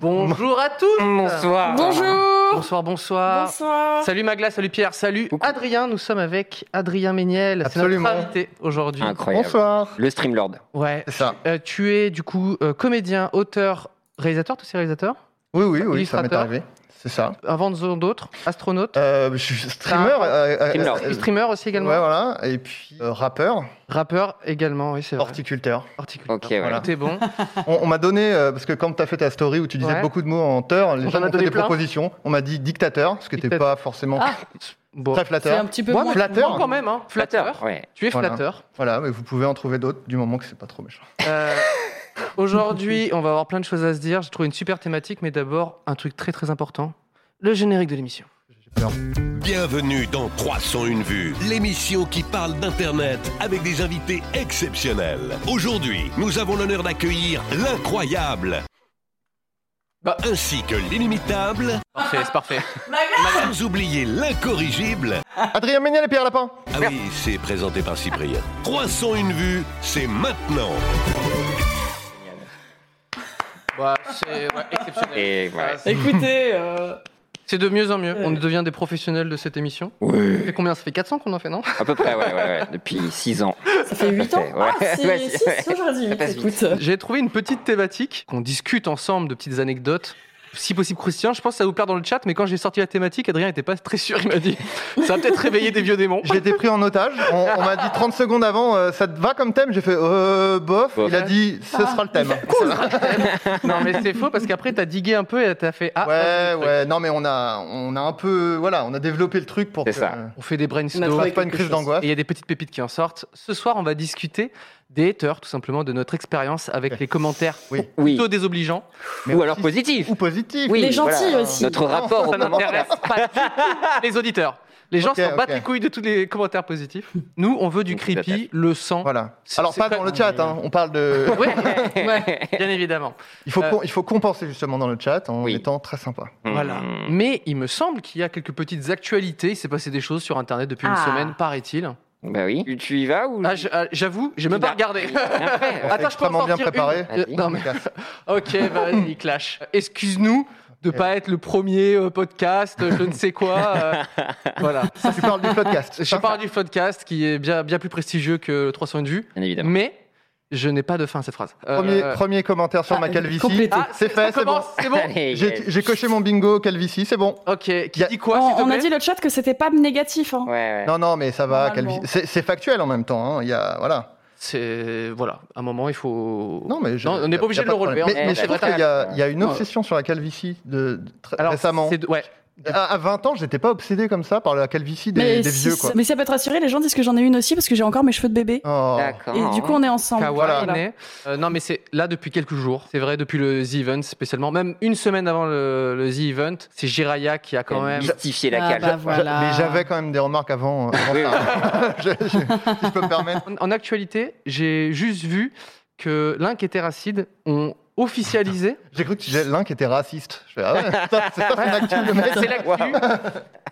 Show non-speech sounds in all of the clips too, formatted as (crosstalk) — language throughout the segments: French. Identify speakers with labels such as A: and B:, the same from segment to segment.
A: Bonjour à tous
B: Bonsoir.
C: Bonjour
A: Bonsoir, bonsoir.
C: Bonsoir
A: Salut Magla, salut Pierre, salut
B: Coucou.
A: Adrien. Nous sommes avec Adrien Méniel. C'est notre
D: Absolument.
A: invité aujourd'hui.
B: Incroyable.
D: Bonsoir.
B: Le Streamlord.
A: Ouais.
D: C'est ça.
A: Euh, tu es du coup euh, comédien, auteur, réalisateur, tous ces réalisateurs
D: Oui, oui, oui, ça m'est
A: Illustrateur.
D: arrivé. C'est ça.
A: Avant d'autres, astronaute,
D: Euh, je suis streamer.
A: Ah,
D: euh, euh,
B: streamer.
D: euh,
A: streamer aussi également,
D: Ouais, voilà. Et puis euh, rappeur,
A: rappeur également, oui c'est vrai. (laughs)
D: horticulteur.
A: Horticulteur.
B: Ok, voilà.
A: Tout est bon.
D: On, on m'a donné, euh, parce que quand tu as fait ta story où tu disais
A: Ouais.
D: beaucoup de mots en teur, les
A: On t'en
D: gens
A: a
D: m'ont fait
A: donné
D: des
A: plein.
D: propositions. On m'a dit dictateur, ce qui n'était
A: Dictateur.
D: pas forcément
C: Ah,
A: Bon.
D: très
C: C'est
D: flatteur.
C: un petit peu
D: Moi,
C: moins...
D: flatteur.
A: Bon, quand même, hein. flatteur.
B: Ouais.
A: Tu es
D: Voilà.
A: flatteur.
D: Voilà, mais vous pouvez en trouver d'autres du moment que c'est pas trop méchant.
A: Euh, Aujourd'hui, on va avoir plein de choses à se dire. J'ai trouvé une super thématique, mais d'abord, un truc très très important le générique de l'émission.
E: Bienvenue dans 301 vues, l'émission qui parle d'Internet avec des invités exceptionnels. Aujourd'hui, nous avons l'honneur d'accueillir l'incroyable,
A: Bah.
E: ainsi que l'inimitable,
A: Parfait, c'est parfait.
E: sans oublier l'incorrigible.
D: Adrien Méniel et Pierre Lapin.
E: Ah oui, c'est présenté par Cyprien. 301 vues, c'est maintenant.
A: Bah, c'est ouais, exceptionnel. Ah,
B: Et ouais.
A: c'est-
C: Écoutez, euh,
A: C'est de mieux en mieux. On devient des professionnels de cette émission. Ça fait combien Ça fait 400 qu'on en fait, non
B: À peu près, ouais, ouais, ouais. Depuis 6 ans.
C: ça fait 8 ans
B: Ouais,
C: Ah,
B: ouais,
C: c'est
B: ouais.
C: 6 aujourd'hui,
B: Ça passe
C: écoute. Ah,
A: J'ai trouvé une petite thématique qu'on discute ensemble de petites anecdotes. Si possible, Christian, je pense que ça va vous plaire dans le chat, mais quand j'ai sorti la thématique, Adrien n'était pas très sûr. Il m'a dit Ça va peut-être réveiller des vieux démons.
D: J'ai été pris en otage. On, on m'a dit 30 secondes avant, euh, ça te va comme thème J'ai fait euh, bof.
B: Bof.
D: Il a dit, ce
A: Ah.
D: sera le thème.
A: Non, mais c'est faux parce qu'après, t'as digué un peu et t'as fait Ah,
D: Ouais, ouais. Non, mais on a, on a un peu, voilà, on a développé le truc pour
B: C'est
D: que.
B: ça.
D: euh,
A: on fait des brainstorms.
C: On a
D: on
C: trouvé
D: fasse pas une
C: quelque
D: crise
C: chose.
D: d'angoisse.
A: Et il y a des petites pépites qui en sortent. Ce soir, on va discuter des haters, tout simplement, de notre expérience avec
D: Ouais.
A: les commentaires
D: Oui.
B: Oui.
A: plutôt désobligeants.
D: Mais
B: Ou alors
D: aussi-
B: positif.
D: Ou positif.
B: Oui,
C: Les gentils
B: voilà.
C: aussi.
B: Notre
D: Oh,
B: rapport
A: Ça
B: au moment.
A: n'intéresse pas du tout les auditeurs. Les gens
D: Ok,
A: s'en battent
D: ok.
A: les couilles de tous les commentaires positifs. Nous, on veut du
B: Une petite
A: creepy, le sang.
D: Voilà.
A: C'est-
D: Alors
A: c'est
D: pas
A: pas- euh,
D: dans le chat, hein, on parle de.
A: (laughs) Oui,
C: Ouais.
A: bien évidemment.
D: Il faut,
A: Euh,
D: com- il faut compenser justement dans le chat en
B: Oui.
D: étant très sympa.
A: Voilà.
B: Mm.
A: Mais il me semble qu'il y a quelques petites actualités. Il s'est passé des choses sur Internet depuis une
C: Ah.
A: semaine, paraît-il.
B: Bah oui. Tu- Tu y vas ou.
A: Ah, je- ah, J'avoue, j'ai même pas
B: Bah,
A: regardé.
B: Après,
A: (laughs) Attends, je peux en
D: extrêmement bien
A: sortir une.
D: préparé.
A: Euh, non, mais- (laughs) Ok, bah,
D: (laughs)
A: vas-y, Clash. Euh, Excuse-nous de
D: Ok.
A: pas être le premier euh, podcast, euh, je ne sais quoi.
D: (laughs)
A: euh, voilà.
D: tu parles du podcast.
A: Je
D: hein
A: parle du podcast qui est bien, bien plus prestigieux que 301 de vue,
B: bien évidemment.
A: mais je n'ai pas de fin à cette phrase. Euh,
D: Hein Premier,
A: euh,
D: premier commentaire sur
C: Ah,
D: ma calvitie.
C: complété.
A: ah,
D: c'est
A: ça
D: fait, c'est bon.
A: commence, c'est bon.
B: Allez,
D: J'ai
B: yes.
D: j'ai coché mon bingo calvitie, c'est bon.
A: Ok, qui
D: Y a-
A: dit
C: On,
A: quoi s'il te
C: on a
A: plaît
C: dit le chat que c'était pas négatif. Hein.
B: Ouais, ouais.
D: Non, non, mais ça va,
C: Normalement.
D: calvitie. C'est c'est factuel en même temps. hein, Il y a, voilà.
A: C'est voilà, à un moment il faut.
D: Non, mais je-
A: on
D: y
A: n'est
D: a
A: pas obligé de
D: pas
A: le relever.
D: problème.
A: hein.
D: Mais, mais
B: Ouais,
D: je
B: c'est
D: trouve
B: vrai.
D: qu'il y, a- il y a une obsession sur la calvitie de, de- très- récemment.
A: c'est de- ouais.
D: Ah, À 20 ans, j'étais pas obsédé comme ça par la calvitie des, des
C: si-
D: vieux, quoi.
C: mais ça peut te rassurer, les gens disent que j'en ai une aussi parce que j'ai encore mes cheveux de bébé.
D: Oh.
B: D'accord.
C: Et du coup, on est ensemble.
A: Kawaii, né. Euh, non, mais c'est là depuis quelques jours. C'est vrai, depuis le The Event spécialement. Même une semaine avant le, le The Event, c'est Jiraya qui a quand même.
B: Mystifier la
C: Ah,
B: cale.
C: bah,
D: J'a-
C: Voilà.
D: Mais j'avais quand même des remarques avant, euh, avant
B: Oui,
D: ça. (laughs) Je- je- si je peux me permettre.
A: En, en actualité, j'ai juste vu que Link et Terracide ont
C: (laughs)
A: officialisé.
D: J'ai cru que tu disais l'un qui était raciste. Je fais, ah ouais, putain, c'est ça son actu, le mec.
A: C'est l'actu.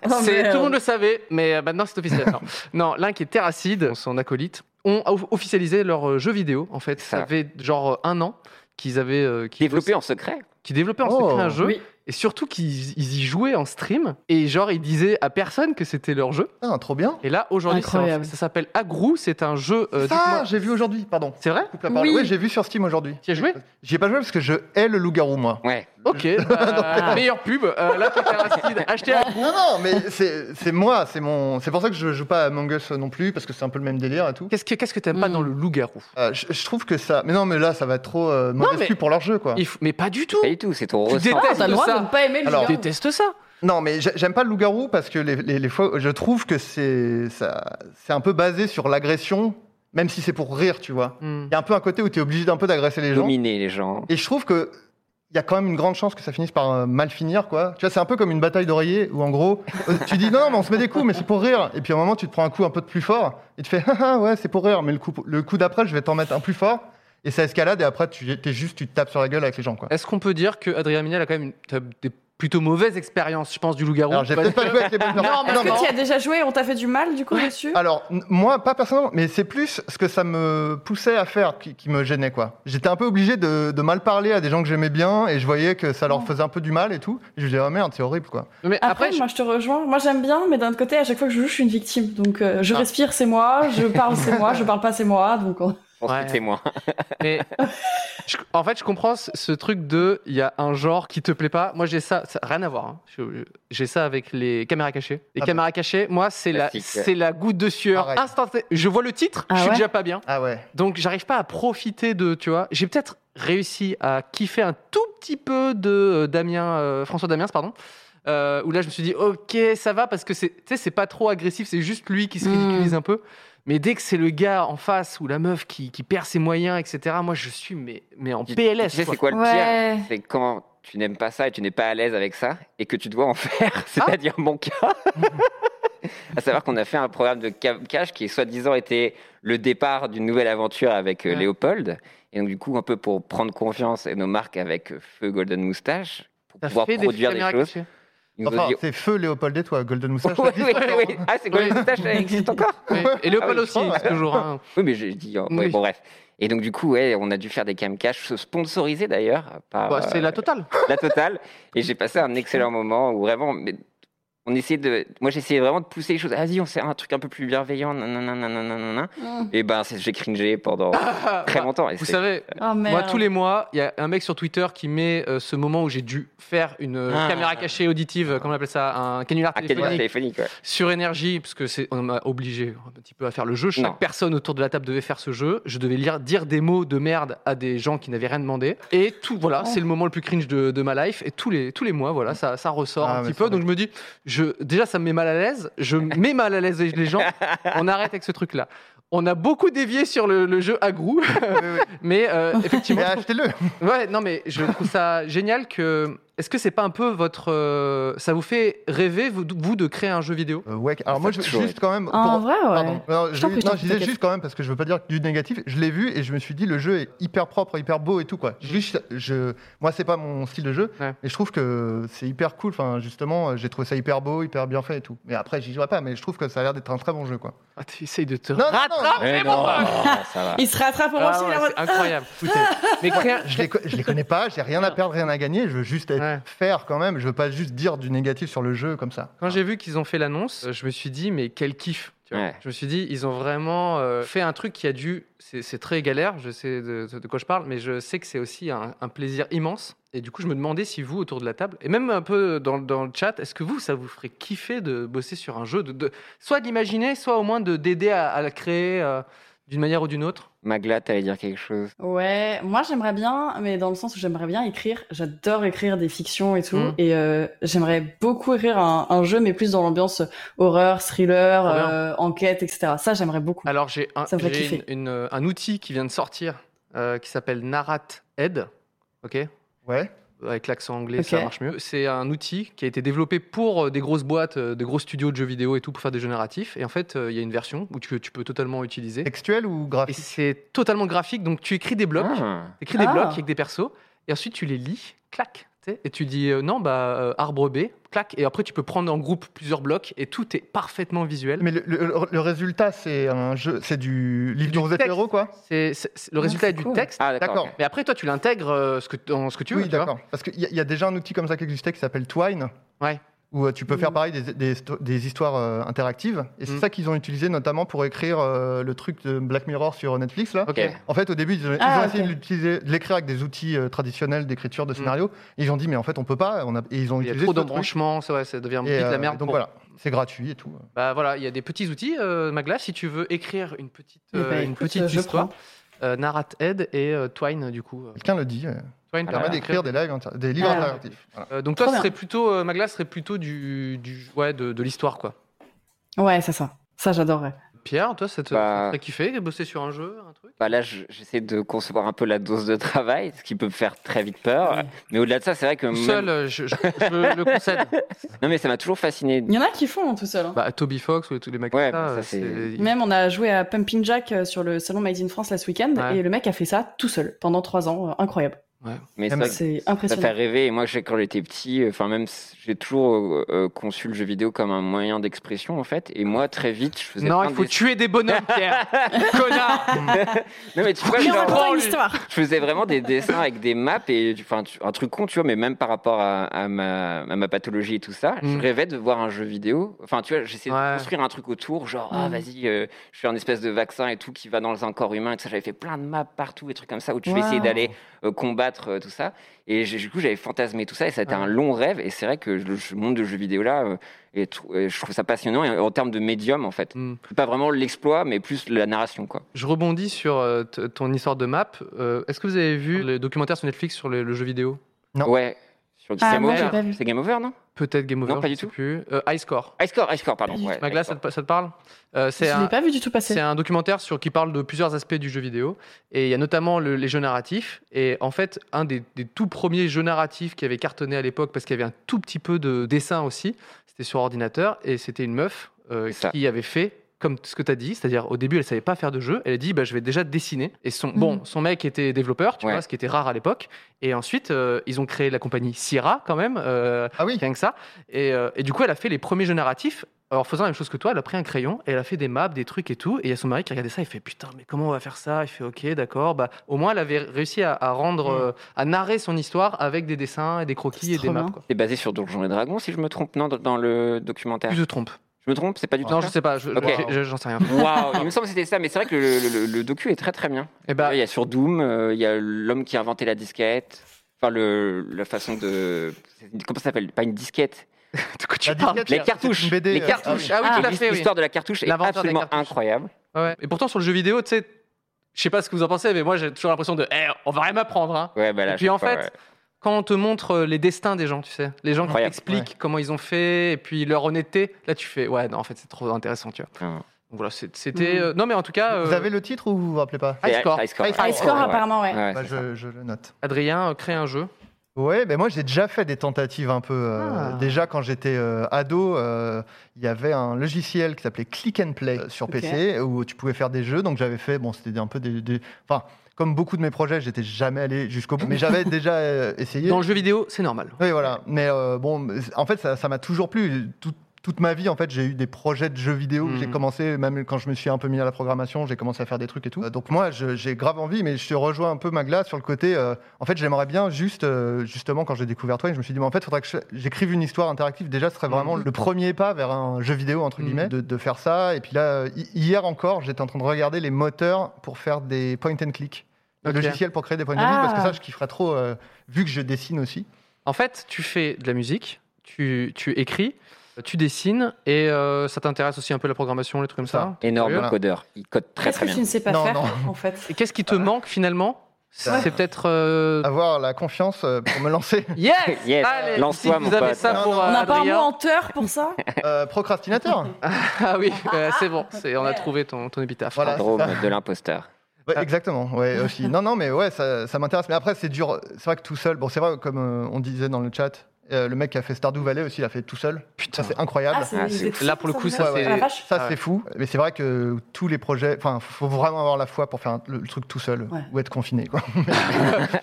C: Non,
A: C'est-
C: mais,
A: Tout le
C: euh,
A: monde le savait, mais euh, maintenant c'est officiel.
C: (laughs)
A: Non, non Link et Terracide, son acolyte, ont o- officialisé leur euh, jeu vidéo. En fait, ça
B: Ça.
A: fait genre euh, un an qu'ils avaient euh, qu'ils
B: Développé en secret.
A: qui développaient en
D: Oh.
A: secret un jeu
C: Oui.
A: et surtout qu'ils ils y jouaient en stream et genre ils disaient à personne que c'était leur jeu
D: Putain, Ah, trop bien.
A: et là aujourd'hui c'est
C: Incroyable.
A: en- ça s'appelle Agrou c'est un jeu euh,
D: ça,
A: dites-moi-
D: j'ai vu aujourd'hui, pardon.
A: c'est vrai
D: Je coupe la parole.
C: Oui.
D: Oui, j'ai vu sur Steam aujourd'hui.
A: Tu y as joué
D: J'y ai pas joué parce que je hais le loup-garou, moi.
B: Ouais.
A: ok
C: (laughs)
A: bah, meilleure pub euh, là pour faire acide achetez Agrou
D: Non, non, mais c'est c'est moi, c'est mon. C'est pour ça que je joue pas à Among Us non plus, parce que c'est un peu le même délire et tout.
A: qu'est-ce que qu'est-ce que t'aimes pas
C: Mm.
A: dans le loup-garou
D: Euh, je, je trouve que ça. Mais non, mais là, ça va être trop euh, mauvais
A: mais-
D: cul pour leur jeu, quoi.
A: Il faut- mais pas du tout
B: Pas du tout, c'est ton
A: tu
B: ressenti.
C: Ah,
A: détestes
C: t'as le droit
A: ça
C: de ne pas aimer le
D: Alors,
A: tu
C: gars.
A: détestes ça
D: Non, mais j'ai- j'aime pas le loup-garou parce que les, les- les fois. Je trouve que c'est ça- c'est un peu basé sur l'agression même si c'est pour rire, tu vois.
A: Hmm.
D: Il y a un peu un côté où tu es obligé d'un peu d'agresser les gens.
B: Dominer les gens.
D: Et je trouve que il y a quand même une grande chance que ça finisse par euh, mal finir, quoi. Tu vois, c'est un peu comme une bataille d'oreiller où, en gros, euh, tu dis (laughs) non, mais on se met des coups, mais c'est pour rire. Et puis, à un moment, tu te prends un coup un peu de plus fort et tu fais (laughs) ah, ah, ouais, c'est pour rire, mais le coup, le coup d'après, je vais t'en mettre un plus fort. Et ça escalade et après, tu es juste, tu te tapes sur la gueule avec les gens, quoi.
A: Est-ce qu'on peut dire que Adrien Minel a quand même une- t'as des plutôt mauvaises expériences, je pense, du loup-garou
D: Alors, j'ai
A: Pas-
D: peut-être pas joué avec les bonnes personnes.
C: Est-ce que tu y as déjà joué et on t'a fait du mal du coup dessus
D: Alors, n- moi, pas personnellement, mais c'est plus ce que ça me poussait à faire qui, qui me gênait, quoi. J'étais un peu obligé de, de mal parler à des gens que j'aimais bien et je voyais que ça leur faisait un peu du mal et tout. Et je me disais, oh merde, c'est horrible, quoi.
A: Mais
C: Après,
A: après, je-
C: moi je te rejoins. Moi j'aime bien, mais d'un autre côté, à chaque fois que je joue, je suis une victime. Donc euh, je respire, c'est moi. Je parle, c'est moi. Je parle pas, c'est
B: (laughs)
C: moi. Donc oh, on-
A: Ouais.
B: Ensuite, c'est moi.
A: Mais je- en fait, je comprends ce, ce truc de il y a un genre qui te plaît pas. Moi, j'ai ça, ça- rien à voir. hein. Je- J'ai ça avec les caméras cachées. Les
D: Ah bah.
A: caméras cachées, moi, c'est la,
B: Classique.
A: c'est la goutte de sueur
D: Pareil.
A: instantanée. Je vois le titre,
C: Ah
A: je suis
C: ouais
A: déjà pas bien.
D: Ah ouais.
A: Donc, j'arrive pas à profiter de, tu vois. J'ai peut-être réussi à kiffer un tout petit peu de euh, Damien, euh, François Damiens, pardon. Euh, où là, je me suis dit, ok, ça va parce que c'est, tu sais, c'est pas trop agressif, c'est juste lui qui se
B: Hmm.
C: Mm.
A: ridiculise un peu. Mais dès que c'est le gars en face ou la meuf qui, qui perd ses moyens, etc., moi, je suis mais, mais en
B: Tu-
A: PLS.
B: Tu sais,
A: quoi.
B: c'est quoi le pire C'est quand tu n'aimes pas ça et tu n'es pas à l'aise avec ça et que tu dois en
A: Ah.
B: faire, (laughs) c'est-à-dire mon cas. (laughs) à savoir qu'on a fait un programme de ca- cash qui, soi-disant, était le départ d'une nouvelle aventure avec euh,
A: Ouais.
B: Léopold. Et donc, du coup, un peu pour prendre confiance et nos marques avec euh, Feu Golden Moustache, pour
A: T'as
B: pouvoir
A: fait
B: produire des,
A: caméras
B: choses.
A: cachées.
B: ils nous ont
D: Enfin,
B: dit-
D: c'est feu Léopold et toi,
B: (laughs)
D: Golden Moustache.
B: Oui,
D: la
B: oui,
D: liste, (laughs)
B: oui. Ah, c'est Golden Moustache, elle existe encore
A: Oui. Et Léopold
B: Ah oui,
A: aussi,
D: je crois,
A: c'est toujours. hein.
B: Oui, mais j'ai dit. euh, ouais,
A: Oui.
B: Bon, bref. Et donc, du coup, ouais, on a dû faire des cam cash sponsorisés d'ailleurs par
A: Bah, c'est
B: euh,
A: la totale.
B: la totale. Et j'ai passé un excellent moment où vraiment, mais on essayait de, moi j'essayais vraiment de pousser les choses. Ah, Vas-y, on fait un truc un peu plus bienveillant. nanana, nanana, nanana.
C: oh,
B: Et ben, c'est- j'ai cringé pendant très longtemps.
A: Ah,
B: Et
A: bah, Vous
B: c'est-
A: savez,
C: Oh, merde.
A: moi, tous les mois, il y a un mec sur Twitter qui met euh, ce moment où j'ai dû faire une euh,
B: Ah.
A: caméra cachée auditive, euh, comment on appelle ça, un canular
B: un canular
A: téléphonique
B: téléphonique. ouais.
A: sur énergie, parce que c'est, on m'a obligé un petit peu à faire le jeu. Chaque
B: Non.
A: personne autour de la table devait faire ce jeu. Je devais lire, dire des mots de merde à des gens qui n'avaient rien demandé. Et tout, voilà, c'est le moment le plus cringe de, de ma life. Et tous les, tous les mois, voilà, ça, ça ressort
D: Ah,
A: un
D: mais
A: petit
D: c'est
A: peu. Donc je me dis, je, déjà, ça me met mal à l'aise. (laughs) Je mets mal à l'aise les gens. On arrête avec ce truc-là. On a beaucoup dévié sur le, le jeu Agrou,
D: oui,
A: (laughs) mais euh,
D: oui.
A: effectivement,
D: Mais
A: je trouve-
D: achetez-le.
A: Ouais, non, mais je trouve ça génial que. Est-ce que c'est pas un peu votre. euh, ça vous fait rêver, vous, vous, de créer un jeu vidéo
D: Euh, ouais, alors moi, je,
B: toujours
D: juste quand même.
C: Ah, En
D: pour-
C: vrai, ouais.
D: Pardon. Non, je,
C: Je t'en prie, je t'en
D: non, je
C: prie,
D: disais
C: t'inquiète.
D: juste quand même parce que je veux pas dire du négatif. Je l'ai vu et je me suis dit le jeu est hyper propre, hyper beau et tout quoi. Juste, je, moi c'est pas mon style de jeu,
A: Ouais.
D: mais je trouve que c'est hyper cool. Enfin, justement, j'ai trouvé ça hyper beau, hyper bien fait et tout. Mais après, j'y jouerai pas, mais je trouve que ça a l'air d'être un très bon jeu quoi.
A: ah, Tu essayes de te.
D: Non, non, non, non,
B: Mais non, ça va.
C: Il se rattrape pour
A: Ah
C: moi.
A: ouais, c'est incroyable. mais créer un-
D: je les, co- je les connais pas, j'ai rien à perdre, rien à gagner. Je veux juste être-
A: Ouais.
D: faire quand même. Je veux pas juste dire du négatif sur le jeu comme ça.
A: Quand j'ai vu qu'ils ont fait l'annonce, euh, je me suis dit, mais quel kiff tu vois.
B: Ouais.
A: Je me suis dit, ils ont vraiment euh, fait un truc qui a dû. C'est c'est très galère, je sais de, de quoi je parle, mais je sais que c'est aussi un, un plaisir immense. Et du coup, je me demandais si vous, autour de la table, et même un peu dans, dans le chat, est-ce que vous, ça vous ferait kiffer de bosser sur un jeu, de, de- soit de l'imaginer, soit au moins de- d'aider à, à le créer euh, d'une manière ou d'une autre
B: Magla, t'allais dire quelque chose.
C: Ouais, moi j'aimerais bien, mais dans le sens où j'aimerais bien écrire. J'adore écrire des fictions et tout,
A: Mhm.
C: et euh, j'aimerais beaucoup écrire un, un jeu, mais plus dans l'ambiance euh, horreur, thriller,
A: Trop bien. Ah,
C: euh, enquête, etc. Ça j'aimerais beaucoup.
A: Alors, j'ai un,
C: Ça me ferait
A: j'ai une-
C: kiffer.
A: une, euh, un outil qui vient de sortir euh, qui s'appelle Narat Ed. Ok
D: Ouais.
A: avec l'accent anglais,
C: Ok.
A: ça marche mieux. C'est un outil qui a été développé pour euh, des grosses boîtes, euh, des gros studios de jeux vidéo et tout pour faire des jeux narratifs. Et en fait, euh, il y a une version où tu, tu peux totalement utiliser.
D: Textuel ou
A: Et
D: graphique
A: c'est totalement graphique, donc tu écris des blocs,
B: Ah.
A: écris des
C: Ah.
A: blocs avec des persos, et ensuite tu les lis, clac, tu sais, et tu dis euh, non, bah euh, arbre B, clac, et après tu peux prendre en groupe plusieurs blocs, et tout est parfaitement visuel.
D: Mais le, le- le résultat, c'est un jeu, c'est du livre de Rosette
A: texte.
D: Hero, quoi.
A: C'est- c'est- c'est- le
C: Ah,
A: résultat
C: c'est
A: est du
C: cool.
A: texte,
B: Ah, d'accord.
D: D'accord.
B: ok.
A: mais après toi tu l'intègres euh, ce que- dans ce que tu veux.
D: oui,
A: tu vois.
D: d'accord. Parce qu'il y, a- il y a déjà un outil comme ça qui existait qui s'appelle Twine.
A: Ouais.
D: Où euh, tu peux faire
C: Mm.
D: pareil des, des histo- des histoires euh, interactives. Et c'est
A: Mm.
D: ça qu'ils ont utilisé notamment pour écrire euh, le truc de Black Mirror sur euh, Netflix. Là.
A: Ok.
B: Ok.
D: En fait, au début, ils ont, ils
C: Ah,
D: ont
C: ok.
D: essayé de l'utiliser- de l'écrire avec des outils euh, traditionnels d'écriture de scénario. Et ils ont dit, mais en fait, on peut pas. On a... Et ils ont
A: Mmh. Il y a
D: utilisé
A: trop
D: ce truc.
A: d'embranchements, ça, ouais, ça devient
D: Et,
A: vite
D: euh,
A: la merde.
D: Donc
A: pour-
D: voilà, c'est gratuit et tout.
A: Bah voilà, il y a des petits outils, euh, Magla, si tu veux écrire une petite,
C: Eh ben,
A: euh, une
C: écoute,
A: petite
C: euh, je
A: histoire.
C: prends.
A: Euh, Narrat Ed et euh, Twine, du coup. Euh,
D: Quelqu'un le dit. euh,
A: Twine
B: Ah,
D: permet
A: permet
B: ouais.
D: d'écrire des, lives inter- des livres
C: Ah.
D: interactifs. Voilà.
A: Euh, donc toi,
C: Trop
A: ce
C: bien.
A: serait plutôt, euh, Magla, ce serait plutôt du, du ouais, de, de l'histoire, quoi.
C: Ouais, c'est ça. Ça j'adorerais.
A: Pierre, toi, ça te
B: Bah-
A: ça te fait kiffer de bosser sur un jeu, un truc
B: Bah là, je- j'essaie de concevoir un peu la dose de travail, ce qui peut me faire très vite peur. Mais au-delà de ça, c'est vrai que
A: Tout
B: même-
A: seul, euh, je, je- je le
B: (laughs)
A: concède.
B: non, mais ça m'a toujours fasciné.
C: Il y en a qui font hein, tout seul. hein.
A: Bah, Toby Fox ou tous les mecs
B: Ouais,
A: comme
B: bah, ça,
A: ça, euh, c'est-
B: c'est-
C: Même on a joué à Pumping Jack euh, sur le salon Made in France last week-end
A: Ouais.
C: et le mec a fait ça tout seul pendant trois ans, euh, incroyable.
B: Mais
D: Ah,
B: c'est
D: mais
B: vrai que
C: C'est
B: ça
C: impressionnant.
B: fait rêver. Et moi, j'ai- quand j'étais petit, euh, enfin même, c- j'ai toujours euh, euh, conçu le jeu vidéo comme un moyen d'expression en fait. Et moi, très vite, je faisais.
A: Non,
B: plein
A: il faut
B: de-
A: tuer des bonhommes, Pierre
B: (laughs)
A: Connard
B: Non, mais tu vois,
C: Mais on
B: genre-
A: raconte-
C: racontant
A: Oh,
C: une
A: lui.
C: histoire.
B: je faisais vraiment des dessins avec des maps et du- enfin tu- un truc con, tu vois, mais même par rapport à, à ma, à ma pathologie et tout ça, je
A: Mm.
B: rêvais de voir un jeu vidéo. Enfin, tu vois, j'essayais
A: Ouais.
B: de construire un truc autour, genre ah
C: Mm.
B: vas-y, euh, je fais un espèce de vaccin et tout qui va dans un corps humain. Et tout ça, j'avais fait plein de maps partout, et trucs comme ça où tu vas
C: Wow.
B: essayer d'aller euh, combattre euh, tout ça. Et j'ai- du coup, j'avais fantasmé tout ça et ça a été
A: Ouais.
B: un long rêve. Et c'est vrai que le le monde de jeux vidéo là. euh, est tr- euh, je trouve ça passionnant et en termes de médium en fait.
A: Mm.
B: Pas vraiment l'exploit, mais plus la narration quoi.
A: Je rebondis sur euh, t- ton histoire de map. Euh, Est-ce que vous avez vu le documentaire sur Netflix sur le, le jeu vidéo
D: Non.
B: Ouais. Sur
C: Ah,
B: Game
C: moi, j'ai
B: Over.
C: pas vu.
B: C'est Game Over, non
A: Peut-être Game Over,
B: Non, pas
A: je
B: du
A: sais
B: tout.
A: plus. Euh, High Score.
B: High score, high score, pardon. Ouais,
A: Magla,
B: high
A: ça
B: score.
A: te, ça te parle Euh,
C: Je
A: C'est un,
C: l'ai pas vu du tout passer.
A: C'est un documentaire sur, qui parle de plusieurs aspects du jeu vidéo. Et il y a notamment le- les jeux narratifs. Et en fait, un des, des tout premiers jeux narratifs qui avait cartonné à l'époque, parce qu'il y avait un tout petit peu de dessin aussi, c'était sur ordinateur. Et c'était une meuf euh,
B: C'est ça.
A: qui avait fait. Comme ce que tu as dit, c'est-à-dire au début, elle savait pas faire de jeu, elle a dit bah, je vais déjà dessiner. Et son,
C: Mhm.
A: bon, son mec était développeur, tu
B: Ouais.
A: vois, ce qui était rare à l'époque. Et ensuite, euh, ils ont créé la compagnie Sierra quand même, euh,
D: Ah oui,
A: rien que ça. Et, euh, et du coup, elle a fait les premiers jeux narratifs. Alors, faisant la même chose que toi, elle a pris un crayon et elle a fait des maps, des trucs et tout. Et il y a son mari qui regardait ça, il fait Putain, mais comment on va faire ça Il fait Ok, d'accord. Bah, au moins, elle avait réussi à, à rendre, euh, à narrer son histoire avec des dessins et des croquis
C: Mm. C'est
A: et des
C: trop
A: maps.
C: bien.
A: Quoi.
B: C'est basé sur Donjons et Dragons, si je me trompe, non, dans- dans le documentaire.
A: Tu te trompes.
B: Je me trompe, c'est pas du tout.
A: Non,
B: ça
A: Ah, je sais pas, je-
B: Ok.
A: je- je- j'en sais rien.
B: Waouh, il me semble que c'était ça, mais c'est vrai que le, le- le- le docu est très très bien.
A: Et bah,
B: il y a sur Doom, euh, il y a l'homme qui a inventé la disquette, enfin le, la façon de. Comment ça s'appelle Pas une disquette.
A: (laughs) de quoi tu
D: La
A: parles
D: disquette,
B: Les
D: c'est
B: cartouches,
D: une BD,
B: les
D: euh,
B: cartouches.
A: Ah oui,
B: Et
A: tout à fait, oui.
B: L'histoire de la cartouche est
A: L'inventeur des
B: absolument
A: cartouches.
B: incroyable.
A: bah, Ouais. Et pourtant, sur le jeu vidéo, tu sais, je sais pas ce que vous en pensez, mais moi, j'ai toujours l'impression de Eh, on va rien m'apprendre. hein.
B: Ouais, bah là,
A: Et
B: je
A: puis
B: sais
A: en
B: pas,
A: fait,
B: ouais.
A: quand on te montre euh, les destins des gens, tu sais, les gens qui
B: Incroyable,
A: t'expliquent comment ils ont fait et puis leur honnêteté, là tu fais ouais, non, en fait c'est trop intéressant, tu vois.
B: Hum.
A: Donc voilà, c'est- c'était.
C: Mm.
A: euh, non mais en tout cas,
D: Vous
A: euh,
D: avez le titre ou vous vous rappelez pas
A: High
B: C'est
A: Score.
D: High
C: High score
B: Ouais.
C: apparemment ouais.
B: Ouais,
D: Bah,
B: c'est ça.
D: je, je le note.
A: Adrien euh, crée un jeu.
D: Ouais, ben moi j'ai déjà fait des tentatives un peu. euh,
A: Ah.
D: Déjà quand j'étais euh, ado, euh, il y avait un logiciel qui s'appelait Click and Play euh, sur
C: Ok.
D: PC où tu pouvais faire des jeux. Donc j'avais fait, bon, c'était un peu des, des- Enfin, comme beaucoup de mes projets, j'étais jamais allé jusqu'au
A: (laughs)
D: bout, mais j'avais déjà euh, essayé.
A: Dans le jeu vidéo, c'est normal.
D: Oui, voilà. Mais euh, bon, en fait, ça ça m'a toujours plu. Tout- toute ma vie, en fait, j'ai eu des projets de jeux vidéo. où J'ai
A: Mhm.
D: commencé, même quand je me suis un peu mis à la programmation, j'ai commencé à faire des trucs et tout. Euh, Donc moi, je- j'ai grave envie, mais je te rejoins un peu, Magla, sur le côté. euh, en fait, j'aimerais bien juste, euh, justement, quand j'ai découvert toi, je me suis dit, mais en fait, faudrait que je- j'écrive une histoire interactive. Déjà, ce serait vraiment
A: Mhm.
D: le premier pas vers un jeu vidéo, entre
A: Mhm.
D: guillemets, de, de faire ça. Et puis là, euh, hi- hier encore, j'étais en train de regarder les moteurs pour faire des point and click. Le
A: Ok.
D: logiciel pour créer des point and click, parce que
C: Ah.
D: ça, je kifferais trop, euh, vu que je dessine aussi.
A: En fait, tu fais de la musique, tu, tu écris, tu dessines et euh, ça t'intéresse aussi un peu la programmation, les trucs comme ça.
B: Énorme
A: Voilà.
B: codeur, il code très
C: Qu'est-ce
B: très
C: que
B: bien.
C: tu ne sais pas
D: Non,
C: faire
D: non.
C: en fait
A: Et qu'est-ce qui te manque finalement
D: Ouais.
A: C'est peut-être. euh,
D: (laughs) avoir la confiance euh, pour me
A: (laughs)
D: lancer.
A: Yes,
B: Yes.
A: Allez,
B: Lance-toi,
A: si
B: mon
A: vous avez
B: pote.
A: ça
D: Non,
A: pour
D: non.
A: euh,
C: On n'a pas un mot
A: Adrien.
C: hauteur pour
D: (laughs)
C: ça
D: Euh, procrastinateur
A: Ah oui, euh, c'est bon, c'est- on a trouvé ton, ton épitaphe.
D: Voilà.
B: Syndrome
D: c'est
B: de l'imposteur. (laughs)
D: Ouais,
A: Ah.
D: Exactement, ouais,
A: (laughs)
D: aussi. Non, non, mais ouais, ça, ça m'intéresse. Mais après, c'est dur. C'est vrai que tout seul, bon, c'est vrai, comme euh, on disait dans le chat, euh, le mec qui a fait Stardew Valley aussi, il a fait tout seul.
A: Putain,
D: Ça, c'est incroyable.
C: Ah, c'est-
B: Ah,
C: c'est
B: c'est-
C: fou,
A: Là, pour le coup,
C: vous
A: ça,
C: a-
A: c'est-
C: Ah, la vache.
D: Ça,
A: Ah ouais.
D: c'est fou. Mais c'est vrai que tous les projets, enfin, faut vraiment avoir la foi pour faire un- le, le truc tout seul
C: Ouais.
D: ou être confiné, quoi. (laughs)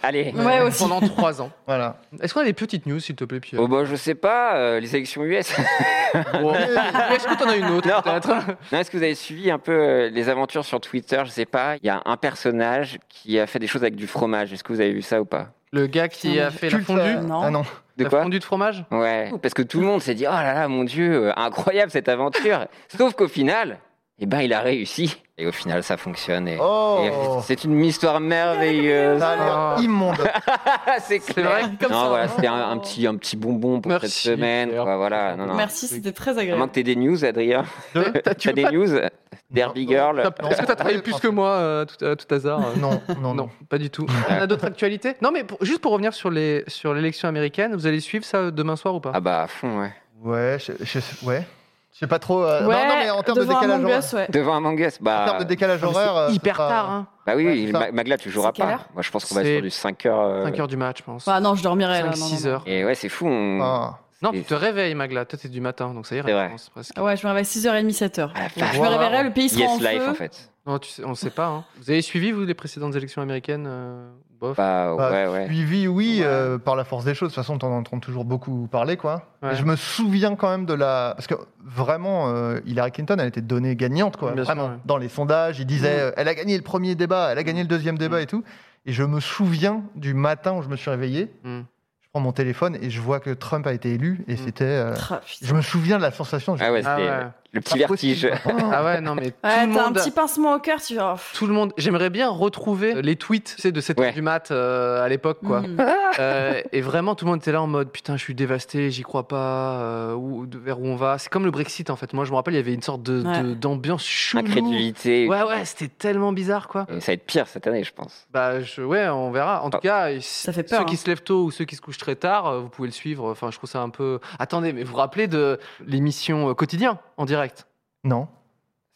B: Allez.
C: Ouais aussi.
A: Euh, pendant trois (laughs) ans.
D: Voilà.
A: Est-ce qu'on a des petites news, s'il te plaît, Pierre
B: Oh bah je sais pas, euh, les
A: (laughs)
B: élections US.
A: Wow. Est-ce que t'en as une autre
B: Non.
A: peut-être
B: Non, Est-ce que vous avez suivi un peu euh, les aventures sur Twitter Je sais pas. Il y a un personnage qui a fait des choses avec du fromage. Est-ce que vous avez vu ça ou pas
A: Le gars qui
C: Putain,
A: a
C: mais
A: fait la
D: Culte,
A: fondue,
D: euh,
C: Non.
D: Ah non.
B: De
A: la
B: quoi
A: fondue de fromage.
B: Ouais. Parce que tout le monde s'est dit oh là là mon dieu euh, incroyable
A: (laughs)
B: cette aventure. Sauf qu'au final, eh ben il a réussi. Et au final ça fonctionne. Et... et
D: Oh
B: C'est une
A: (laughs)
B: histoire merveilleuse. Ah,
D: Ça a
A: Oh.
D: l'air immonde.
A: (laughs)
B: c'est
A: C'est vrai.
B: clair.
C: Comme
B: Non,
C: ça.
B: voilà, c'était un, un petit, un petit bonbon pour
A: Merci,
B: cette semaine.
A: Pierre.
B: quoi, voilà. Non, non.
C: Merci, c'était très
B: À moins
C: agréable.
B: que t'aies des news, Adrien.
D: Deux.
B: T'as
A: tu veux
B: des
A: pas-
B: news Derby
D: Non.
B: Girl.
A: T'as- Est-ce que t'as travaillé plus que moi euh, tout, à tout hasard euh,
D: Non, non,
A: Non,
D: non.
A: pas du tout. On a d'autres actualités Non, mais pour- juste pour revenir sur les sur l'élection américaine, vous allez suivre ça demain euh, soir ou pas
B: Ah bah à fond, ouais.
D: Ouais, je- je- ouais. Je sais pas trop. euh,
C: ouais,
D: non, non, mais en termes de
C: devant
D: décalage
C: Among
D: horaire.
C: Us, ouais.
B: Devant Among Us,
D: En termes
B: bah,
D: de décalage
A: Ah, mais c'est
D: horaire. euh,
A: hyper
D: ce sera-
A: tard. Hein.
B: bah oui,
D: Ouais,
B: il-
D: ça.
B: Ma- Magla, tu joueras
C: C'est quelle
B: pas.
C: heure
B: Moi, je pense qu'on va
A: C'est
B: sur du 5 heures. euh,
A: 5 heures du match, je pense.
C: Bah non, je dormirais là.
A: 5,
C: non, non,
A: 6
C: non.
A: heures.
B: Et ouais, c'est fou. on-
D: Ah.
A: Non,
B: Et-
A: tu te réveilles, Magla. Toi, t'es du matin, donc ça ira.
B: C'est vrai.
A: je pense, presque.
C: Ah Ouais, je me réveille 6h30, 7h.
B: Ah, la
C: Je
B: vache.
C: me
D: Wow.
C: réveillerai, le pays sera en
B: Yes
C: feu.
B: Life, en fait.
A: Non, tu sais- on sait pas. hein. Vous avez suivi, vous, les précédentes élections américaines euh, Bof.
B: Bah,
D: Bah,
B: ouais, ouais.
D: Suivi, oui,
A: Ouais.
D: euh, par la force des choses. De toute façon, t'en entends toujours beaucoup parler, quoi.
A: Ouais.
D: Et je me souviens quand même de la. Parce que vraiment, euh, Hillary Clinton, elle était donnée gagnante, quoi.
A: Bien sûr,
D: vraiment.
A: ouais.
D: Dans les sondages, ils disaient euh, elle a gagné le premier débat, elle a gagné le deuxième débat
A: Mm.
D: et tout. Et je me souviens du matin où je me suis réveillé.
A: Mm.
D: Je prends mon téléphone et je vois que Trump a été élu. Et
A: Mm.
D: c'était. euh,
C: Ah, putain.
D: je me souviens de la sensation. je-
B: Ah ouais,
A: Ah
B: c'était
A: ouais.
B: le petit
D: Pas possible.
B: vertige.
A: (laughs) Ah ouais, non, mais tout
C: Ouais,
A: le
C: t'as un
A: monde.
C: petit pincement au cœur, tu vas.
A: Tout le monde. J'aimerais bien retrouver euh, les tweets tu sais, de 7
B: Ouais.
A: heures du mat euh, à l'époque, quoi.
C: Mm. Hmm.
A: Euh, et vraiment, tout le monde était là en mode putain, je suis dévasté, j'y crois pas, euh, où, de- vers où on va. C'est comme le Brexit en fait. Moi, je me rappelle, il y avait une sorte de-
C: Ouais.
A: de- d'ambiance chelou.
B: Incrédulité.
A: Ouais, ouais, c'était tellement bizarre quoi.
B: Et Ça va être pire cette année, je pense.
A: Bah, je- ouais, on verra. En tout cas,
B: Ah.
A: il-
C: fait peur,
A: ceux qui
C: hein.
A: se lèvent tôt ou ceux qui se couchent très tard, euh, vous pouvez le suivre. Enfin, je trouve ça un peu. Attendez, mais vous vous rappelez de l'émission euh, quotidien en direct
D: Non.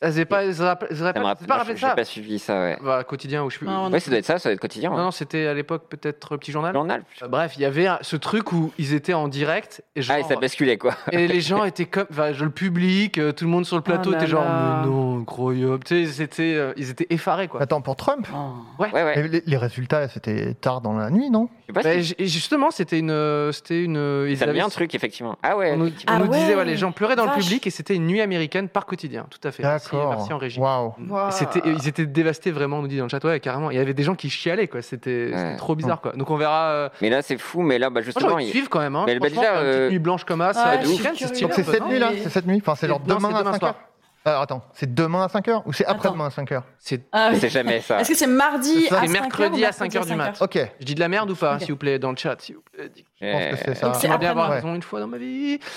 A: Ça vous est pas, ça vous rappelle- ça vous
B: Ça me
A: rappelle-
B: rappelle-
A: vous pas
B: non,
A: rappelé
B: J'ai
A: ça
B: j'ai pas suivi ça, ouais.
A: Bah, quotidien ou je suis.
C: Non,
A: Non,
C: on-
B: Ouais, ça doit être ça, ça doit être quotidien. hein.
A: non, c'était à l'époque peut-être euh, petit journal.
B: Journal.
A: Euh, Bref, il y avait un- ce truc où ils étaient en direct et genre,
B: Ah, et ça basculait, quoi.
A: Et les gens étaient comme. Enfin, je- le public, euh, tout le monde sur le plateau
C: Oh là
A: était genre,
C: là.
A: mais non, incroyable. Tu sais, c'était, euh, ils étaient effarés, quoi.
D: Attends, pour Trump
C: Oh.
B: Ouais, ouais.
D: Mais Les, les résultats, c'était tard dans la nuit, non
B: Je sais pas
A: Bah,
B: si-
A: j- et justement, c'était une. euh, C'était une ils
B: Ça
A: avaient-
B: devient un truc, effectivement. Ah ouais.
A: On nous,
B: effectivement.
A: on nous
C: Ah ouais.
A: disait, ouais, les gens pleuraient dans le
C: Vache.
A: public et c'était une nuit américaine par quotidien, tout à fait. Merci,
D: D'accord.
A: merci en régie.
D: Waouh.
C: Wow.
A: Et C'était, ils étaient dévastés vraiment, on nous dit dans le chat, ouais, carrément. Il y avait des gens qui chialaient, quoi. C'était,
B: Ouais.
A: c'était trop bizarre, quoi. Donc on verra. euh,
B: Mais là, c'est fou, mais là, bah,
A: Moi, j'ai
B: justement.
A: envie de
B: il-
A: suivre quand même. Hein.
B: Mais bah,
A: Franchement,
B: déjà,
A: faire une
B: euh,
A: petite nuit blanche comme ça, ça
C: ouais,
A: va être
B: je suis
A: week-end, c'est
C: curieuse.
A: stylé,
D: Donc c'est
A: un peu,
D: cette
A: non
D: nuit là,
C: Mais-
D: c'est cette nuit. Enfin, c'est leur
A: Non, c'est
D: demain à
A: demain
D: 5
A: soir.
D: heures. Alors attends, c'est demain à 5 heures ou c'est après-demain à 5 heures
A: C'est
C: Ah oui.
B: C'est jamais
A: (laughs)
B: ça.
C: Est-ce que c'est mardi
D: C'est ça.
C: à
D: C'est
C: 5 heures ou
A: mercredi à
C: mercredi
A: 5 heures du mat.
D: Ok, je
A: Je dis de la merde ou
B: Ah.
A: pas,
C: Ok.
A: s'il vous plaît, dans le chat, s'il vous plaît. dites-
D: pense que c'est ça.
C: Donc, c'est
A: J'aimerais bien avoir
D: après-demain.
A: raison une fois dans ma
B: (laughs)
A: vie.
C: De toute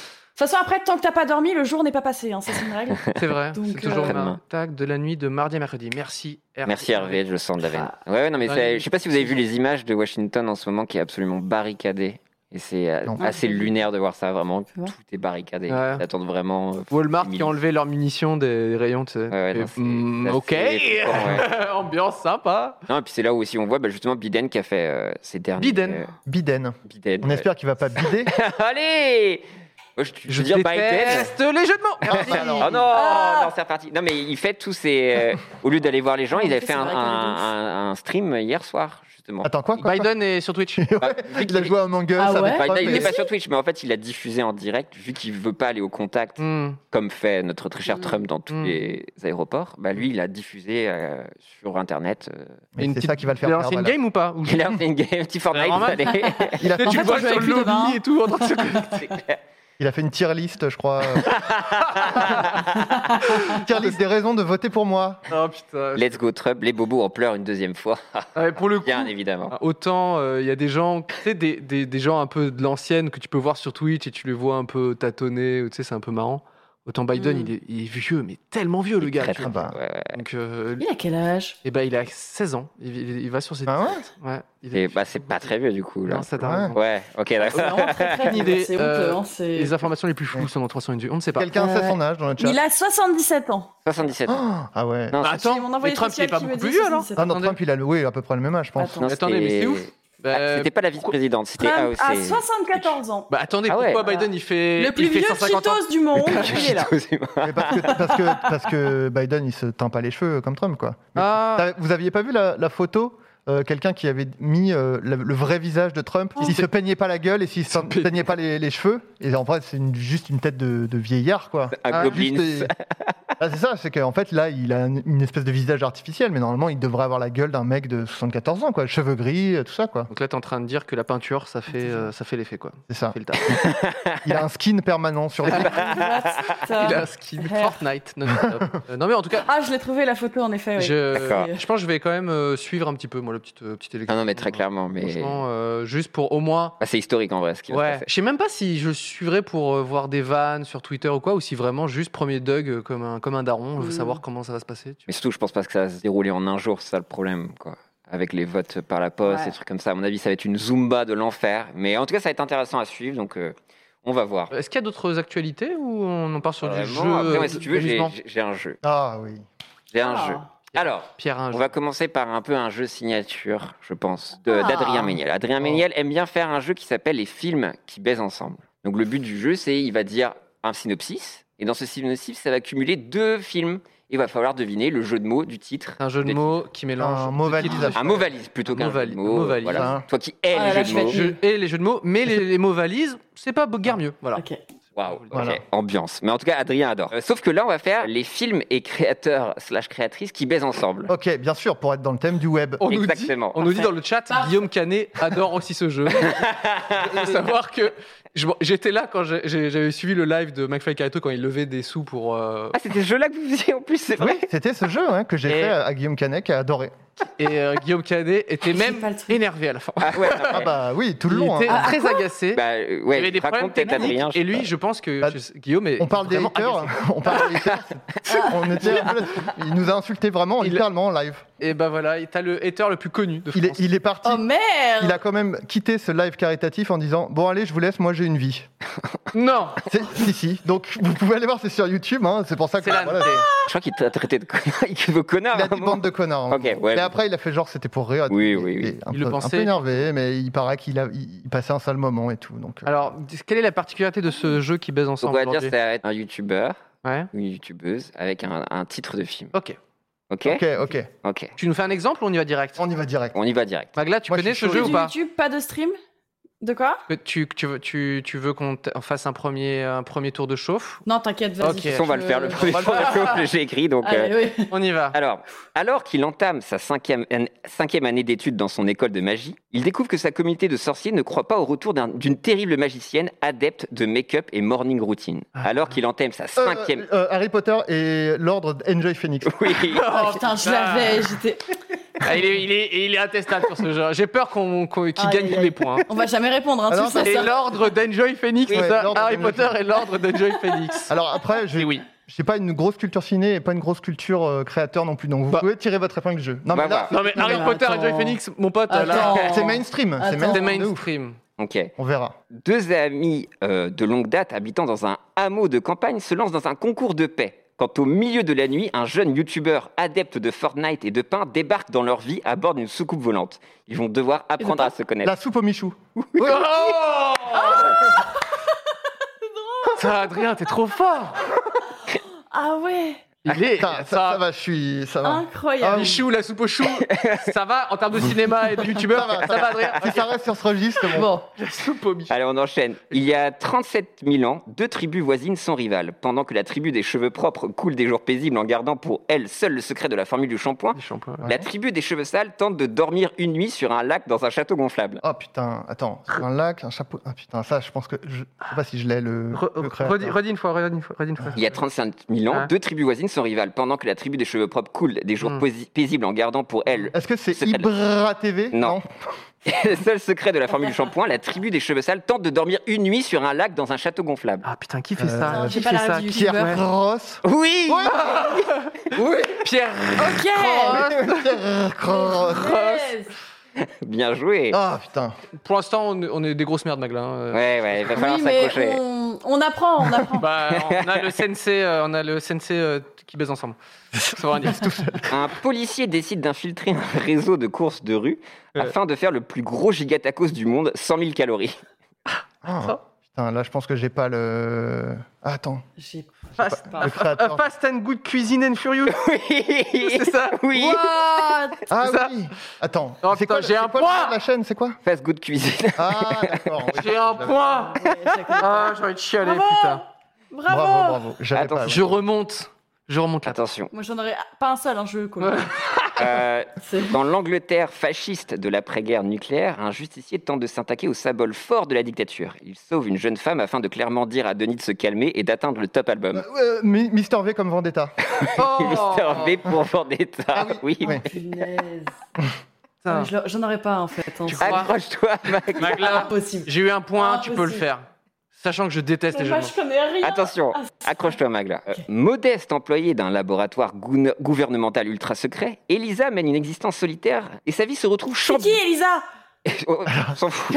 C: façon, après, tant que t'as pas dormi, le jour n'est pas passé. Hein. Ça, c'est une
A: (laughs)
C: règle.
A: C'est vrai.
C: Donc,
A: C'est toujours
C: euh,
A: un tag de la nuit de mardi à mercredi. Merci, Hervé.
B: Merci Hervé, je le sens de la veine. Ouais, ouais, non, mais
A: Ouais.
B: c'est- je sais pas si vous avez vu les images de Washington en ce moment qui est absolument barricadée. Et c'est euh,
D: Non.
B: assez lunaire de voir ça, vraiment.
C: vois.
B: Tout est barricadé.
A: Ouais.
B: Ils attendent vraiment. euh,
A: Walmart qui
B: des milliers.
A: a enlevé leurs munitions des rayons. tu sais.
B: Ouais, ouais,
A: Et,
B: non, c'est-
A: hmm,
B: c'est assez
A: ok,
B: flippant, ouais.
A: (laughs) ambiance sympa.
B: Non, et puis c'est là où aussi on voit bah, justement Biden qui a fait euh, ses derniers.
A: Biden.
B: euh,
D: Biden.
B: Biden.
D: On
B: ouais.
D: espère qu'il va pas bider.
B: Allez Moi, Je, je veux dire Biden.
A: déteste les jeux de mots. Merci.
B: Oh non,
C: Ah
B: non c'est reparti. Non, mais il fait tous ces. euh, au lieu d'aller voir les gens,
C: Ah,
B: il
C: en
B: a
C: fait,
B: fait
C: c'est
B: un,
C: vrai qu'on est
B: un-
C: ouf.
B: un- un stream hier soir, justement.
D: Attends quoi,
A: (laughs)
D: quoi
A: Biden est sur Twitch.
D: quoi
B: Bah, vu
D: (laughs) Il a
B: qu'il-
D: joué à Among Us
C: Ah ouais
D: avec
B: Bah,
D: Trump
B: il
D: et-
B: n'est pas sur Twitch, mais en fait, il a diffusé en direct, vu qu'il veut pas aller au contact,
A: Hmm.
B: comme fait notre très cher
C: Mm.
B: Trump dans tous
A: Mm.
B: les aéroports. Bah, lui, il a diffusé euh, sur Internet.
A: (laughs)
B: euh,
D: Mais
A: Une
D: C'est ça
A: petite-
D: qui va le
A: Il a
D: faire.
A: lancé
D: perdre,
A: une
D: là.
A: game ou pas Ou-
B: Il a fait une game, petit Fortnite.
A: Normal.
B: allez.
D: (laughs) Il a, fait,
A: Tu
C: En
A: le
C: fait,
A: vois
C: on
A: sur
C: joue
A: le
C: avec lui
A: lobby
C: demain.
A: et tout en train de se
D: hein.
B: C'est clair.
D: il a fait une tier list, je crois. Une tier list des raisons de voter pour moi. (laughs)
A: (laughs) Oh putain.
B: (laughs) Let's go Trump, les bobos en pleurent une deuxième fois. (laughs)
A: Ouais, pour le coup,
B: Bien évidemment.
A: Ah, Autant il y a des gens, tu sais, des, des, des gens un peu de l'ancienne que tu peux voir sur Twitch et tu les vois un peu tâtonner, ou tu sais, c'est un peu marrant. Autant Biden,
C: Mm.
A: il, est, il est vieux, mais tellement vieux le gars.
B: Hmm. Très,
A: tu
B: très
A: vois.
D: vois.
B: bien, ouais, ouais.
A: Donc, euh,
C: Il a
A: (laughs)
C: quel âge
A: eh ben, il a 16 ans. Il, il- il va sur ses.
D: Ah ouais
A: ouais il
B: Et bah, c'est pas très hein. vieux du coup. Là.
A: Non, ça t'a
D: Ouais.
A: raison.
B: Ouais, ok,
C: C'est
B: d'accord.
C: vraiment très, très
A: Aucune idée.
C: C'est
A: Euh,
C: honteux. Hein. c'est-
A: Les informations les plus floues sont dans 300 et du- On ne sait pas.
D: Quelqu'un sait son âge dans le
C: Mais
D: chat.
C: Il a 77 ans.
B: 77 ans.
D: Oh, Ah ouais.
B: Non,
A: Bah,
B: c'est-
C: J'ai
A: attends,
C: mon
A: mais
C: envoyé
A: Trump, il est
C: social
A: pas
C: qui
A: beaucoup
C: me
A: plus
C: dit
A: vieux alors
C: 77.
D: Ah non,
A: attendez.
D: Trump, il a loué à peu près le même âge, je pense.
C: Attends.
B: non,
A: Attendez, mais
B: c'était-
A: c'est ouf.
B: Ah,
A: Bah,
B: C'était pas la vice-présidente, c'était
C: Trump
B: AOC.
C: à 74 ans.
A: bah, attendez,
B: Ah ouais.
A: pourquoi Biden il fait.
C: Le plus
A: il fait
C: vieux
A: 150 ans
C: Cheetos du monde. Il
B: (laughs)
C: est là.
D: Mais parce, que, parce, que, parce que Biden, il se teint pas les cheveux comme Trump, quoi. Mais
A: Ah.
D: t'as- Vous aviez pas vu la, la photo euh, Quelqu'un qui avait mis euh, la- le vrai visage de Trump, s'il se peignait pas la gueule et s'il se
A: peignait.
D: peignait pas les, les cheveux, et en vrai, c'est une- juste une tête de, de vieillard, quoi.
B: Un
A: Ah,
B: goblin.
D: Juste- Ah, c'est ça, c'est qu'en fait, là, il a une une espèce de visage artificiel, mais normalement, il devrait avoir la gueule d'un mec de 74 ans, quoi. Cheveux gris, euh, tout ça, quoi.
A: Donc là, t'es en train de dire que la peinture, ça fait, euh, ça fait l'effet, quoi.
D: C'est
A: Ça
D: ça.
A: fait
C: (laughs)
A: le taf.
D: Il a un skin
B: (laughs)
D: permanent sur lui.
C: What
A: Il a
C: the-
A: un skin Fortnite non-stop.
D: (laughs)
A: Euh, non, mais en tout cas,
C: Ah, je l'ai trouvé la photo en effet. Eh oui.
A: je,
B: D'accord.
A: je pense que je vais quand même euh, suivre un petit peu, moi, le petit, euh, petit
B: Ah
A: élection.
B: non, mais très clairement. Mais...
A: Franchement, euh, juste pour au moins.
B: Bah, c'est historique en vrai ce qui va se
A: Ouais.
B: passer.
A: Je sais même pas si je suivrai pour euh, voir des vannes sur Twitter ou quoi, ou si vraiment juste premier Doug euh, comme un, comme un daron, je veux
C: Mm.
A: savoir comment ça va se passer. tu
B: Mais surtout, je pense pas que ça va se dérouler en un jour, c'est ça le problème, quoi. Avec les votes par la poste,
C: Ouais.
B: et des trucs comme ça. À mon avis, ça va être une zumba de l'enfer. Mais en tout cas, ça va être intéressant à suivre. Donc, euh, On va voir.
A: Est-ce qu'il y a d'autres actualités ou on en part sur du
B: Vraiment,
A: jeu
B: après, ouais,
A: euh,
B: si tu veux, j'ai
A: uniquement
B: j'ai- j'ai un jeu.
D: Ah oui.
B: J'ai un
C: Ah.
B: jeu. Alors,
A: Pierre, un
B: On
A: jeu.
B: va commencer par un peu un jeu signature, je pense, de-
C: Ah.
B: d'Adrien Méniel. Adrien
D: Oh.
B: Méniel aime bien faire un jeu qui s'appelle les films qui baisent ensemble. Donc le but du jeu, c'est il va dire un synopsis, et dans ce synopsis, ça va cumuler deux films. Il va falloir deviner le jeu de mots du titre.
A: un jeu de
B: des
A: mots qui mélange.
D: Un mot
A: le titre
D: valise.
A: de-
B: Un mot valise plutôt
A: Un
B: qu'un
A: mot
B: jeu de
A: valise,
B: mots.
A: un mot valise. hein.
B: Voilà.
D: Enfin.
B: Toi qui hais
C: Ah, là,
B: les
C: je
B: jeux
C: vais
B: de
C: être
B: mots.
C: nulle.
A: Je- et les jeux de mots, mais les, les mots valises, c'est pas guère mieux. Voilà.
C: Ok.
B: Waouh, ok,
D: Voilà.
B: ambiance. Mais en tout cas, Adrien adore. Euh, sauf que là, on va faire les films et créateurs slash créatrices qui baisent ensemble.
D: Ok, bien sûr, pour être dans le thème du web.
B: Oh.
A: On nous, dit,
B: Exactement.
A: on nous dit dans le chat, Guillaume Canet adore aussi ce
B: (laughs)
A: jeu. Il faut savoir que je- j'étais là quand j'ai- j'ai- j'avais suivi le live de McFly Carito quand il levait des sous pour. euh,
B: Ah, c'était ce jeu-là que vous faisiez en plus, c'est vrai
D: Oui, c'était ce jeu hein, que j'ai
B: Et-
D: fait à Guillaume Canet qui a adoré.
A: et euh, Guillaume Canet était
C: Ah, J'ai
A: même
C: pas le truc. Ah,
A: énervé à la fin.
B: Ah ouais, non,
D: Ah
B: mais-
D: bah oui, tout le
A: Il
D: long.
A: était
D: hein.
A: très agacé.
B: Bah, euh,
A: il y avait
B: ouais,
A: des problèmes
B: raconte peut-être
A: techniques.
B: Adrien. je
A: et
B: sais
A: lui, je pense que
D: Bah,
A: je sais- Guillaume est.
D: On parle des
A: vraiment
D: hackers.
A: agacé.
D: (laughs) On parle des
B: (laughs)
D: hackers. On était un peu là- Il nous a insulté vraiment,
A: Il-
D: littéralement en live.
A: Et bah voilà, et t'as le hater le plus connu de
D: Il
A: France.
D: est, il est parti.
C: Oh merde
D: Il a quand même quitté ce live caritatif en disant Bon, allez, je vous laisse, moi j'ai une vie.
A: Non,
D: C'est- si, si. Donc, vous pouvez aller voir, c'est sur YouTube. hein, C'est pour ça que.
A: c'est la.
D: voilà,
B: crois qu'il t'a traité de connard. (laughs) Il veut connard.
D: il a
B: à un
D: dit
B: moment.
D: bande de connards. hein.
B: Ok, ouais.
D: Et après, il a fait genre, c'était pour rire.
B: Oui,
D: Et-
B: oui, oui.
D: et Un,
A: Il
D: peu,
A: le
D: un
A: pensait.
D: peu énervé, mais il paraît qu'il a, il, il passait un sale moment et tout. Donc, euh,
A: Alors, quelle est la particularité de ce jeu qui baise
B: Donc,
A: ensemble
B: on va dire
A: aujourd'hui
B: c'est un youtubeur
A: Ouais.
B: ou une youtubeuse avec un, un titre de film.
A: Ok.
B: Ok
D: ok, ok.
B: Ok.
A: Tu nous fais un exemple ou on y va direct
D: On y va direct.
B: On y va direct.
A: Magla, tu
D: Moi,
A: connais
D: je
A: ce
D: suis chaud,
A: jeu ou
D: les
C: Du
A: pas
C: YouTube, pas de stream De quoi
A: Que tu, que tu veux, tu, tu veux qu'on t- fasse un premier, un premier tour de chauffe
C: Non, t'inquiète, vas-y.
A: Ok.
B: De toute façon, on va
C: je-
B: le faire le premier
D: va le faire.
B: (laughs) jour que j'ai écrit. Donc, euh,
C: (laughs) Allez, oui.
A: On y va.
B: Alors, alors qu'il entame sa cinquième, an- cinquième année d'études dans son école de magie, il découvre que sa communauté de sorciers ne croit pas au retour d'un- d'une terrible magicienne adepte de make-up et morning routine. Alors qu'il entame sa
D: Euh,
B: cinquième...
D: euh, Harry Potter et l'ordre d'Enjoy Phoenix.
B: (laughs) Oui,
C: (laughs) Oh, putain, je l'avais, j'étais...
A: Ah, il, est, il, est, il est intestable sur ce jeu. J'ai peur qu'on, qu'on- qu'il
C: Aïe,
A: gagne
C: aïe,
A: tous
C: aïe.
A: les points.
C: On va jamais répondre, hein, tu
D: Alors,
C: le sais,
A: Et
C: ça.
A: l'ordre d'Enjoy Phoenix,
D: Ouais,
A: c'est ça
D: l'ordre
A: Harry
D: d'Enjoy
A: Potter et l'ordre d'Enjoy Phoenix.
D: Alors après, je
A: Et Eh oui.
D: n'ai pas une grosse culture ciné et pas une grosse culture euh, créateur non plus. Donc vous
A: Bah.
D: pouvez tirer votre épingle du jeu. Non,
B: Bah,
D: mais là,
A: (laughs) Non, mais
C: Non,
A: Harry
C: mais
A: Potter et
C: attends.
A: Enjoy Phoenix, mon pote, là.
C: Attends.
D: c'est mainstream. C'est
A: (laughs)
C: Attends.
A: C'est
D: mainstream. de ouf.
A: mainstream.
B: ok.
D: On verra.
B: Deux amis euh, de longue date habitant dans un hameau de campagne se lancent dans un concours de paix. Quand au milieu de la nuit, un jeune youtubeur adepte de Fortnite et de pain débarque dans leur vie à bord d'une soucoupe volante. Ils vont devoir apprendre à se connaître.
D: La soupe au Michou.
A: Oh Ça, Adrien, t'es trop fort
C: Ah ouais,
A: Il est.
D: Putain, ça, ça va, je suis. Ça va.
C: incroyable.
D: Ah,
A: Michou, la soupe au chou, ça va en termes de cinéma et de youtubeur
D: Ça va, ça
A: Ça va, Adrien
D: Si ça reste sur ce registre, c'est bon.
C: Ah. Bon,
A: La soupe au Michou.
B: Allez, on enchaîne. Il y a 37 000 ans, deux tribus voisines sont rivales. Pendant que la tribu des cheveux propres coule des jours paisibles en gardant pour elle seul le secret de la formule du shampoing,
A: Des shampoings, ouais.
B: la tribu des cheveux sales tente de dormir une nuit sur un lac dans un château gonflable.
D: Oh putain, attends, sur un lac, un chapeau. Ah putain, ça, je pense que. Je je sais pas si je l'ai le.
A: Re-
D: le
A: re-
D: créateur.
A: redis, redis une fois, redis une fois, redis une fois.
B: Il y a 35 000 ans,
A: Ah.
B: deux tribus voisines sont rivales. Pendant que la tribu des cheveux propres coule des jours
A: Hmm.
B: posi- paisibles en gardant pour elle (laughs)
D: Est-ce que c'est
B: C'est pas de-
D: Ibra TV
B: Non. le seul secret de la formule du shampoing, la tribu des cheveux sales tente de dormir une nuit sur un lac dans un château gonflable.
A: Ah putain, qui fait
D: Euh,
A: ça
C: Non, j'ai
A: Qui
C: pas
A: fait
C: la
A: ça
C: revue.
A: Qui-
D: Pierre
C: Ouais.
D: Ross.
B: Oui
D: Ouais.
A: Oui Pierre
C: ok
D: hein. Oh, Pierre Ross.
C: Yes.
B: Bien joué
D: Ah putain.
A: Pour l'instant, on, est- on est des grosses merdes, Magla. hein. Euh,
B: Ouais, ouais, il va falloir
C: Oui, mais
B: s'accrocher.
C: on, on apprend, on
A: (laughs)
C: apprend.
A: Bah, on a le sensei, euh, on a le sensei euh, qui baise ensemble. Ça va rien dire.
B: Un policier décide d'infiltrer un réseau de courses de rue
A: Euh.
B: afin de faire le plus gros gigatacos du monde, 100 000 calories.
D: Ah, putain, là, je pense que j'ai pas le. Ah, attends.
C: J'ai
A: (laughs) Fast, Euh,
D: Le créateur.
A: fast and good cuisine and (laughs) furious, c'est ça
B: Oui
C: What
D: Ah
A: ça.
D: oui. Attends.
A: Oh,
D: c'est
A: putain,
D: quoi,
A: j'ai
D: c'est
A: un
D: quoi le nom
A: point.
D: de La chaîne, c'est quoi
B: Fast good cuisine.
A: (laughs)
D: Ah d'accord. oui.
A: J'ai un point Ah, j'ai envie de chialer,
C: Bravo.
A: putain.
C: Bravo,
D: Bravo, bravo. J'avais
B: Attends,
D: pas.
A: Je remonte, je remonte là.
B: Attention.
C: Moi j'en aurais pas un seul, hein, un jeu cool.
A: Ouais.
B: Euh,
C: (laughs) C'est-
B: Dans l'Angleterre fasciste de l'après-guerre nucléaire, un justicier tente de s'attaquer au symbole fort de la dictature. Il sauve une jeune femme afin de clairement dire à Denis de se calmer et d'atteindre le top album.
D: Euh, Mi- Mister V comme Vendetta.
A: (laughs) Oh,
B: Mister V pour Vendetta.
D: Ah
B: oui,
D: oui.
C: Oh, Punaise.
A: putain.
C: Ouais, je l'a- J'en aurais pas en fait. hein.
A: Tu
C: C'est
A: crois
B: Accroche-toi, Mac.
A: Magla,
C: impossible.
A: j'ai eu un point,
C: Ah,
A: tu peux le
C: possible.
A: faire. Sachant que je déteste les
C: Mais
A: jeux de
C: moi
A: mots.
C: je connais rien.
B: Attention,
C: Ah,
B: accroche-toi, Magla. Euh, modeste employée d'un laboratoire goune- gouvernemental ultra secret, Elisa mène (laughs) une existence solitaire et sa vie se retrouve
C: C'est qui
B: chamboulée.
C: (laughs) Elisa
B: Oh, on s'en fout.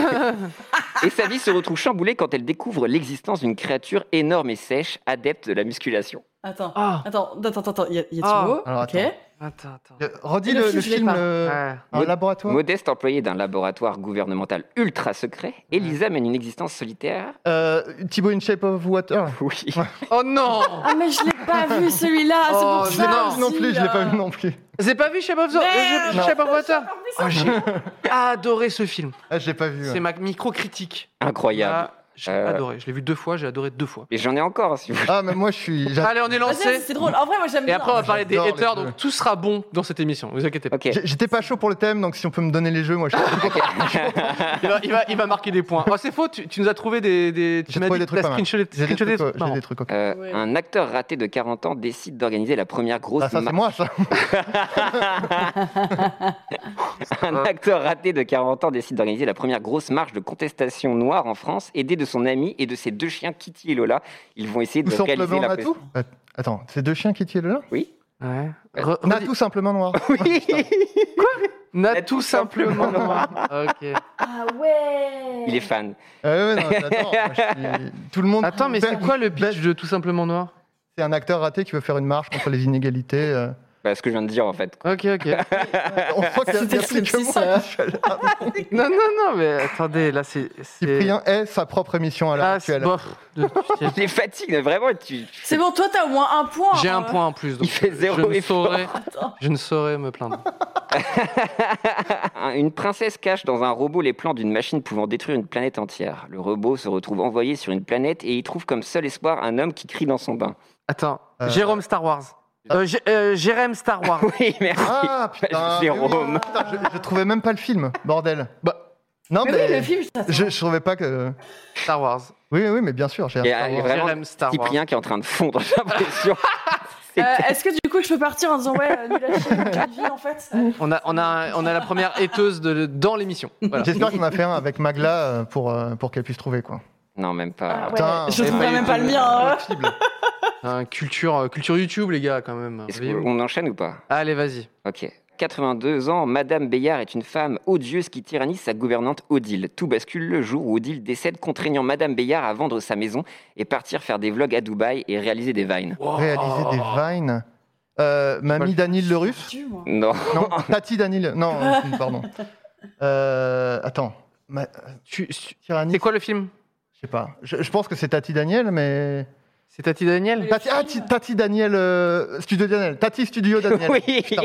B: Et sa vie se retrouve chamboulée quand elle découvre l'existence d'une créature énorme et sèche, adepte de la musculation.
C: Attends,
A: Ah,
C: attends, attends, attends, il y a, il y a
A: Ah.
C: Thibaut,
D: Alors,
C: ok.
D: attends.
A: attends, attends.
D: Euh, Redis
C: Et le
D: le, le
C: film, je l'ai
D: film,
C: pas.
D: le-
A: Ouais.
D: un
B: Mod-
D: laboratoire.
B: Modeste employée d'un laboratoire gouvernemental ultra secret, Elisa mène une existence solitaire. (laughs)
D: Euh, Thibaut in Shape of Water.
B: Oui.
A: Oh non
C: Ah, mais je l'ai pas vu celui-là, c'est
A: Oh,
C: pour
A: je
C: ça.
A: l'ai pas
D: Ah,
C: aussi,
D: non plus, je l'ai pas
C: là.
D: vu non plus.
A: J'ai pas vu Shape of, Zo-
C: Merde.
A: euh, Shape of Water
C: En plus,
A: Oh,
D: (laughs)
A: J'ai adoré ce film.
D: Ah, je l'ai pas vu.
A: C'est ma micro-critique.
D: Bah.
B: Incroyable.
A: Ah, J'ai
B: Euh.
A: adoré. Je l'ai vu deux fois, j'ai adoré deux fois.
B: Et j'en ai encore, hein, si vous
D: Ah, mais moi, je
A: (laughs)
D: suis. j'a-
A: Allez, on est
C: Ah, c'est
A: lancé.
C: c'est drôle. En vrai, moi j'aime
A: Et
C: bien.
A: après, on va parler des
D: J'adore les
A: haters,
D: jeux.
A: donc tout sera bon dans cette émission. Vous inquiétez
D: (laughs)
A: pas.
B: Ok.
D: J'ai- J'étais pas chaud pour le thème, donc si on peut me donner les jeux, moi, je
A: Ah,
D: suis
A: Il va, il va- il va marquer des points. Oh, c'est faux, tu, tu nous as trouvé des. des tu
D: J'ai
A: m'as
D: trouvé
A: dit
D: des
A: que
D: trucs
A: t'as
D: pas mal.
A: screenshoté-
D: J'ai des
A: screenshoté,
D: trucs, euh, j'ai
A: marrant.
D: des truc.
B: Euh,
C: Ouais.
B: Un acteur raté de 40 ans décide d'organiser la première grosse
D: Ah, ça, c'est
B: ma-
D: moi, ça.
B: un acteur raté de 40 ans décide d'organiser la première grosse marche de contestation noire en France, aidé de son ami et de ses deux chiens Kitty et Lola. Ils vont essayer
D: Tout
B: de réaliser
D: simplement
B: la
D: Natou. Euh, Attends, c'est deux chiens qui tiennent là
A: Ouais.
B: Euh,
A: Re- redis-
D: Natou simplement noir.
B: Oui.
A: Na
B: Natou
A: tout simplement.
B: simplement.
A: noir. Ok.
C: Ah ouais.
B: Il est fan.
D: Euh, ouais, non, mais attends, moi, je suis- tout le monde.
A: Attends, mais c'est
D: Ben-
A: quoi le pitch de Tout simplement noir
D: C'est un acteur raté qui veut faire une marche contre les inégalités. euh.
B: Bah, ce que je viens de dire en fait.
A: Ok,
B: (laughs)
A: ok.
D: On voit qu'il y a- il y a plus
C: C'était
D: que
C: Slipsy,
D: moi
C: ça.
D: qui suis allé- Ah,
A: Non, non, non, mais attendez, là, c'est. c'est-
D: Cyprien est sa propre émission à l'heure
A: Ah, c'est
D: actuelle.
A: bof. De-
B: Je les fatigue, mais vraiment. Tu...
C: C'est bon, toi t'as au moins un point.
A: J'ai un
C: euh.
A: point en plus. Donc
B: Il fait zéro
A: je ne
B: effort.
A: saurais-
C: Attends.
A: je ne saurais me plaindre.
B: Un- Une princesse cache dans un robot les plans d'une machine pouvant détruire une planète entière. Le robot se retrouve envoyé sur une planète et y trouve comme seul espoir un homme qui crie dans son bain. (laughs)
A: Attends,
D: Euh,
A: Jérôme Star Wars.
B: Ah.
A: Euh, Jé- euh, Jérém Star
B: (laughs)
A: Wars.
B: Oui, merci.
D: Ah putain, mais oui.
B: Jérôme.
D: Putain, je, je trouvais même pas le film, bordel.
A: Bah.
D: non
C: Mais
D: mais,
C: oui, le film, je t'attends.
D: je, je trouvais pas que.
A: Star Wars.
D: Oui, oui, mais bien sûr. j'ai-
B: Et,
A: Star
B: euh,
A: Wars.
B: vraiment,
A: Jérém Star Wars.
B: Cyprien qui est en train de fondre, j'ai l'impression.
C: Euh, Est-ce que du coup je peux partir en disant ouais, euh, nul à chier, (laughs) quelle vie en fait
A: On a, on a, on a la première hateuse de, dans l'émission. Voilà.
D: J'espère qu'on a fait un avec Magla euh, pour, euh, pour qu'elle puisse trouver quoi.
B: Non, même pas.
C: Ah
D: Putain,
C: ouais, Je
A: mais
C: trouverais
A: pas
C: même pas le
A: YouTube.
C: mien. hein.
D: Impossible.
A: Hein, culture, euh, culture YouTube, les gars, quand même.
B: Est-ce
A: Veuillez-
B: qu'on enchaîne ou pas
A: Allez, vas-y.
B: Ok. 82 ans, Madame Bayard est une femme odieuse qui tyrannise sa gouvernante Odile. Tout bascule le jour où Odile décède, contraignant Madame Bayard à vendre sa maison et partir faire des vlogs à Dubaï et réaliser des vines.
D: Réaliser des
A: Oh.
D: vines. Euh, mamie Danil le russe
C: Tu, moi.
B: Non.
D: Non, Tati Danil. Non, euh, pardon. Euh, attends. Ma...
A: Tu- tu-
D: Tyrannie,
A: C'est quoi le film
D: je sais pas. Je, je pense que c'est Tati Daniel, mais.
A: C'est Tati Daniel
D: Tati, ah, Ti- Tati Daniel. euh, Studio Daniel. Tati Studio Daniel.
B: Oui.
D: Putain.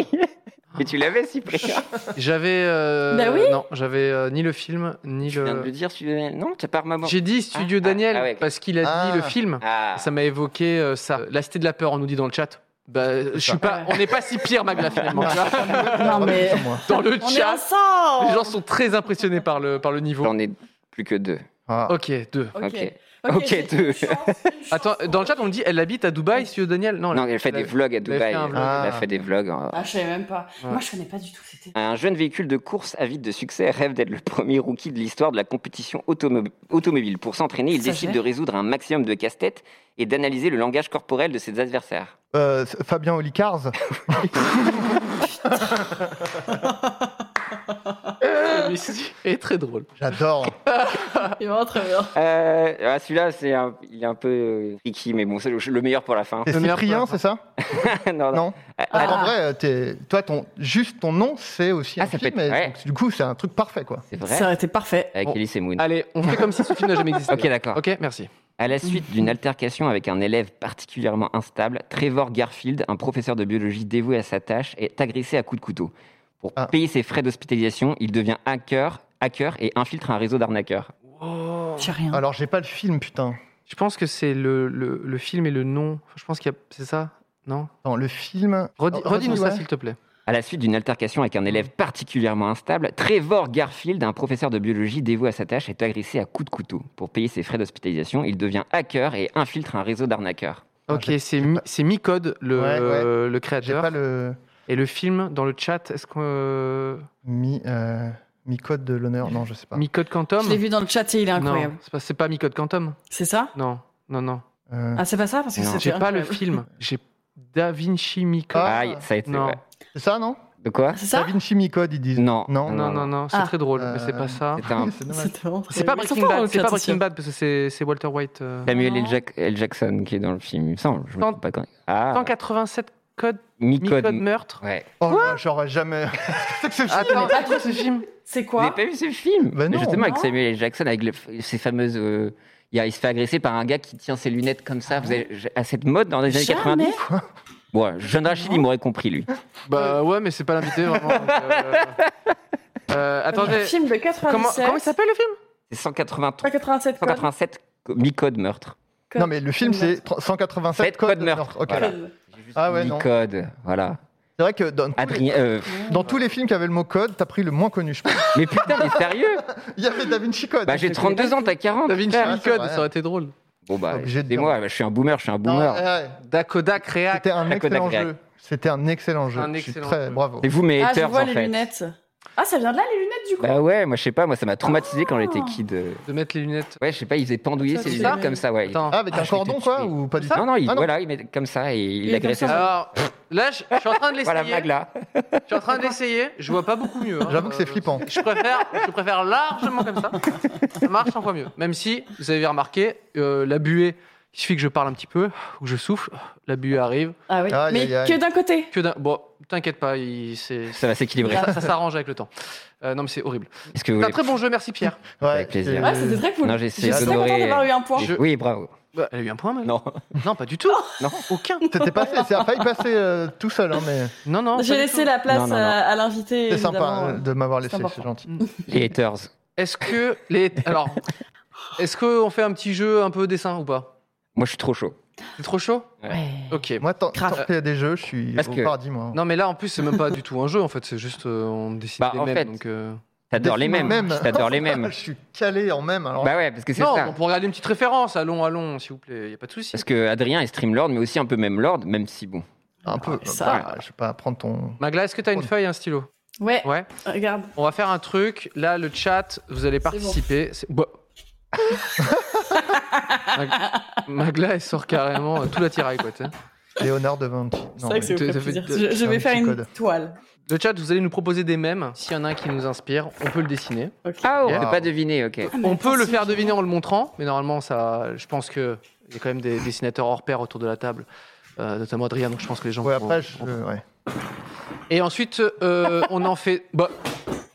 B: Mais tu l'avais, Cyprien.
A: J'avais. euh,
C: Bah oui.
A: Non, j'avais euh, ni le film, ni
B: Je viens de le
A: le.
B: dire, tu Non, t'as pas remarqué.
A: J'ai dit Studio
B: Ah, ah,
A: Daniel
B: ah ouais, ok.
A: parce qu'il a
D: Ah.
A: dit le film.
B: Ah.
A: Ça m'a évoqué euh, ça. La Cité de la Peur, on nous dit dans le chat. Bah, je suis pas, on n'est pas si pire, Magla, finalement. tu vois.
D: Ah,
C: Non mais (laughs)
D: Putain, moi.
A: dans Ah, le
C: on est
A: chat,
C: ensemble.
A: les gens sont très impressionnés par le, par le niveau.
B: J'en ai plus que deux.
D: Ah.
A: Ok, deux.
C: Ok.
B: Ok.
C: Ok,
B: Ok,
C: j'ai
B: deux.
C: une chance, une chance.
A: (laughs) Attends, dans le chat, on me dit elle habite à Dubaï, Studio Daniel Non,
B: Non, elle fait
A: elle
B: des
A: a-
B: vlogs
A: fait
B: à
A: un
B: Dubaï.
A: vlog.
B: Elle a
D: Ah.
B: fait des vlogs. en-
C: Ah, je savais même pas.
A: Ouais.
C: Moi, je connais pas du tout. C'était.
B: Un jeune véhicule de course avide de succès rêve d'être le premier rookie de l'histoire de la compétition automo- automobile. Pour s'entraîner, il
C: Ça,
B: décide
C: j'ai.
B: de résoudre un maximum de casse-tête et d'analyser le langage corporel de ses adversaires.
D: Euh, Fabien Olicars.
A: Celui-ci est très drôle.
D: J'adore.
A: Ah.
C: Il est vraiment très bien.
B: Euh, ah, Celui-là, c'est un- il est un peu euh, tricky, mais bon, c'est le le meilleur pour la fin. (laughs)
D: C'est
A: Le meilleur
D: Cyprien,
A: point.
D: c'est ça
B: non, non.
D: Non.
B: Ah,
D: Parce qu'en
C: Ah.
D: vrai, euh, t'es- toi, ton, juste ton nom, c'est aussi
B: Ah,
D: un
B: ça
D: film.
B: peut être-
D: et
B: ouais.
D: donc, du coup, c'est un truc parfait, quoi.
B: C'est vrai
C: Ça aurait été parfait.
B: Avec
A: Bon. Ah,
B: Elise et Moon.
A: Allez, on fait comme si ce film n'a jamais existé.
B: Ok, d'accord.
A: Ok, merci.
B: À la suite d'une altercation avec un élève particulièrement instable, Trevor Garfield, un professeur de biologie dévoué à sa tâche, est agressé à coups de couteau. Pour
D: Ah.
B: payer ses frais d'hospitalisation, il devient hacker, hacker et infiltre un réseau d'arnaqueurs.
A: Eh,
C: J'ai rien.
A: oh,
D: Alors, j'ai pas le film, putain.
A: Je pense que c'est le, le, le film et le nom. Je pense qu'il y a. C'est ça Non
D: Attends, le film.
A: Redis-
D: Oh,
A: Redis-nous
D: redis-moi.
A: ça, s'il te plaît.
B: À la suite d'une altercation avec un élève particulièrement instable, Trevor Garfield, un professeur de biologie dévoué à sa tâche, est agressé à coups de couteau. Pour payer ses frais d'hospitalisation, il devient hacker et infiltre un réseau d'arnaqueurs.
A: Ok,
D: j'ai-
A: c'est
D: j'ai
A: Mi-
D: pas-
A: c'est Micode, le,
D: Ouais, ouais.
A: le
D: J'ai
A: créateur.
D: pas le
A: Et le film, dans le chat, est-ce que.
D: mi, euh, mi code de l'honneur. Non, je sais pas.
A: Micode Quantum
C: Je l'ai vu dans le chat et il est incroyable.
A: Non, c'est pas, c'est pas Micode Quantum
C: C'est ça
A: Non, non, non.
D: Euh,
C: Ah, c'est pas ça parce que
B: Non.
C: c'était
A: J'ai pas le
C: incroyable.
A: film. J'ai Da Vinci Micode.
D: Ah.
B: Aïe, ça a été
A: Non.
B: ouais.
D: c'est ça, non
B: De quoi
C: Ah, C'est
D: Da
C: ça
D: Vinci Mi Code, ils disent. (laughs)
B: Non.
D: Non.
A: Non, non, non, c'est
C: Ah.
A: très drôle, mais c'est
D: Euh,
A: pas ça.
B: C'était un
D: C'est dommage.
C: C'est vraiment très-
A: C'est pas
C: Ils sont
A: Breaking
C: forts en
A: Bad, c'est pas
C: créativité.
A: Breaking Bad parce que c'est c'est Walter White. euh.
B: Samuel L.
C: Non.
B: Jack- L. Jackson qui est dans le film, il me semble. Je me
A: Cent-
B: trompe pas quand Ah,
A: 187 codes,
B: mi-code.
A: mi-code meurtre.
B: Ouais.
D: Oh, là, j'aurais jamais. (laughs) c'est que ce
C: Ah,
D: film
A: Attends, attends, ce film.
C: C'est
B: Vous n'avez
C: quoi
B: pas vu ce film
D: Bah non.
B: Justement, avec
C: Non.
B: Samuel L. Jackson, avec le- ces fameuses. euh, il y a- il se fait agresser par un gars qui tient ses lunettes comme ça. Vous avez, j'ai- à cette mode dans les années 90
C: Ah Jamais.
B: Bon, Jean Rachid, il m'aurait compris, lui.
A: Bah ouais, mais c'est pas l'invité vraiment. donc, euh, euh,
C: Un
A: attendez,
C: film de
A: comment,
C: 97.
A: comment il s'appelle le film
B: C'est 183
C: Pas 87 quoi.
B: 187 co- mi-code meurtre.
D: Non, mais le film,
C: Code
D: c'est 187
B: Sept
D: codes
B: codes
D: de
B: meurtre.
D: meurtre. Ok.
B: Voilà.
D: Ah ouais, non.
B: mi-code, voilà.
D: C'est vrai que dans tous, les,
B: Adrien. euh,
D: dans tous les films qui avaient le mot code, t'as pris le moins connu,
B: (laughs)
D: je pense.
B: mais putain, mais
D: (laughs)
B: sérieux
D: Il y avait Da Vinci Code.
B: Bah, j'ai 32 ans, t'as 40.
A: Da Vinci
B: frère.
D: Ah, c'est
A: Code,
D: vrai.
A: ça aurait été drôle.
B: Bon, bah,
D: Obligé de dire.
B: moi, je suis un boomer, je suis un
D: Non, euh,
B: boomer.
D: ouais, ouais.
A: Dakoda Créa.
D: C'était un
B: La Kodak
D: excellent
B: React.
D: jeu. C'était un excellent jeu.
A: Un
D: Je suis
A: excellent
D: très
A: jeu.
D: bravo.
B: C'est vous mes
C: Ah, je
B: haters,
C: vois
B: en
C: les
B: fait.
C: lunettes. Ah, ça vient de là, les lunettes, du coup
B: Bah ouais, moi je sais pas, moi ça m'a traumatisé quand j'étais kid. euh.
A: De mettre les lunettes.
B: Ouais, je sais pas, il faisait pendouiller
C: Ah. Ça,
B: ses
C: tu
B: lunettes
C: l'as
B: comme ça, ouais.
A: Attends.
D: Ah, avec
B: Ah,
D: un
B: je l'ai
D: cordon,
B: tué.
D: quoi Ou pas du tout
B: Non, non, il,
D: Ah,
B: voilà, il met comme ça et il,
C: Il est
B: agressait.
C: comme ça.
B: ça.
A: Alors là, je, je suis en train de l'essayer.
B: Voilà, blague là.
A: Je suis en train de l'essayer. Je vois pas beaucoup mieux. hein.
D: J'avoue que c'est
A: Euh,
D: flippant.
A: Je préfère, je préfère largement comme ça. Ça marche 100 fois mieux. Même si, vous avez remarqué, euh, la buée, il suffit que je parle un petit peu, ou que je souffle, la buée arrive.
C: Ah oui.
D: Aïe,
C: mais
D: aïe, aïe.
C: que d'un côté.
A: Que d'un- Bon, t'inquiète pas, il, c'est,
B: Ça va s'équilibrer.
A: ça, ça s'arrange avec le temps. Euh, non, mais c'est horrible.
B: Est-ce que vous
A: C'est un
B: voulez.
A: très bon jeu, merci Pierre.
D: Ouais,
B: Avec plaisir.
D: c'est-
C: Ouais, c'était très cool.
B: Non,
C: je
B: j'ai
C: suis
B: essayé
C: très
B: d'honorer-
C: contente d'avoir eu un point.
A: Je-
B: Oui, bravo.
A: Elle a eu un point, même
B: Non.
A: Non, pas du tout.
B: Non.
A: Aucun.
D: C'était passé, ça a failli passer euh, tout seul, hein, mais
A: Non, non.
C: J'ai
A: pas du
C: laissé
A: tout.
C: la place
B: Non, non, non.
C: à, à l'invité.
D: c'est sympa
C: évidemment.
D: euh, de m'avoir laissé,
C: important.
D: c'est gentil.
B: Les haters.
A: Est-ce que les. Alors. Est-ce qu'on fait un petit jeu un peu dessin ou pas
B: Moi je suis trop chaud.
A: C'est trop chaud
C: Ouais.
A: Ok.
D: Moi, tant tant
C: Grave.
D: qu'il y a des jeux, je suis
B: Parce
D: au
B: que-
D: paradis, moi.
A: Non, mais là, en plus, c'est même pas du tout un jeu, en fait. C'est juste, euh, on décide
B: Bah,
A: des
B: en
A: mêmes.
B: fait-
A: Donc, euh,
B: T'adores les
D: Défie-moi
B: mêmes.
D: même.
B: T'adores les mêmes.
D: Ah, Je suis calé en même, alors.
B: Bah ouais, parce que c'est
A: Non,
B: ça.
A: on peut regarder une petite référence. Allons, allons, s'il vous plaît. Y a pas de souci.
B: Parce que Adrien est streamlord, mais aussi un peu même lord, même si bon.
D: un peu.
C: Ça.
D: Bah, je vais pas prendre ton.
A: Magla, est-ce que t'as une
D: Oh.
A: feuille et un stylo
C: Ouais,
A: Ouais.
C: regarde.
A: On va faire un truc. Là, le chat, vous allez participer. C'est-
B: (laughs)
A: Bah. Mag- Magla, elle sort carrément euh, tout l'attirail, quoi. t'sais.
D: Léonard de Vinci. Non,
C: C'est vrai que
D: mais-
C: c'est
A: t'as-
C: au
A: t'as fait-
C: plaisir.
A: t'as-
C: Je, je
D: un
C: vais faire
D: petit
C: une
D: code.
C: toile.
A: Le chat, vous allez nous proposer des mèmes. S'il y en a un qui nous inspire, on peut le dessiner.
C: Ok.
B: Ah, on
D: Wow.
B: peut pas deviner, ok.
C: Ah, mais
A: On peut le
C: attention.
A: faire deviner en le montrant, mais normalement, ça, je pense qu'il y a quand même des dessinateurs hors pair autour de la table, euh, notamment Adrien, donc je pense que les gens.
D: Ouais,
A: vont-
D: après, je. Ouais.
A: Et ensuite, euh, on en fait. Bah,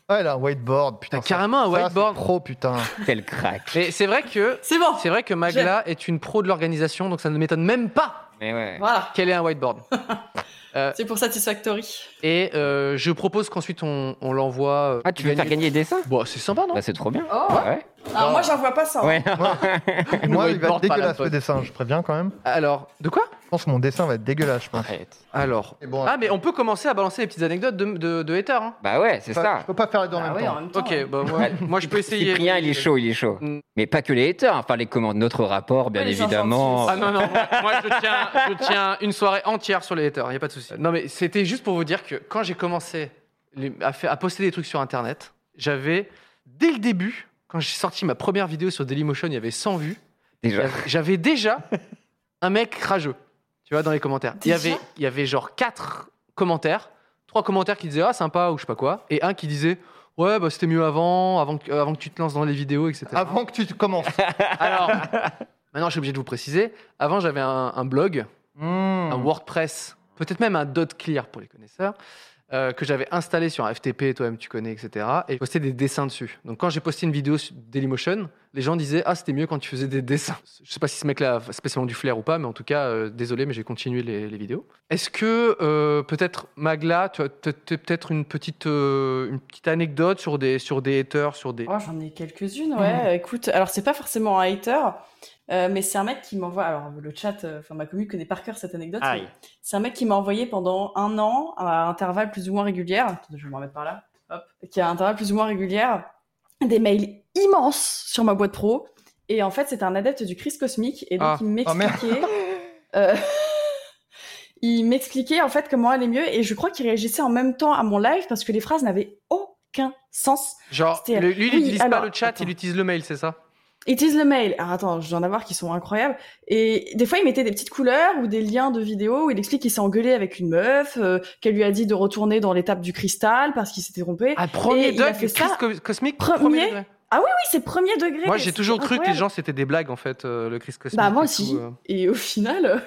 D: Ah, là, un whiteboard, putain.
A: t'as
D: ça-
A: carrément un
D: ça, c'est
A: whiteboard. (laughs)
D: Pro, putain.
B: Quel crack.
A: Et c'est vrai que.
C: C'est bon.
A: C'est vrai que Magla est une pro de l'organisation, donc ça ne m'étonne même pas
B: Mais ouais.
C: Voilà.
A: qu'elle ait un whiteboard.
C: C'est pour Satisfactory.
A: Et euh, je propose qu'ensuite on, on l'envoie. euh,
B: Ah, tu veux faire gagner des dessins
A: Bon, c'est sympa, non
B: Bah c'est trop bien.
C: Oh.
B: Ouais.
C: Alors moi, j'en vois pas ça.
B: Ouais.
D: Moi, il va
A: whiteboard
D: être
A: par la
D: dégueulasse le
A: poste.
D: dessin, je préviens quand même.
A: Alors, de quoi
D: Je pense que mon dessin va être dégueulasse, je pense.
B: Arrête.
A: Alors.
D: Et bon,
A: Ah, mais on peut commencer à balancer les petites anecdotes de, de, de haters, hein.
B: Bah ouais, c'est
D: je peux pas-
B: ça.
D: Je peux pas faire les deux en
C: Ah
D: même
C: ouais, en
D: temps.
C: même temps.
A: Ok,
C: ouais.
A: bah moi, moi, je peux essayer.
B: (laughs) Cyprien, il est chaud, il est chaud.
A: Mm.
B: Mais pas que les haters, enfin les commandes, notre rapport, bien
C: Oui, les gens
B: évidemment.
C: gentils
A: Ah non, non, moi, moi, je, tiens, je tiens une soirée entière sur les haters, il n'y a pas de souci. Non, mais c'était juste pour vous dire que quand j'ai commencé les- à, faire- à poster des trucs sur Internet, j'avais, dès le début, quand j'ai sorti ma première vidéo sur Dailymotion, il y avait 100 vues,
B: Déjà.
A: j'avais- j'avais déjà un mec rageux, tu vois, dans les commentaires. Il y
C: Déjà
A: avait, il y avait genre 4 commentaires, 3 commentaires qui disaient « Ah, sympa » ou je sais pas quoi, et un qui disait « Ouais, bah, c'était mieux avant, avant que, avant que tu te lances dans les vidéos, etc. »
D: Avant que tu
A: (laughs)
D: commences.
A: Ah, Alors, maintenant, je suis obligé de vous préciser. Avant, j'avais un, un blog,
D: Hmm.
A: un WordPress, peut-être même un .clear pour les connaisseurs, euh, que j'avais installé sur un FTP, toi-même tu connais, etc. Et je postais des dessins dessus. Donc, quand j'ai posté une vidéo sur Dailymotion, les gens disaient Ah, c'était mieux quand tu faisais des dessins. Je sais pas si ce mec-là a spécialement du flair ou pas, mais en tout cas, euh, désolé, mais j'ai continué les, les vidéos. Est-ce que euh, peut-être Magla, tu as t'as- t'as peut-être une petite euh, une petite anecdote sur des sur des haters, sur des
C: Oh, j'en ai quelques-unes, ouais. Écoute, alors c'est pas forcément un hater, euh, mais c'est un mec qui m'envoie. Alors le chat, euh, enfin ma commune connaît par cœur cette anecdote. mais
B: Aïe.
C: C'est un mec qui m'a envoyé pendant un an, à intervalles plus ou moins réguliers, Attendez, je vais m'en remettre par là, hop, qui a intervalles plus ou moins réguliers, des mails immenses sur ma boîte pro. Et en fait, c'était un adepte du Christ cosmique, et donc
A: Ah.
C: il
D: Oh, merde.
C: m'expliquait. euh, (laughs) il m'expliquait en fait comment aller mieux, et je crois qu'il réagissait en même temps à mon live parce que les phrases n'avaient aucun sens.
A: Genre,
C: C'était-
A: le- lui, il
C: oui,
A: n'utilise pas
C: alors,
A: le chat,
C: attends.
A: il utilise le mail, c'est ça
C: Utilise le mail. Alors attends, je dois en avoir qui sont incroyables. Et des fois, il mettait des petites couleurs ou des liens de vidéos où il explique qu'il s'est engueulé avec une meuf, euh, qu'elle lui a dit de retourner dans l'étape du cristal parce qu'il s'était trompé.
A: Ah, premier
C: Et il a
A: doc,
C: fait
A: Chris
C: ça.
A: Co- Cosmique,
C: Premier
A: degré.
C: Oui, c'est premier degré.
A: Moi,
C: mais
A: j'ai
C: c'est
A: toujours cru que les
C: incroyable.
A: gens c'était des blagues en fait, euh, le Chris Cosmique.
C: Bah, moi
A: et
C: aussi.
A: tout, euh.
C: Et au final,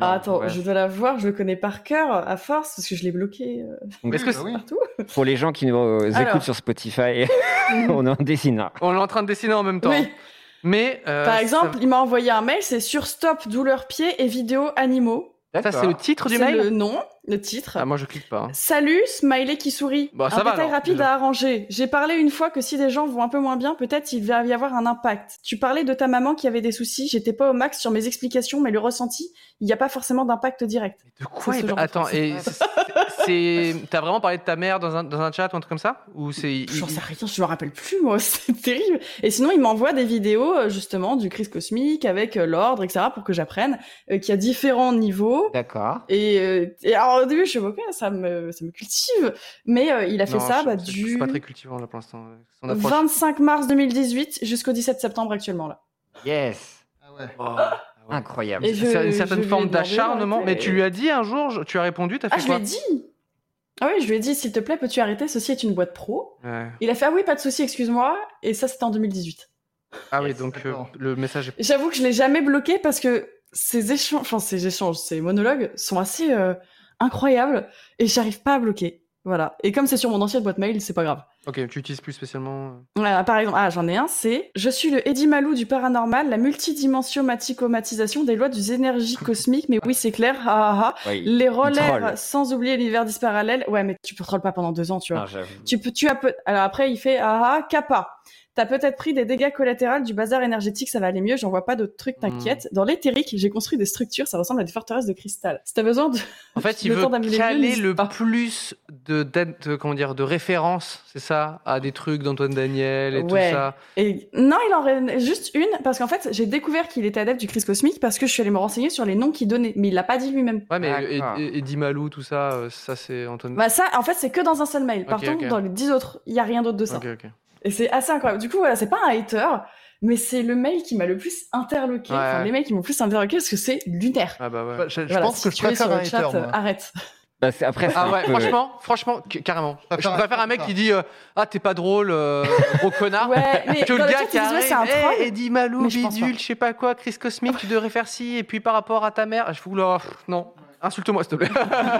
C: ah, attends,
B: Ouais.
C: je dois la voir, je le connais par cœur à force parce que je l'ai bloqué euh,
A: Mais Est-ce que
D: Oui,
A: c'est-
D: bah oui.
C: partout.
B: Pour les gens qui nous euh,
C: Alors.
B: écoutent sur Spotify, (laughs) on en dessine un.
A: on est en train de dessiner en même temps
C: Oui.
A: Mais euh,
C: Par
A: ça-
C: exemple, il m'a envoyé un mail, c'est sur stop douleur pied et vidéo animaux.
A: ça, c'est le titre du
C: C'est
A: mail.
C: le nom, le titre.
A: Ah, moi, je clique pas. hein.
C: Salut, smiley qui sourit.
A: Bah, ça
C: un
A: va,
C: détail
A: alors,
C: rapide
A: déjà.
C: à arranger. J'ai parlé une fois que si les gens vont un peu moins bien, peut-être il va y avoir un impact. Tu parlais de ta maman qui avait des soucis. J'étais pas au max sur mes explications, mais le ressenti, il n'y a pas forcément d'impact direct.
A: De quoi
C: C'est ce
A: il-
C: genre de
A: Attends,
C: phrase.
A: et c'est- c'est t'as vraiment parlé de ta mère dans un, dans un chat ou un truc comme ça Ou c'est il-
C: J'en
A: il-
C: sais rien, je me rappelle plus, moi, (laughs) c'est terrible. Et sinon, il m'envoie des vidéos, euh, justement, du crise cosmique avec euh, l'ordre, etc., pour que j'apprenne, euh, qu'il y a différents niveaux.
B: D'accord.
C: Et, euh, et alors, au début, je suis ok, ça me, ça me cultive. Mais euh, il a fait
A: Non,
C: ça
A: je-
C: bah,
A: c'est-
C: du
A: C'est pas très cultivant là pour l'instant. euh, Son approche.
C: 25 mars 2018 jusqu'au 17 septembre actuellement. Là.
B: Yes.
D: Ah ouais.
A: Oh.
B: Incroyable.
C: Et je-
A: C'est une
C: je
A: certaine
C: lui ai
A: forme
C: demandé
A: d'acharnement.
C: d'arrêter.
A: Mais tu lui as dit un jour, je- tu as répondu, t'as fait
C: Ah, je lui
A: quoi
C: ai dit Ah oui, je lui ai dit, s'il te plaît, peux-tu arrêter Ceci est une boîte pro.
A: Ouais.
C: Il a fait, ah oui, pas de souci, excuse-moi. Et ça, c'était en 2018.
A: Ah oui,
B: Yes,
A: donc euh,
D: d'accord.
A: le message est.
C: J'avoue que je l'ai jamais bloqué parce que ces échanges, enfin, ces échanges, ces monologues sont assez euh, incroyables et j'arrive pas à bloquer. Voilà. Et comme c'est sur mon ancienne boîte mail, c'est pas grave.
A: Ok, tu utilises plus spécialement. euh.
C: Voilà, par exemple, ah, j'en ai un, c'est Je suis le Eddie Malou du paranormal, la multidimensiomatique-omatisation des lois des énergies cosmiques. Mais oui, c'est clair, ah, ah, ah.
B: Oui.
C: Les
B: troll.
C: relais, sans oublier l'univers disparallèle. Ouais, mais tu peux troll pas pendant deux ans, tu vois.
A: Ah,
B: Non, Ah, j'avoue.
C: Tu peux, tu as peut- Alors après, il fait ah ah kappa. T'as peut-être pris des dégâts collatéraux du bazar énergétique, ça va aller mieux. J'en vois pas d'autres
A: Hmm.
C: trucs, t'inquiète. Dans l'éthérique, j'ai construit des structures, ça ressemble à des forteresses de cristal. Si t'as besoin de.
A: En
C: (laughs)
A: fait, il
C: Le
A: veut
C: temps d'amener le
A: caler
C: vieux,
A: le
C: n'hésite pas.
A: plus de, dan- de- comment dire de références, c'est ça, à des trucs d'Antoine Daniel et
C: Ouais.
A: tout ça.
C: Et non, il en reste juste une parce qu'en fait, j'ai découvert qu'il était adepte du Chris cosmique parce que je suis allée me renseigner sur les noms qu'il donnait, mais il l'a pas dit lui-même.
A: Ouais, mais
B: D'accord.
A: Ed- Ed- Eddie Malou, tout ça, euh, ça c'est Antoine.
C: Bah ça, en fait, c'est que dans un seul mail. Par
A: Ok,
C: contre,
A: ok.
C: dans les dix autres, il y a rien d'autre de ça.
A: Ok, ok.
C: Et c'est assez incroyable. Du coup, voilà, c'est pas un hater, mais c'est le mail qui m'a le plus interloqué.
A: Ouais.
C: Enfin, les mails qui m'ont le plus interloqué parce que c'est lunaire.
A: Ah bah ouais.
D: Bah, je je
C: Voilà,
D: pense
C: si
D: que je
C: tu es
D: préfère
C: sur
D: un
C: le
D: hater.
C: chat, euh,
D: moi.
C: Arrête.
B: Bah, c'est- après, c'est
A: Ah (laughs)
B: un
A: ouais,
B: peu-
A: franchement, franchement, que- carrément.
D: Je préfère
A: je préfère un mec qui dit euh, Ah, t'es pas drôle, euh, gros connard.
C: Ouais, mais
A: Que
C: dans
A: le
C: le
A: gars
C: chat,
A: qui
C: ils disent, ouais,
A: arrive,
C: c'est un
A: Hey,
C: troll.
A: Eddie Malou,
C: Mais je pense
A: bidule,
C: pas.
A: je sais pas quoi, Chris Cosmique, tu devrais faire ci, et puis par rapport à ta mère, je vous le. Non, insulte-moi s'il te plaît. (laughs)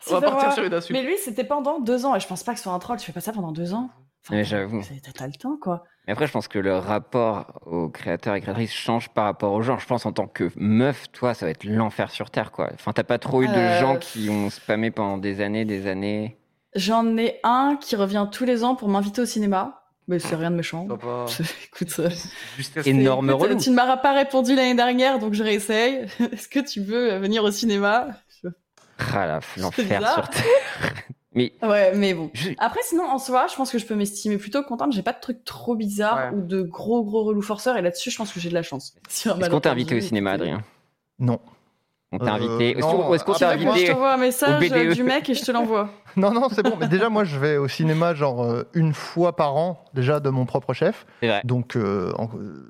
C: Si,
A: On va
C: c'est
A: partir
C: vrai.
A: sur une insulte.
C: Mais lui, c'était pendant deux ans, et je pense pas que ce soit un troll. Tu fais pas ça pendant deux ans. Enfin,
B: Ouais, j'avoue.
C: c'est- T'as t'as le temps, quoi.
B: Mais après, je pense que le rapport aux créateurs et créatrices change par rapport aux gens. Je pense en tant que meuf, toi, ça va être l'enfer sur Terre, quoi. Enfin, t'as pas trop eu de
C: Euh.
B: gens qui ont spammé pendant des années, des années.
C: J'en ai un qui revient tous les ans pour m'inviter au cinéma. Mais c'est rien de méchant. (laughs)
A: Ça va.
C: Écoute, euh,
A: Justesse.
B: Énorme
C: écoute,
B: relou.
C: tu ne m'auras pas répondu l'année dernière, donc je réessaye. (laughs) Est-ce que tu veux euh, venir au cinéma
B: Ah la- l'enfer
C: bizarre. Ah,
B: sur Terre. Mais
C: Ouais, mais bon.
B: je-
C: Après, sinon, en soi, je pense que je peux m'estimer plutôt contente. J'ai pas de trucs trop bizarres
A: Ouais.
C: ou de gros, gros relous forceurs. Et là-dessus, je pense que j'ai de la chance. (laughs)
B: est-ce qu'on t'a invité au cinéma, Adrien
D: Non.
B: On t'a
D: Euh,
B: invité. Est-ce
D: non,
B: qu'on- est-ce qu'on
D: ah,
B: t'a
D: bah, moi,
C: je
B: invité
C: te vois un message
B: BDE.
C: euh, du mec et je te
B: (laughs)
C: l'envoie.
D: (laughs) Non, non, c'est bon. Mais déjà, moi, je vais au cinéma genre euh, une fois par an, déjà de mon propre chef.
B: C'est vrai.
D: Donc, euh, en- euh,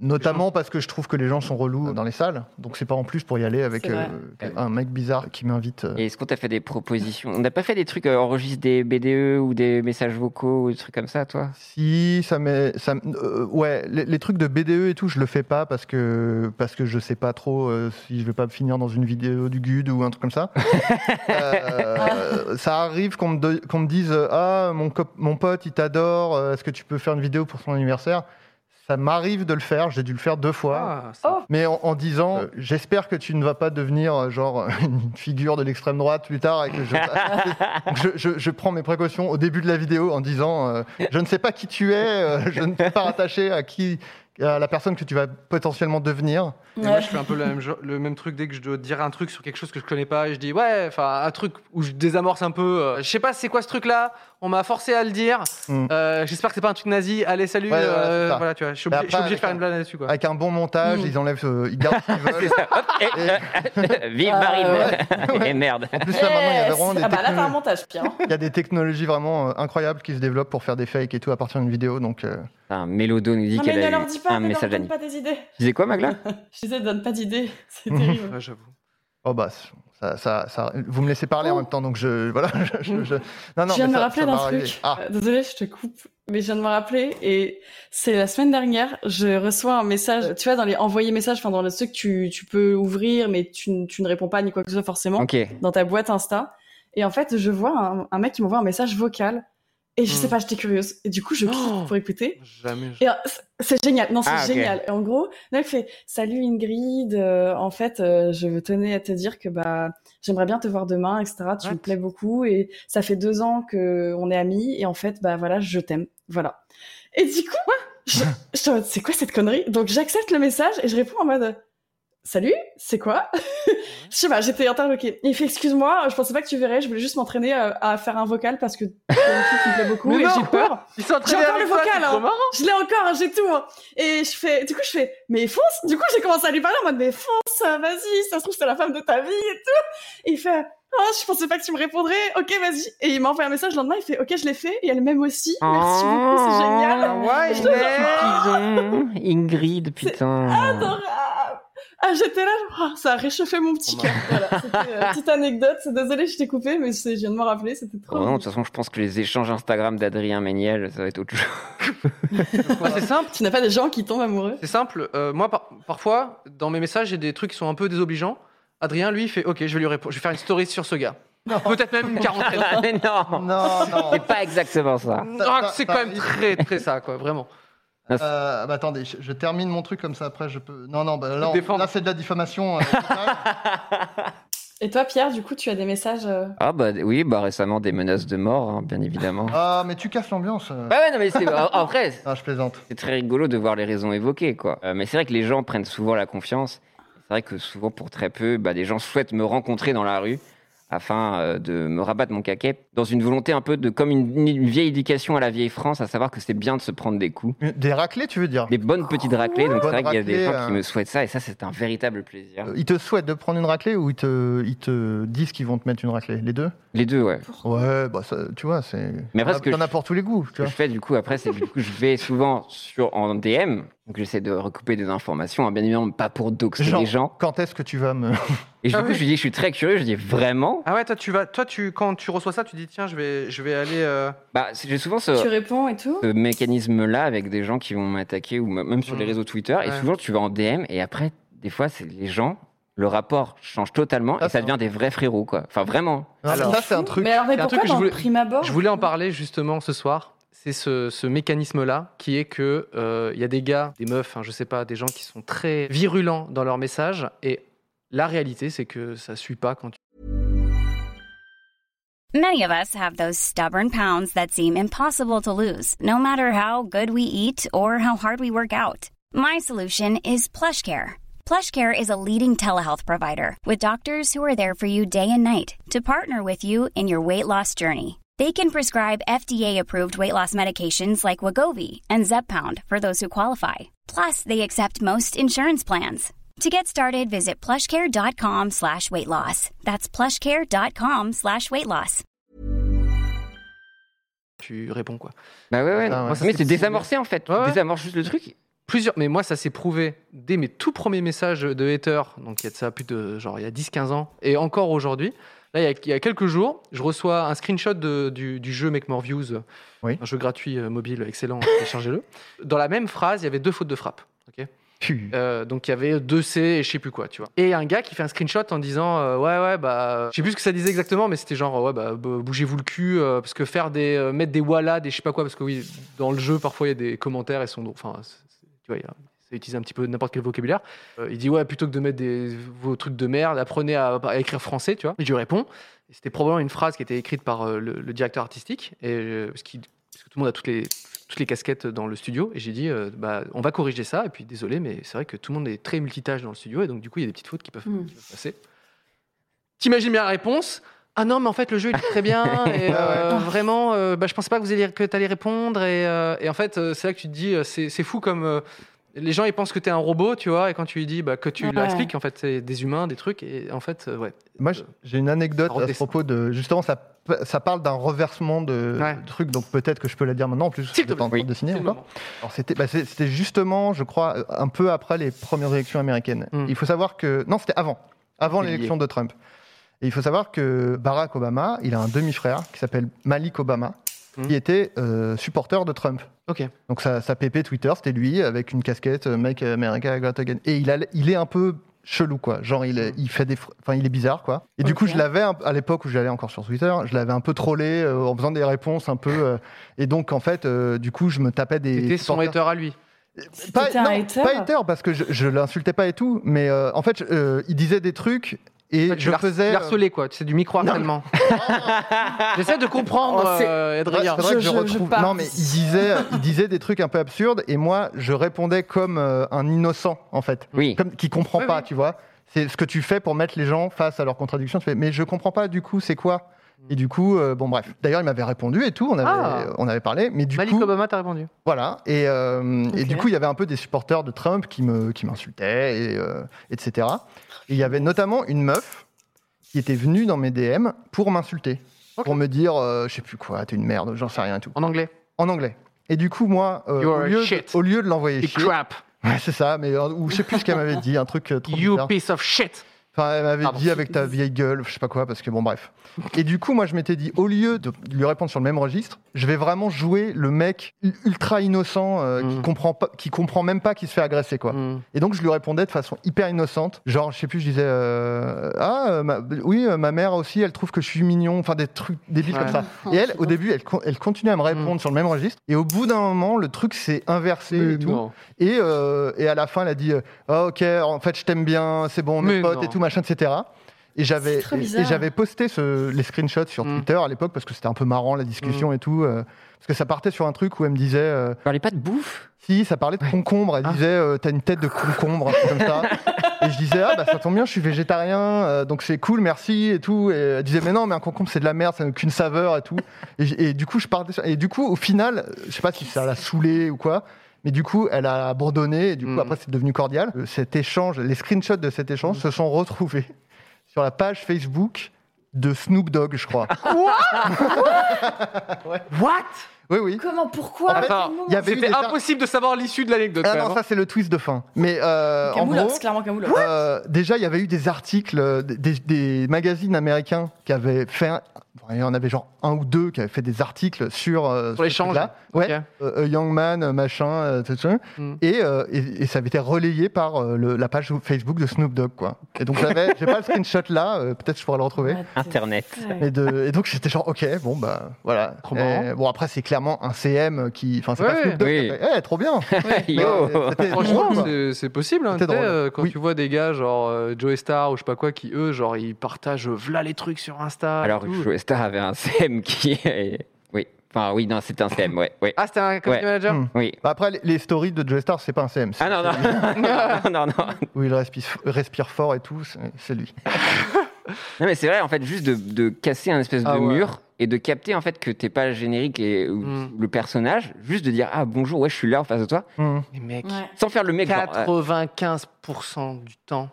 D: notamment parce que je trouve que les gens sont relous dans les salles. Donc, c'est pas en plus pour y aller avec
C: C'est vrai.
D: euh, un mec bizarre qui m'invite. euh.
B: Et est-ce qu'on t'a fait des propositions On n'a pas fait des trucs, euh, enregistre des BDE ou des messages vocaux ou des trucs comme ça, (laughs) toi
D: Si, ça m'est. ça m- euh, ouais, les, les trucs de BDE et tout, je le fais pas parce que, parce que je sais pas trop euh, si je vais pas finir dans une vidéo du GUD ou un truc comme ça. Euh, ça arrive qu'on me, de- qu'on me dise euh, Ah, mon, cop- mon pote, il t'adore, euh, est-ce que tu peux faire une vidéo pour son anniversaire Ça m'arrive de le faire, j'ai dû le faire deux fois.
A: Ah,
C: Oh,
A: ça-
D: Mais en, en disant, euh, j'espère que tu ne vas pas devenir euh, genre (laughs) une figure de l'extrême droite plus tard et que je, je, je- je prends mes précautions au début de la vidéo en disant, euh, je ne sais pas qui tu es, euh, je ne suis pas rattaché à qui, à la personne que tu vas potentiellement devenir.
A: Et Moi, je fais un peu le même, jo- le même truc dès que je dois dire un truc sur quelque chose que je connais pas et je dis ouais, enfin un truc où je désamorce un peu. euh, je sais pas c'est quoi ce truc là. On m'a forcé à le dire.
D: Mm.
A: Euh, J'espère que c'est pas un truc nazi. Allez salut.
D: Ouais, voilà,
A: euh,
D: c'est ça.
A: voilà, tu vois. Je suis
D: Mais
A: obligé, je suis obligé
D: après,
A: de
D: avec
A: faire une
D: un-
A: blague là-dessus quoi.
D: Avec un bon montage,
C: Mm.
D: ils enlèvent, euh, ils gardent ce qu'ils veulent.
B: euh, (laughs) Vive
C: Ah,
B: Marine (laughs)
D: ouais.
B: Et merde
D: En plus, là, maintenant, il y a vraiment
C: Yes.
D: des
C: Ah bah là,
D: techno-
C: t'as un montage, Pierre.
D: il y a des technologies vraiment euh, incroyables qui se développent pour faire des fakes et tout à partir d'une vidéo. Donc, euh,
B: C'est Enfin, Mélodo nous dit
C: Non, mais
B: qu'elle
C: ne
B: a
C: leur
B: eu
C: dis pas,
B: un
C: ne leur
B: message à
C: donne
B: Nick.
C: pas tes idées.
B: Tu disais quoi, Magla
C: Je disais, donne pas d'idées. (laughs) C'est terrible.
A: Ouais, j'avoue.
D: Oh bah, ça, ça, ça- vous me laissez parler en
C: Oh.
D: même temps, donc je, voilà, (laughs) je, je- je- non, non,
C: je viens de
D: mais
C: me
D: ça-
C: rappeler
D: ça
C: d'un
D: va arriver.
C: truc. (laughs)
D: Ah,
C: Euh, Désolée, je te coupe, mais je viens de me rappeler. Et c'est la semaine dernière, je reçois un message. Tu vois, dans les envoyés messages, enfin, dans les- ceux que tu, tu peux ouvrir, mais tu, n- tu ne réponds pas ni quoi que ce soit forcément,
B: Ok.
C: dans ta boîte Insta. Et en fait, je vois un, un mec qui m'envoie un message vocal. Et je
A: Hmm.
C: sais pas, j'étais curieuse. Et du coup, je clique
A: Oh.
C: pour écouter.
A: Jamais. je-
C: Et, euh, c'est- c'est génial, non, c'est
B: Ah, ok.
C: génial. Et en gros, là, elle fait Salut Ingrid, euh, en fait, euh, je tenais à te dire que bah, j'aimerais bien te voir demain, etc. Tu
A: What
C: me plais beaucoup et ça fait deux ans que on est amis et en fait, bah voilà, je t'aime. Voilà. Et du coup, je, je suis en mode, C'est quoi cette connerie Donc j'accepte le message et je réponds en mode Salut, c'est quoi (laughs) Je sais pas, j'étais interloquée. Il fait Excuse-moi, je pensais pas que tu verrais, je voulais juste m'entraîner à, à faire un vocal parce que (laughs) t'es une fille qui me plaît beaucoup
A: Mais
C: et
A: non.
C: j'ai peur.
A: Ils sont entraînés
C: J'ai encore
A: avec
C: le
A: toi,
C: vocal,
A: c'est trop
C: hein.
A: marrant.
C: Je l'ai encore, hein, j'ai tout. hein. Et je fais, du coup, je fais, mais fonce. Du coup, j'ai commencé à lui parler en mode, mais fonce, euh, vas-y, ça se trouve, c'est la femme de ta vie et tout. Et il fait, oh, je pensais pas que tu me répondrais. Ok, vas-y. Et il m'a envoyé un message le lendemain. Il fait, ok, je l'ai fait. Et elle m'aime aussi. Merci beaucoup, c'est génial.
B: Ah, Ouais,
C: Je
B: il
C: te
B: est pison. Ingrid, putain.
C: Adorable. Ah, j'étais là, genre, oh, ça a réchauffé mon petit cœur. Voilà, c'était euh, petite anecdote. Désolée, je t'ai coupé, mais c'est- je viens de m'en rappeler, c'était trop.
B: Oh non, de toute façon, je pense que les échanges Instagram d'Adrien Méniel, ça va être
C: (laughs)
B: autre chose. (laughs)
A: Ah, c'est simple.
C: Tu n'as pas des gens qui tombent amoureux
A: C'est simple. euh, moi, par- parfois, dans mes messages, j'ai des trucs qui sont un peu désobligeants. Adrien, lui, il fait OK, je vais lui répondre. Je vais faire une story sur ce gars. Peut-être même une
D: (laughs)
A: quarantaine.
B: Ah, mais non,
D: non, non.
B: c'est pas exactement ça.
A: Non,
D: T'as- t'as-
A: c'est
D: t'as-
A: quand même très, très ça, quoi, vraiment.
D: Euh, bah, attendez, je, je termine mon truc comme ça après je peux. Non, non, bah,
A: Te
D: là, on-
A: défendre.
D: là, c'est de la diffamation.
B: (laughs)
D: euh, totale.
C: Et toi, Pierre, du coup, tu as des messages. euh,
B: Ah bah oui, bah récemment des menaces de mort, hein, bien évidemment.
D: ah, mais tu casses l'ambiance. euh.
B: Bah ouais, non mais c'est en- en vrai,
D: Ah, je plaisante.
B: c'est très rigolo de voir les raisons évoquées quoi. Euh, mais c'est vrai que les gens prennent souvent la confiance. C'est vrai que souvent pour très peu, bah, des gens souhaitent me rencontrer dans la rue afin euh, de me rabattre mon caquet dans une volonté un peu de comme une, une vieille éducation à la vieille France, à savoir que c'est bien de se prendre des coups.
D: Des raclés, tu veux dire
B: Des bonnes petites raclées, donc c'est vrai
D: Bonnes
B: qu'il y a des gens
D: raclées,
B: qui
D: euh.
B: me souhaitent ça, et ça c'est un véritable plaisir.
D: Euh, Ils te souhaitent de prendre une raclée ou ils te, ils te disent qu'ils vont te mettre une raclée Les deux
B: Les deux, ouais.
C: Oh.
D: Ouais, bah ça, tu vois, c'est.
B: Mais
D: T'en
B: après,
D: as-
B: ce que
D: t'en as
B: je-
D: pour tous les goûts, tu
B: Ce que
D: vois.
B: je fais du coup après, c'est que du coup, je vais souvent sur, en DM, donc j'essaie de recouper des informations, hein, bien évidemment pas pour doxer
D: Genre.
B: les gens.
D: Quand est-ce que tu vas me.
B: Et du
A: Ah
B: coup,
A: oui.
B: je lui dis, je suis très curieux, je dis vraiment.
A: Ah ouais, toi, tu vas, toi, tu, quand tu reçois ça, tu dis tiens, je vais, je vais aller. euh,
B: Bah, c'est- j'ai souvent
C: Tu
B: ce,
C: réponds et tout
B: ce mécanisme-là avec des gens qui vont m'attaquer ou m- même sur les
A: Mhm.
B: réseaux Twitter. Et
A: Ouais.
B: souvent, tu vas en DM et après, des fois, c'est les gens, le rapport change totalement
D: Ah,
B: et ça
D: ça.
B: devient des vrais frérots, quoi. Enfin, vraiment.
A: Alors.
D: ça, c'est un truc.
C: Mais alors, mais
A: C'est un
C: pourquoi
A: truc que je
C: dans le
A: voulais-
C: prime abord
A: Je voulais en parler justement ce soir. C'est ce, ce mécanisme-là qui est que euh, il y a des gars, des meufs, hein, je sais pas, des gens qui sont très virulents dans leurs messages. Et la réalité, c'est que ça suit pas quand tu
F: Many of us have those stubborn pounds that seem impossible to lose, no matter how good we eat or how hard we work out. My solution is PlushCare. PlushCare is a leading telehealth provider with doctors who are there for you day and night to partner with you in your weight loss journey. They can prescribe FDA-approved weight loss medications like Wagovi and Zepbound for those who qualify. Plus, they accept most insurance plans. To get started, visit plushcare.com slash weight loss. That's plushcare.com slash weight loss.
A: tu réponds quoi.
B: Bah ouais, ouais.
D: Ah, ouais.
B: Mais c'est désamorcé, en fait.
A: Ouais, ouais.
B: Désamorce juste le truc.
A: Plusieurs, mais moi ça s'est prouvé dès mes tout premiers messages de hater, donc il y a de ça plus de genre il y a 10-15 ans, et encore aujourd'hui. Là, il y, a, il y a quelques jours, je reçois un screenshot de- du, du jeu Make More Views,
D: Oui.
A: un jeu gratuit euh, mobile excellent, (laughs) téléchargez-le. Dans la même phrase, il y avait deux fautes de frappe. ok
D: Puh.
A: Euh, donc il y avait deux C et je sais plus quoi, tu vois. Et un gars qui fait un screenshot en disant euh, ouais ouais bah je sais plus ce que ça disait exactement, mais c'était genre ouais bah b- bougez-vous le cul euh, parce que faire des euh, mettre des walla des je sais pas quoi parce que oui dans le jeu parfois il y a des commentaires et sont enfin c'est- c'est- tu vois il y a- ça utilise un petit peu n'importe quel vocabulaire. Euh, il dit ouais plutôt que de mettre des, vos trucs de merde, apprenez à, à écrire français, tu vois. Et je lui réponds. Et C'était probablement une phrase qui était écrite par euh, le, le directeur artistique et euh, parce qu'il parce que tout le monde a toutes les, toutes les casquettes dans le studio. Et j'ai dit, euh, bah, on va corriger ça. Et puis, désolé, mais c'est vrai que tout le monde est très multitâche dans le studio. Et donc, du coup, il y a des petites fautes qui peuvent,
C: Hmm.
A: qui peuvent passer. T'imagines bien la réponse ah non, mais en fait, le jeu, il est très
D: (laughs)
A: bien. Et euh, vraiment, euh, bah, je pensais pas que vous alliez, que t'allais répondre. Et, euh, et en fait, euh, c'est là que tu te dis, euh, c'est c'est fou comme euh, Les gens, ils pensent que t'es un robot, tu vois, et quand tu lui dis bah, que tu
C: Ouais.
A: leur expliques, en fait, c'est des humains, des trucs, et en fait, euh, ouais.
D: Moi, j- j'ai une anecdote
A: Ça
D: à ce
A: redescend.
D: propos de. Justement, ça, p- ça parle d'un reversement de,
A: Ouais.
D: de trucs, donc peut-être que je peux la dire maintenant. En plus, je
A: S'il te
D: n'ai pas
A: plaît.
D: encore dessiné
A: C'est le
D: encore.
A: moment.
D: Alors, C'était bah, c'est- c'était justement, je crois, euh, un peu après les premières élections américaines.
A: Hmm.
D: Il faut savoir que. Non, c'était avant. Avant
A: C'est lié.
D: l'élection de Trump. Et il faut savoir que Barack Obama, il a un demi-frère qui s'appelle Malik Obama,
A: Hmm.
D: qui était euh, supporter de Trump.
A: Ok.
D: Donc sa, sa PP Twitter, c'était lui avec une casquette euh, Make America Great Again. Et il, a- il est un peu chelou quoi. Genre il, est- il fait des, fr- enfin il est bizarre quoi. Et du coup
C: Ok.
D: je l'avais un- à l'époque où j'allais encore sur Twitter, je l'avais un peu trollé euh, en faisant des réponses un peu. euh, et donc en fait euh, du coup je me tapais des.
A: T'étais son
D: supporters- Euh,
A: hater à lui.
D: Pas,
C: T'étais un
D: non,
C: hater
D: pas hater parce que je, je l'insultais pas et tout, mais euh, en fait je- euh, il disait des trucs et
A: En fait,
D: je
A: l'har-
D: faisais. euh,
A: l'harceler, quoi. C'est du micro-harcèlement. (laughs) J'essaie de comprendre,
B: Oh, c'est-
A: euh,
D: Faudrait-
A: Adrien.
D: faudrait que
C: Je-
D: je
C: je- je
D: retrouve-
C: pars.
D: non, mais il disait,
C: (laughs)
D: il disait des trucs un peu absurdes et moi, je répondais comme euh, un innocent, en fait.
B: Oui.
D: Comme, qui comprend
A: Oui,
D: pas,
A: oui.
D: tu vois. C'est ce que tu fais pour mettre les gens face à leurs contradictions. Tu fais, mais je comprends pas, du coup, c'est quoi Et du coup, euh, bon, bref. D'ailleurs, il m'avait répondu et tout, on avait,
A: Ah.
D: on avait parlé, mais du
A: Malik
D: coup.
A: Obama, t'as répondu.
D: Voilà. Et, euh, et
C: Ok.
D: du coup, il y avait un peu des supporters de Trump qui me qui m'insultaient, et, euh, etc. Et il y avait notamment une meuf qui était venue dans mes DM pour m'insulter,
A: Ok.
D: pour me dire, euh, je sais plus quoi, t'es une merde, j'en sais rien et tout,
A: En anglais.
D: en anglais. Et du coup, moi, euh,
A: You
D: au,
A: are a
D: lieu de,
A: shit.
D: au lieu de l'envoyer
A: You
D: chier,
A: crap.
D: (laughs) Ouais, c'est ça, mais euh, ou je sais plus ce qu'elle m'avait dit, un truc euh, trop
A: You
D: bizarre.
A: piece of shit.
D: Enfin, elle m'avait
A: Pardon.
D: dit avec ta vieille gueule, je sais pas quoi, parce que bon, bref. Et du coup, moi, je m'étais dit, au lieu de lui répondre sur le même registre, je vais vraiment jouer le mec ultra innocent euh, qui
A: Mm.
D: comprend pas, qui comprend même pas qu'il se fait agresser, quoi.
A: Hmm.
D: Et donc, je lui répondais de façon hyper innocente, genre, je sais plus, je disais, euh, ah, euh, ma- oui, euh, ma mère aussi, elle trouve que je suis mignon, enfin des trucs débiles
A: Ouais. Mm.
D: comme ça. Et elle, au début, elle, con- elle continue à me répondre sur le même registre. Et au bout d'un moment, le truc s'est inversé et tout.
A: Non.
D: Et, euh, et à la fin, elle a dit euh, Ah, Ok, en fait, je t'aime bien, c'est bon, mes
A: Mais
D: potes
A: non.
D: et tout, machin, etc. Et j'avais,
C: C'est trop
D: et- et,
C: bizarre.
D: j'avais posté ce- les screenshots sur
A: Mm.
D: Twitter à l'époque parce que c'était un peu marrant la discussion et tout. euh, parce que ça partait sur un truc où elle me disait euh,
B: Parlez pas de bouffe.
D: Si, ça parlait de concombre. Elle
A: Ah.
D: disait euh, T'as une tête de concombre, un truc comme ça. Et je disais Ah, bah ça tombe bien, je suis végétarien, euh, donc c'est cool, merci et tout. Et elle disait Mais non, mais un concombre, c'est de la merde, ça n'a aucune saveur et tout. Et, j- et du coup, je partais sur- Et du coup, au final, je sais pas si ça l'a saoulée ou quoi, mais du coup, elle a abandonné. Et du coup,
A: Mm.
D: après, c'est devenu cordial. Euh, Cet échange, les screenshots de cet échange se sont retrouvés (laughs) sur la page Facebook de Snoop Dogg, je crois.
A: What
D: (laughs) oui, oui.
C: Comment Pourquoi
A: Attends,
D: il y avait eu
A: C'était
D: des-
A: impossible de savoir l'issue de l'anecdote.
D: Ah
A: quand
D: non,
A: même, hein.
D: ça, c'est le twist de fin. Mais euh, en
C: Camoulox,
D: gros.
C: clairement Camoulox.
D: Euh, déjà, il y avait eu des articles, euh, des, des magazines américains qui avaient fait, un- bon, il y en avait genre un ou deux qui avaient fait des articles sur, euh,
A: Sur
D: ce
A: l'échange.
D: truc-là.
A: hein.
D: Ouais.
A: Ok.
D: Euh, a Young Man, euh, machin, euh, tout ça.
A: Mm.
D: Et, euh, et- et ça avait été relayé par euh, le- la page Facebook de Snoop Dogg, quoi. Et donc j'avais, j'ai pas le screenshot là, euh, peut-être je pourrais le retrouver.
B: Internet.
D: Et, de- et donc j'étais genre, ok, bon bah voilà.
A: Trop
D: Et
A: marrant.
D: bon après c'est clairement un CM qui, enfin c'est pas
A: Ouais.
D: Snoop Dogg.
B: Oui.
D: qui a fait, Eh,
A: (laughs)
D: trop bien. Mais,
B: Yo.
D: euh, c'était
A: Franchement,
D: drôle, quoi.
A: c'est- c'est possible. Hein,
D: C'était
A: tu sais,
D: drôle.
A: euh, quand
D: Oui.
A: tu vois des gars genre euh, Joe Star ou je sais pas quoi qui eux genre ils partagent v'là les trucs sur Insta. et
B: Alors,
A: tout.
B: Joe Star avait un CM qui est. Oui. Enfin, oui, non, c'est un CM, ouais. ouais.
A: ah c'était un community
B: Ouais.
A: manager.
D: Mm.
B: Oui.
D: Après les, les stories de Joe Star, c'est pas un CM. c'est-
B: Ah non, (laughs) non. non, non, non.
D: où il respire, respire fort et tout, c'est- c'est lui.
B: Non, mais c'est vrai, en fait, juste de, de casser un espèce
A: Ah
B: de
A: ouais.
B: mur et de capter, en fait, que t'es pas le générique et ou
A: Mm.
B: le personnage. Juste de dire, ah, bonjour, ouais, je suis là en face de toi.
D: Hmm.
A: Mais mec,
C: Ouais.
B: Sans faire le mec. genre, euh,
A: 95% du temps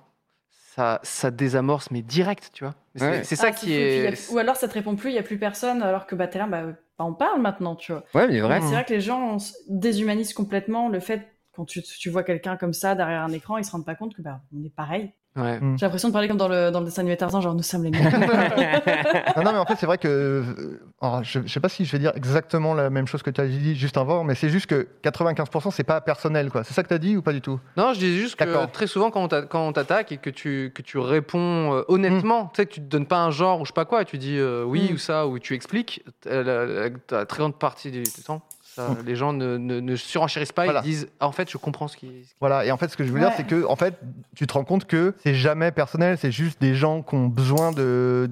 A: ça ça désamorce mais direct tu vois. Mais C'est
B: Ouais.
A: c'est
C: Ah,
A: ça
C: qu'il
A: qui
C: faut qu'il y ait-
A: est.
C: Ou alors ça te répond plus, il n'y a plus personne, alors que bah, t'es là, bah, bah, on parle maintenant, tu vois.
B: Ouais, mais vrai.
C: Mm. C'est vrai que les gens on s- déshumanisent complètement le fait, quand tu, tu vois quelqu'un comme ça derrière un écran, ils se rendent pas compte que bah, on est pareil.
A: Ouais.
C: J'ai l'impression de parler comme dans le, dans le dessin animé Tarzan, genre nous sommes les mêmes.
D: (laughs) Non, non, mais en fait, c'est vrai que. euh, alors, je, je sais pas si je vais dire exactement la même chose que tu as dit juste avant, mais c'est juste que 95%, c'est pas personnel, quoi. C'est ça que tu as dit ou pas du tout
A: Non, je dis juste que
D: D'accord.
A: très souvent, quand on t'a- quand on t'attaque et que tu, que tu réponds euh, honnêtement, tu sais, que tu te donnes pas un genre ou je sais pas quoi, et tu dis euh, oui
C: Mm.
A: ou ça, ou tu expliques, euh, la, la- la très grande partie du temps, ça, les gens ne, ne, ne surenchérissent pas,
D: Voilà.
A: ils disent ah, en fait, je comprends ce qui. ce qui-
D: Voilà. Et en fait, ce que je veux
C: Ouais.
D: dire, c'est que, en fait, tu te rends compte que c'est jamais personnel, c'est juste des gens qui ont besoin de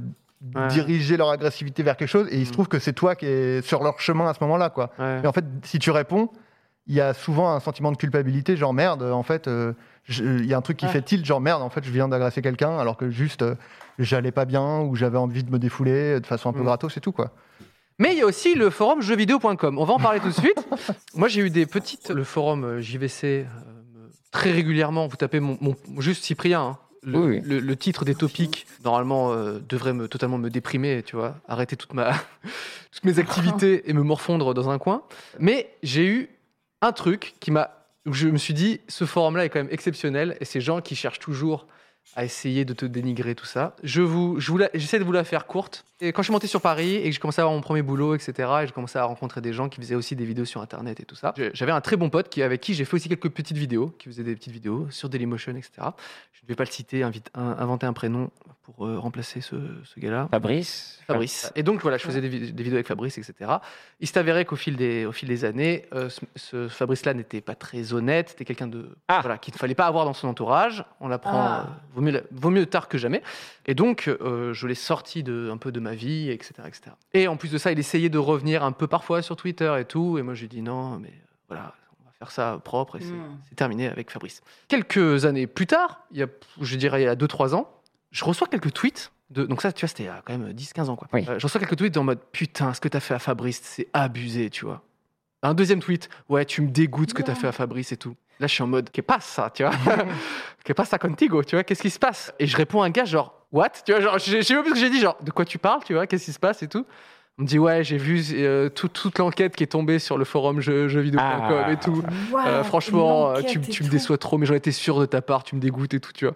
A: Ouais.
D: diriger leur agressivité vers quelque chose, et il se
A: Mm.
D: trouve que c'est toi qui es sur leur chemin à ce moment-là, quoi.
A: Ouais.
D: Mais en fait, si tu réponds, il y a souvent un sentiment de culpabilité, genre merde, en fait, euh, je- il y a un truc qui
C: Ouais.
D: fait tilt, genre merde, en fait, je viens d'agresser quelqu'un alors que juste euh, j'allais pas bien ou j'avais envie de me défouler euh, de façon un peu
A: Mm.
D: gratos et tout, quoi.
A: Mais il y a aussi le
B: (laughs)
A: forum jeuxvideo.com. On va en parler tout de suite. Moi, j'ai eu des petites. Le forum euh, JVC euh, très régulièrement, vous tapez mon, mon- juste Cyprien. hein. Le,
B: Oui.
A: le- le titre des topics, normalement, euh, devrait me, totalement me déprimer, tu vois, arrêter toute ma, (laughs) toutes mes activités et me morfondre dans un coin. Mais j'ai eu un truc qui m'a. où Je me suis dit, ce forum-là est quand même exceptionnel et ces gens qui cherchent toujours à essayer de te dénigrer, tout ça. Je vous, je vous la- j'essaie de vous la faire courte. Et quand je suis monté sur Paris et que j'ai commencé à avoir mon premier boulot, etc., et j'ai commencé à rencontrer des gens qui faisaient aussi des vidéos sur Internet et tout ça, je- j'avais un très bon pote qui, avec qui j'ai fait aussi quelques petites vidéos, qui faisait des petites vidéos sur Dailymotion, etc. Je ne vais pas le citer, invite- un- inventer un prénom pour euh, remplacer ce, ce gars-là.
B: Fabrice
A: Fabrice. Et donc voilà, je faisais des, vid- des vidéos avec Fabrice, etc. Il s'est avéré qu'au fil des, au fil des années, euh, ce, ce Fabrice-là n'était pas très honnête. C'était quelqu'un de
B: Ah.
A: voilà, qu'il ne fallait pas avoir dans son entourage. On l'apprend,
C: Ah.
A: euh, vaut, mieux, la- vaut mieux tard que jamais. Et donc, euh, je l'ai sorti de, un peu de ma vie, etc., etc. Et en plus de ça, il essayait de revenir un peu parfois sur Twitter et tout. Et moi, je lui ai dit non, mais euh, voilà, on va faire ça propre et c'est
C: Mm.
A: c'est terminé avec Fabrice. Quelques années plus tard, il y a, je dirais il y a 2-3 ans, je reçois quelques tweets. De, donc ça, tu vois, c'était il y a quand même 10-15 ans. quoi.
B: Oui.
A: Euh, je reçois quelques tweets en mode Putain, ce que t'as fait à Fabrice, c'est abusé, tu vois. Un deuxième tweet Ouais, tu me dégoûtes ce que t'as fait à Fabrice et tout. Là, je suis en mode Qu'est-ce pas ça, tu vois Qu'est-ce pas ça contigo, tu vois Qu'est-ce qui se passe Et je réponds à un gars genre What Tu vois, genre, je je sais même plus ce que j'ai dit, genre De quoi tu parles, tu vois Qu'est-ce qui se passe et tout on me dit ouais j'ai vu euh, tout- toute l'enquête qui est tombée sur le forum jeux- jeuxvideo.com
B: Ah.
A: et tout (laughs)
C: Waouh,
A: euh, franchement, euh,
C: l'enquête
A: tu,
C: et
A: tu me
C: tout.
A: déçois trop, mais j'en étais sûr de ta part, tu me dégoûtes et tout, tu vois.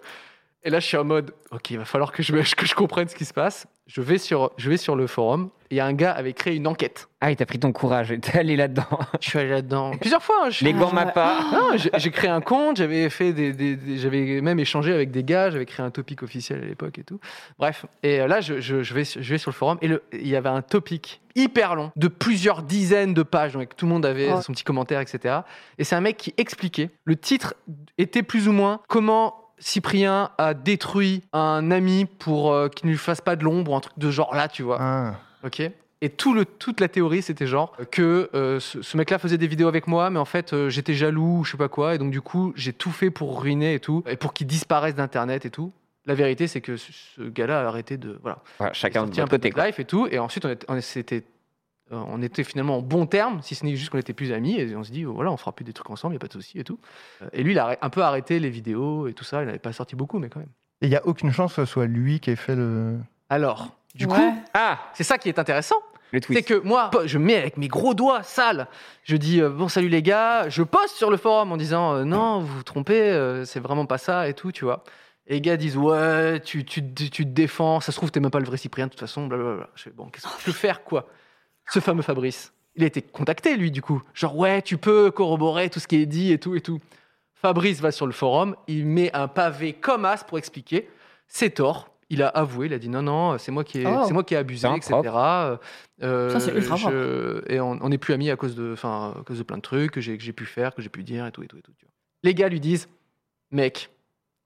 A: Et là, je suis en mode, ok, il va falloir que je, me- (laughs) que je comprenne ce qui se passe. Je vais sur, je vais sur le forum, et il y a un gars avait créé une enquête.
B: Ah, il t'a pris ton courage, (laughs) t'es allé là-dedans.
A: Je suis allé là-dedans plusieurs fois. hein, je suis-
B: Les gants Mappa.
A: Non, j'ai j'ai créé un compte, j'avais fait des, des- des- j'avais même échangé avec des gars, j'avais créé un topic officiel à l'époque et tout. Bref, et euh, là je, je- je vais, sur- je vais sur le forum et le- il y avait un topic hyper long de plusieurs dizaines de pages, donc tout le monde avait
C: Oh.
A: son petit commentaire, etc. Et c'est un mec qui expliquait. Le titre était plus ou moins comment. Cyprien a détruit un ami pour euh, qu'il ne lui fasse pas de l'ombre ou un truc de genre là, tu vois.
D: Ah.
A: Ok. Et tout le, toute la théorie, c'était genre que euh, ce, ce mec-là faisait des vidéos avec moi, mais en fait, euh, j'étais jaloux, ou je sais pas quoi, et donc du coup, j'ai tout fait pour ruiner et tout, et pour qu'il disparaisse d'Internet et tout. La vérité, c'est que ce, ce gars-là a arrêté de. Voilà.
B: Voilà,
A: Il est
B: chacun de
A: sorti un
B: votre
A: peu
B: côté.
A: de
B: quoi.
A: life et tout, et ensuite, on était, on, s'était- euh, on était finalement en bon terme, si ce n'est juste qu'on était plus amis, et on se dit, oh, voilà, on fera plus des trucs ensemble, y a pas de souci et tout. Euh, Et lui, il a arrê- un peu arrêté les vidéos et tout ça, il n'avait pas sorti beaucoup, mais quand même.
D: Et il n'y a aucune chance que ce soit lui qui ait fait le.
A: Alors, du
C: Ouais.
A: coup,
B: Ah,
A: c'est ça qui est intéressant.
B: le
A: C'est
B: tweet.
A: que moi, po- je mets avec mes gros doigts sales. Je dis euh, bon salut les gars, je poste sur le forum en disant euh, non vous vous trompez, euh, c'est vraiment pas ça et tout, tu vois. Et les gars disent ouais tu, tu, tu te défends, ça se trouve t'es même pas le vrai Cyprien de toute façon, blablabla. Je fais bon qu'est-ce que je peux faire quoi Ce fameux Fabrice, il a été contacté lui du coup, genre ouais tu peux corroborer tout ce qui est dit et tout et tout. Fabrice va sur le forum, il met un pavé comme as pour expliquer ses torts. Il a avoué, il a dit non, non, c'est moi qui ai,
B: Oh.
A: c'est moi qui ai abusé,
B: Putain,
A: etc.
B: propre.
A: Euh, euh,
C: Ça, c'est ultra
A: je- Et on on n'est plus amis à cause de, enfin, à cause de plein de trucs que j'ai que j'ai pu faire, que j'ai pu dire et tout et tout et tout. tu vois. Les gars lui disent, mec,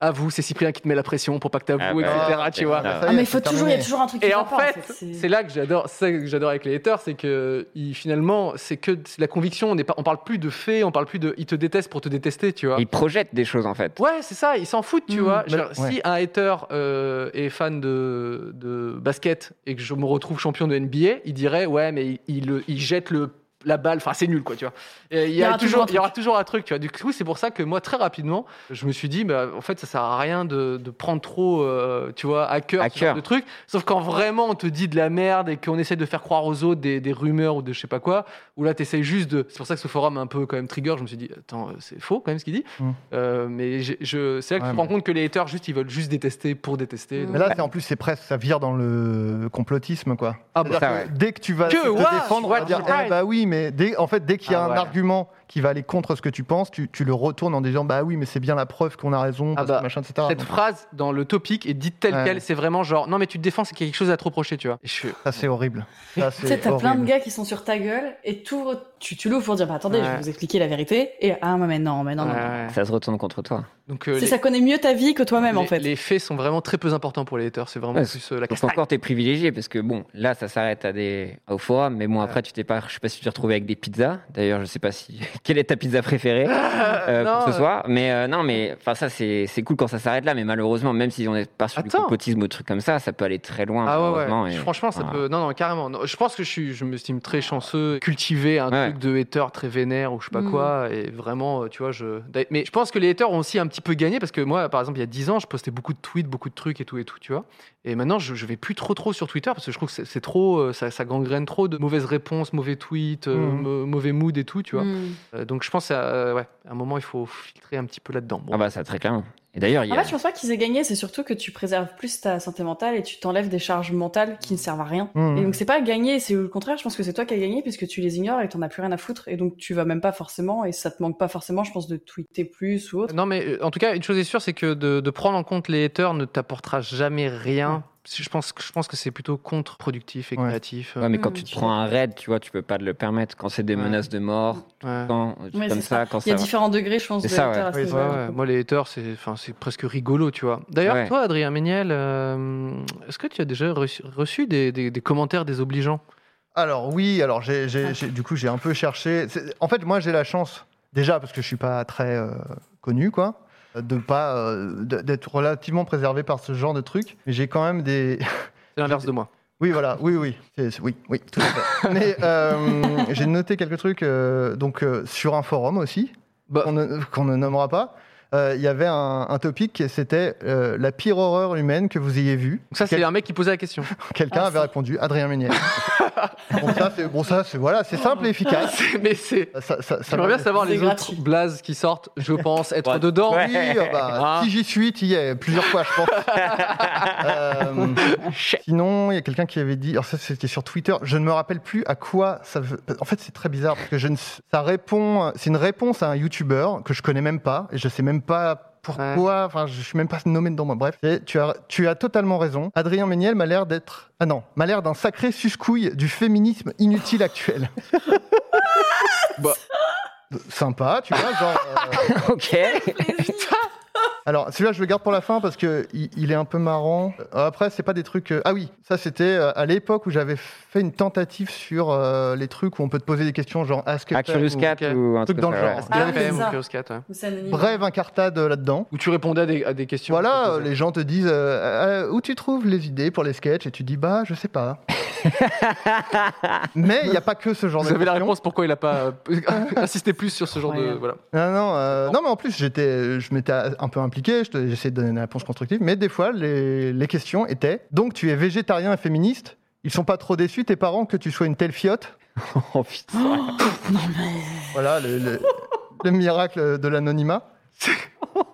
A: avoue, c'est Cyprien qui te met la pression pour pas que t'avoues,
B: Ah bah,
A: etc.
B: ouais.
A: tu vois.
B: Ah,
D: ça y
C: Ah,
D: est,
C: mais il
D: c'est
C: faut toujours, il y a
D: terminé.
C: toujours un truc qui
A: Et
C: va
A: en
C: pas,
A: fait,
C: c'est-
A: c'est là que j'adore, c'est ça que j'adore avec les haters, c'est que ils, finalement, c'est que la conviction, on n'est pas, on parle plus de faits, on parle plus de, ils te détestent pour te détester, tu vois.
B: Il projette des choses en fait.
A: Ouais, c'est ça, ils s'en foutent, tu
C: Mm.
A: vois.
D: Mais-
A: Je veux dire,
D: ouais.
A: Si un hater euh, est fan de, de basket et que je me retrouve champion de NBA, il dirait ouais, mais il, il- il jette le la balle, enfin c'est nul quoi, tu vois. Et il y, aura toujours,
C: un
A: il y aura toujours un truc, tu vois. Du coup, c'est pour ça que moi très rapidement, je me suis dit, bah, en fait, ça sert à rien de, de prendre trop, euh, tu vois, à cœur
B: À
A: ce genre
B: cœur.
A: de truc. Sauf quand vraiment on te dit de la merde et qu'on essaie de faire croire aux autres des, des rumeurs ou de je sais pas quoi, ou là t'essayes juste de. C'est pour ça que ce forum est un peu quand même trigger. Je me suis dit, attends, euh, c'est faux quand même ce qu'il dit.
D: Mm.
A: Euh, mais j'ai- je, c'est là que
D: Ouais,
A: tu te
D: mais-
A: rends compte que les haters juste ils veulent juste détester pour détester.
C: Mm.
D: Mais là, c'est en plus, c'est presque, ça vire dans le complotisme, quoi.
A: Ah bah,
D: C'est-à-dire
B: ça,
D: que Dès que tu vas
A: Que
D: te
A: what
D: défendre, on va
A: What
D: dire,
A: the
D: eh, bah oui, mais dès, en fait, dès qu'il y a
A: Ah,
D: un
A: voilà.
D: argument qui va aller contre ce que tu penses, tu, tu le retournes en disant, bah oui, mais c'est bien la preuve qu'on a raison, parce que
A: bah,
D: machin, etc.
A: Cette
D: Donc,
A: phrase dans le topic est dite telle
D: Ouais.
A: quelle, c'est vraiment genre non mais tu te défends, c'est qu'il y a quelque chose à te reprocher, tu vois. Et je-
D: ça, c'est horrible.
C: (laughs)
D: Ça,
C: Tu sais,
D: c'est
C: t'as plein de
D: horrible.
C: gars qui sont sur ta gueule et tout, tu, tu l'ouvres pour dire, bah attendez, je
A: Ouais.
C: vais vous expliquer la vérité. Et ah, mais non, mais non, non. non.
A: Ouais.
B: Ça se retourne contre toi.
A: Donc euh,
C: C'est
A: les-
C: ça connaît mieux ta vie que toi-même,
A: les,
C: en fait.
A: les faits sont vraiment très peu importants pour les haters. C'est vraiment
B: Ouais,
A: plus euh, la
B: Donc
A: castagne.
B: encore t'es privilégié parce que bon, là ça s'arrête à des au forum, mais bon après tu t'es pas, je sais pas si (laughs) tu t'es retrouvé avec des pizzas. D'ailleurs je sais pas si quelle est ta pizza préférée
A: (laughs)
B: euh,
A: non,
B: pour ce
A: euh,
B: soir. Mais euh, non, mais enfin ça c'est c'est cool quand ça s'arrête là, mais malheureusement même si on est pas sur
A: Attends.
B: du complotisme ou truc comme ça, ça peut aller très loin.
A: Ah ouais,
B: malheureusement,
A: ouais.
B: et-
A: Franchement, ça
B: voilà.
A: peut. Non, non, carrément. Non, je pense que je, suis, je m'estime très chanceux, cultivé, un
B: Ouais.
A: truc de hater très vénère ou je sais pas
C: Mm.
A: quoi. Et vraiment, euh, tu vois, je. d'ailleurs- Mais je pense que les haters ont aussi un petit peu gagné parce que moi, par exemple, il y a 10 ans, je postais beaucoup de tweets, beaucoup de trucs et tout et tout, tu vois. Et maintenant, je, je vais plus trop trop sur Twitter parce que je trouve que c'est, c'est trop. euh, Ça, ça gangrène trop de mauvaises réponses, mauvais tweets, euh,
D: Mm.
A: mau- mauvais mood et tout, tu vois.
C: Hmm.
A: Euh, donc je pense, à, euh, ouais, à un moment, il faut filtrer un petit peu là-dedans. Bon.
B: Ah bah ça très clairement. Et euh, d'ailleurs il y
C: En
B: a-
C: fait, je pense pas qu'ils aient gagné, c'est surtout que tu préserves plus ta santé mentale et tu t'enlèves des charges mentales qui ne servent à rien.
D: Hmm.
C: Et donc, c'est pas gagner, c'est au contraire, je pense que c'est toi qui as gagné puisque tu les ignores et t'en as plus rien à foutre. Et donc, tu vas même pas forcément, et ça te manque pas forcément, je pense, de tweeter plus ou autre.
A: Non, mais euh, en tout cas, une chose est sûre, c'est que de, de prendre en compte les haters ne t'apportera jamais rien. Je pense, que- je pense que c'est plutôt contre-productif et
D: Ouais.
A: créatif.
B: Ouais, mais quand
C: Hmm.
B: tu te prends un raid, tu vois, tu peux pas te le permettre. Quand c'est des
A: Ouais.
B: menaces de mort,
A: Ouais.
B: quand
C: Ouais,
B: comme
C: c'est
B: ça, quand
C: Il
B: ça.
C: y a
B: va.
C: différents degrés, je pense,
B: C'est
C: de
B: ça,
C: haters
B: ouais.
C: à ce
A: Oui, c'est
C: niveau-là,
A: vrai,
C: du
A: ouais.
C: coup. (laughs)
A: Moi, les haters, c'est enfin, c'est presque rigolo, tu vois. D'ailleurs,
B: Ouais.
A: toi, Adrien Méniel, euh, est-ce que tu as déjà reçu, reçu des, des- des commentaires désobligeants
D: Alors oui, alors j'ai, j'ai- j'ai- du coup j'ai un peu cherché. C'est- En fait, moi j'ai la chance déjà parce que je suis pas très euh, connu, quoi, de pas euh, de- d'être relativement préservé par ce genre de truc. Mais j'ai quand même des
A: C'est l'inverse de moi.
D: oui, voilà, oui, oui, C'est- c'est- oui, oui, tout à fait. Mais euh, j'ai noté quelques trucs euh, donc euh, sur un forum aussi
A: Bah,
D: qu'on ne, qu'on ne nommera pas. Euh, Il y avait un, un topic, et c'était euh, la pire horreur humaine que vous ayez vue.
A: donc ça, c'est
D: Quel-
A: un mec qui posait la (laughs) question.
D: Quelqu'un
C: Ah,
D: avait
C: si.
D: répondu Adrien Méniel. bon, ça, c'est, bon, ça, c'est, voilà, c'est simple et efficace.
A: Ah, C'est- mais c'est.
D: Ça, ça, ça
A: J'aimerais bien
D: va-
A: savoir
C: C'est
A: les
C: gratuit.
A: autres blazes qui sortent, je pense, être
B: Ouais.
A: dedans.
D: Oui, ah bah,
A: Ah.
D: si j'y suis, tu y es plusieurs fois, je pense. Euh, sinon, il y a quelqu'un qui avait dit, alors ça c'était sur Twitter, je ne me rappelle plus à quoi ça. veut- En fait, c'est très bizarre parce que je ne, ça répond, c'est une réponse à un YouTuber que je connais même pas et je sais même pas. Pourquoi Enfin, je suis même pas nommé dedans, moi. Bref, c'est- tu as, tu as totalement raison. Adrien Méniel m'a l'air d'être. Ah non, m'a l'air d'un sacré suscouille du féminisme inutile actuel. Bah, sympa, tu vois, genre. euh,
B: ok.
C: (laughs)
B: (laughs)
D: alors, celui-là, je le garde pour la fin parce que il, il est un peu marrant. Euh, Après, c'est pas des trucs. euh, Ah oui, ça c'était euh, à l'époque où j'avais fait une tentative sur euh, les trucs où on peut te poser des questions genre Ask
B: À Curious
D: ou-
B: Cat
A: ok.
B: ou un truc
D: Truc dans
B: comme
D: le
B: ça,
D: genre.
B: ouais. (laughs)
C: Ah,
A: Bien fait,
C: c'est
A: mon
C: ça.
A: Curious Cat, ouais.
C: Ou c'est anonyme.
D: Brève incartade euh, là-dedans.
A: Où tu répondais à des, à des questions.
D: Voilà, euh,
A: proposées.
D: les gens te disent euh, euh, où tu trouves les idées pour les sketchs et tu dis bah je
A: (laughs)
D: sais pas. Mais il n'y a pas que ce genre
A: Vous
D: de
A: avez la
D: questions.
A: réponse pourquoi il n'a pas euh, (laughs) insisté plus sur ce genre de.
C: Incroyable.
A: Voilà.
D: Non, non, euh, non, mais en plus, j'étais, je m'étais un peu impliqué, je te- j'essayais de donner une réponse constructive, mais des fois, les, les questions étaient donc tu es végétarien et féministe, ils sont pas trop déçus, tes parents, que tu sois une telle fiotte
B: Oh, putain.
D: Voilà le, le- le miracle de l'anonymat.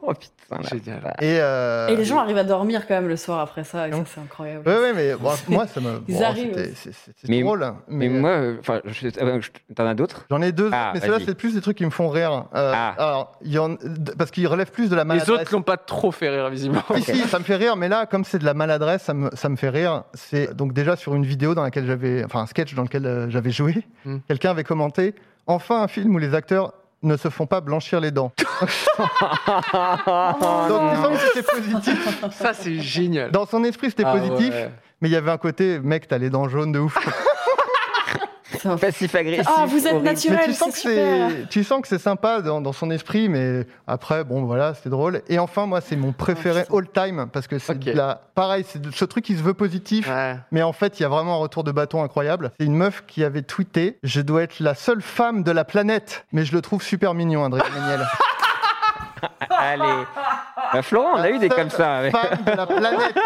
B: Oh, putain, là.
A: Génial.
D: Et, euh,
C: Et les gens arrivent à dormir quand même le soir après ça, et ça, c'est incroyable.
D: Ouais, ouais, mais bon, moi, ça me.
C: (laughs) Ils
D: bon,
C: arrivent.
D: c'était- c'est- c'est- C'est
B: Mais-
D: drôle. hein, Mais,
B: Mais moi, euh, enfin, je- euh, je- t'en as d'autres (laughs)
D: J'en ai deux,
B: Ah,
D: mais ceux-là,
B: vas-y.
D: c'est plus des trucs qui me font rire. Euh,
B: Ah.
D: alors, il y en- parce qu'ils relèvent plus de la
A: Les
D: maladresse.
A: autres l'ont pas trop fait rire, visiblement.
D: Si, si, ça me fait rire, mais là, comme c'est de la maladresse, ça me, ça me fait rire. C'est donc déjà sur une vidéo dans laquelle j'avais, enfin un sketch dans lequel euh, j'avais joué,
A: Hmm.
D: quelqu'un avait commenté Enfin un film où les acteurs ne se font pas blanchir les dents.
A: Ah.
D: donc il
C: (laughs)
D: semble que c'était positif.
A: (laughs) Ça, c'est génial.
D: Dans son esprit, c'était
A: Ah,
D: positif,
A: ouais.
D: mais il y avait un côté mec, t'as les dents jaunes de
C: Ah,
D: ouf.
C: C'est un-
B: Passif agressif.
C: Ah, vous êtes
B: horrible.
C: naturel.
D: mais
C: Naturel,
D: tu sens,
C: c'est
D: que
C: super.
D: c'est, tu sens que c'est sympa dans, dans son esprit, mais après, bon, voilà, c'était drôle. Et enfin, moi, c'est mon préféré all time parce que c'est
A: Oh, Ok.
D: de la- pareil, c'est de- ce truc qui se veut positif.
A: Ouais.
D: Mais en fait, il y a vraiment un retour de bâton incroyable. C'est une meuf qui avait tweeté Je dois être la seule femme de la planète, mais je le trouve super mignon, Adrien Méniel.
B: Allez. Bah, Florent, on a eu des
A: Ah,
B: comme ça. ouais.
D: femme de la planète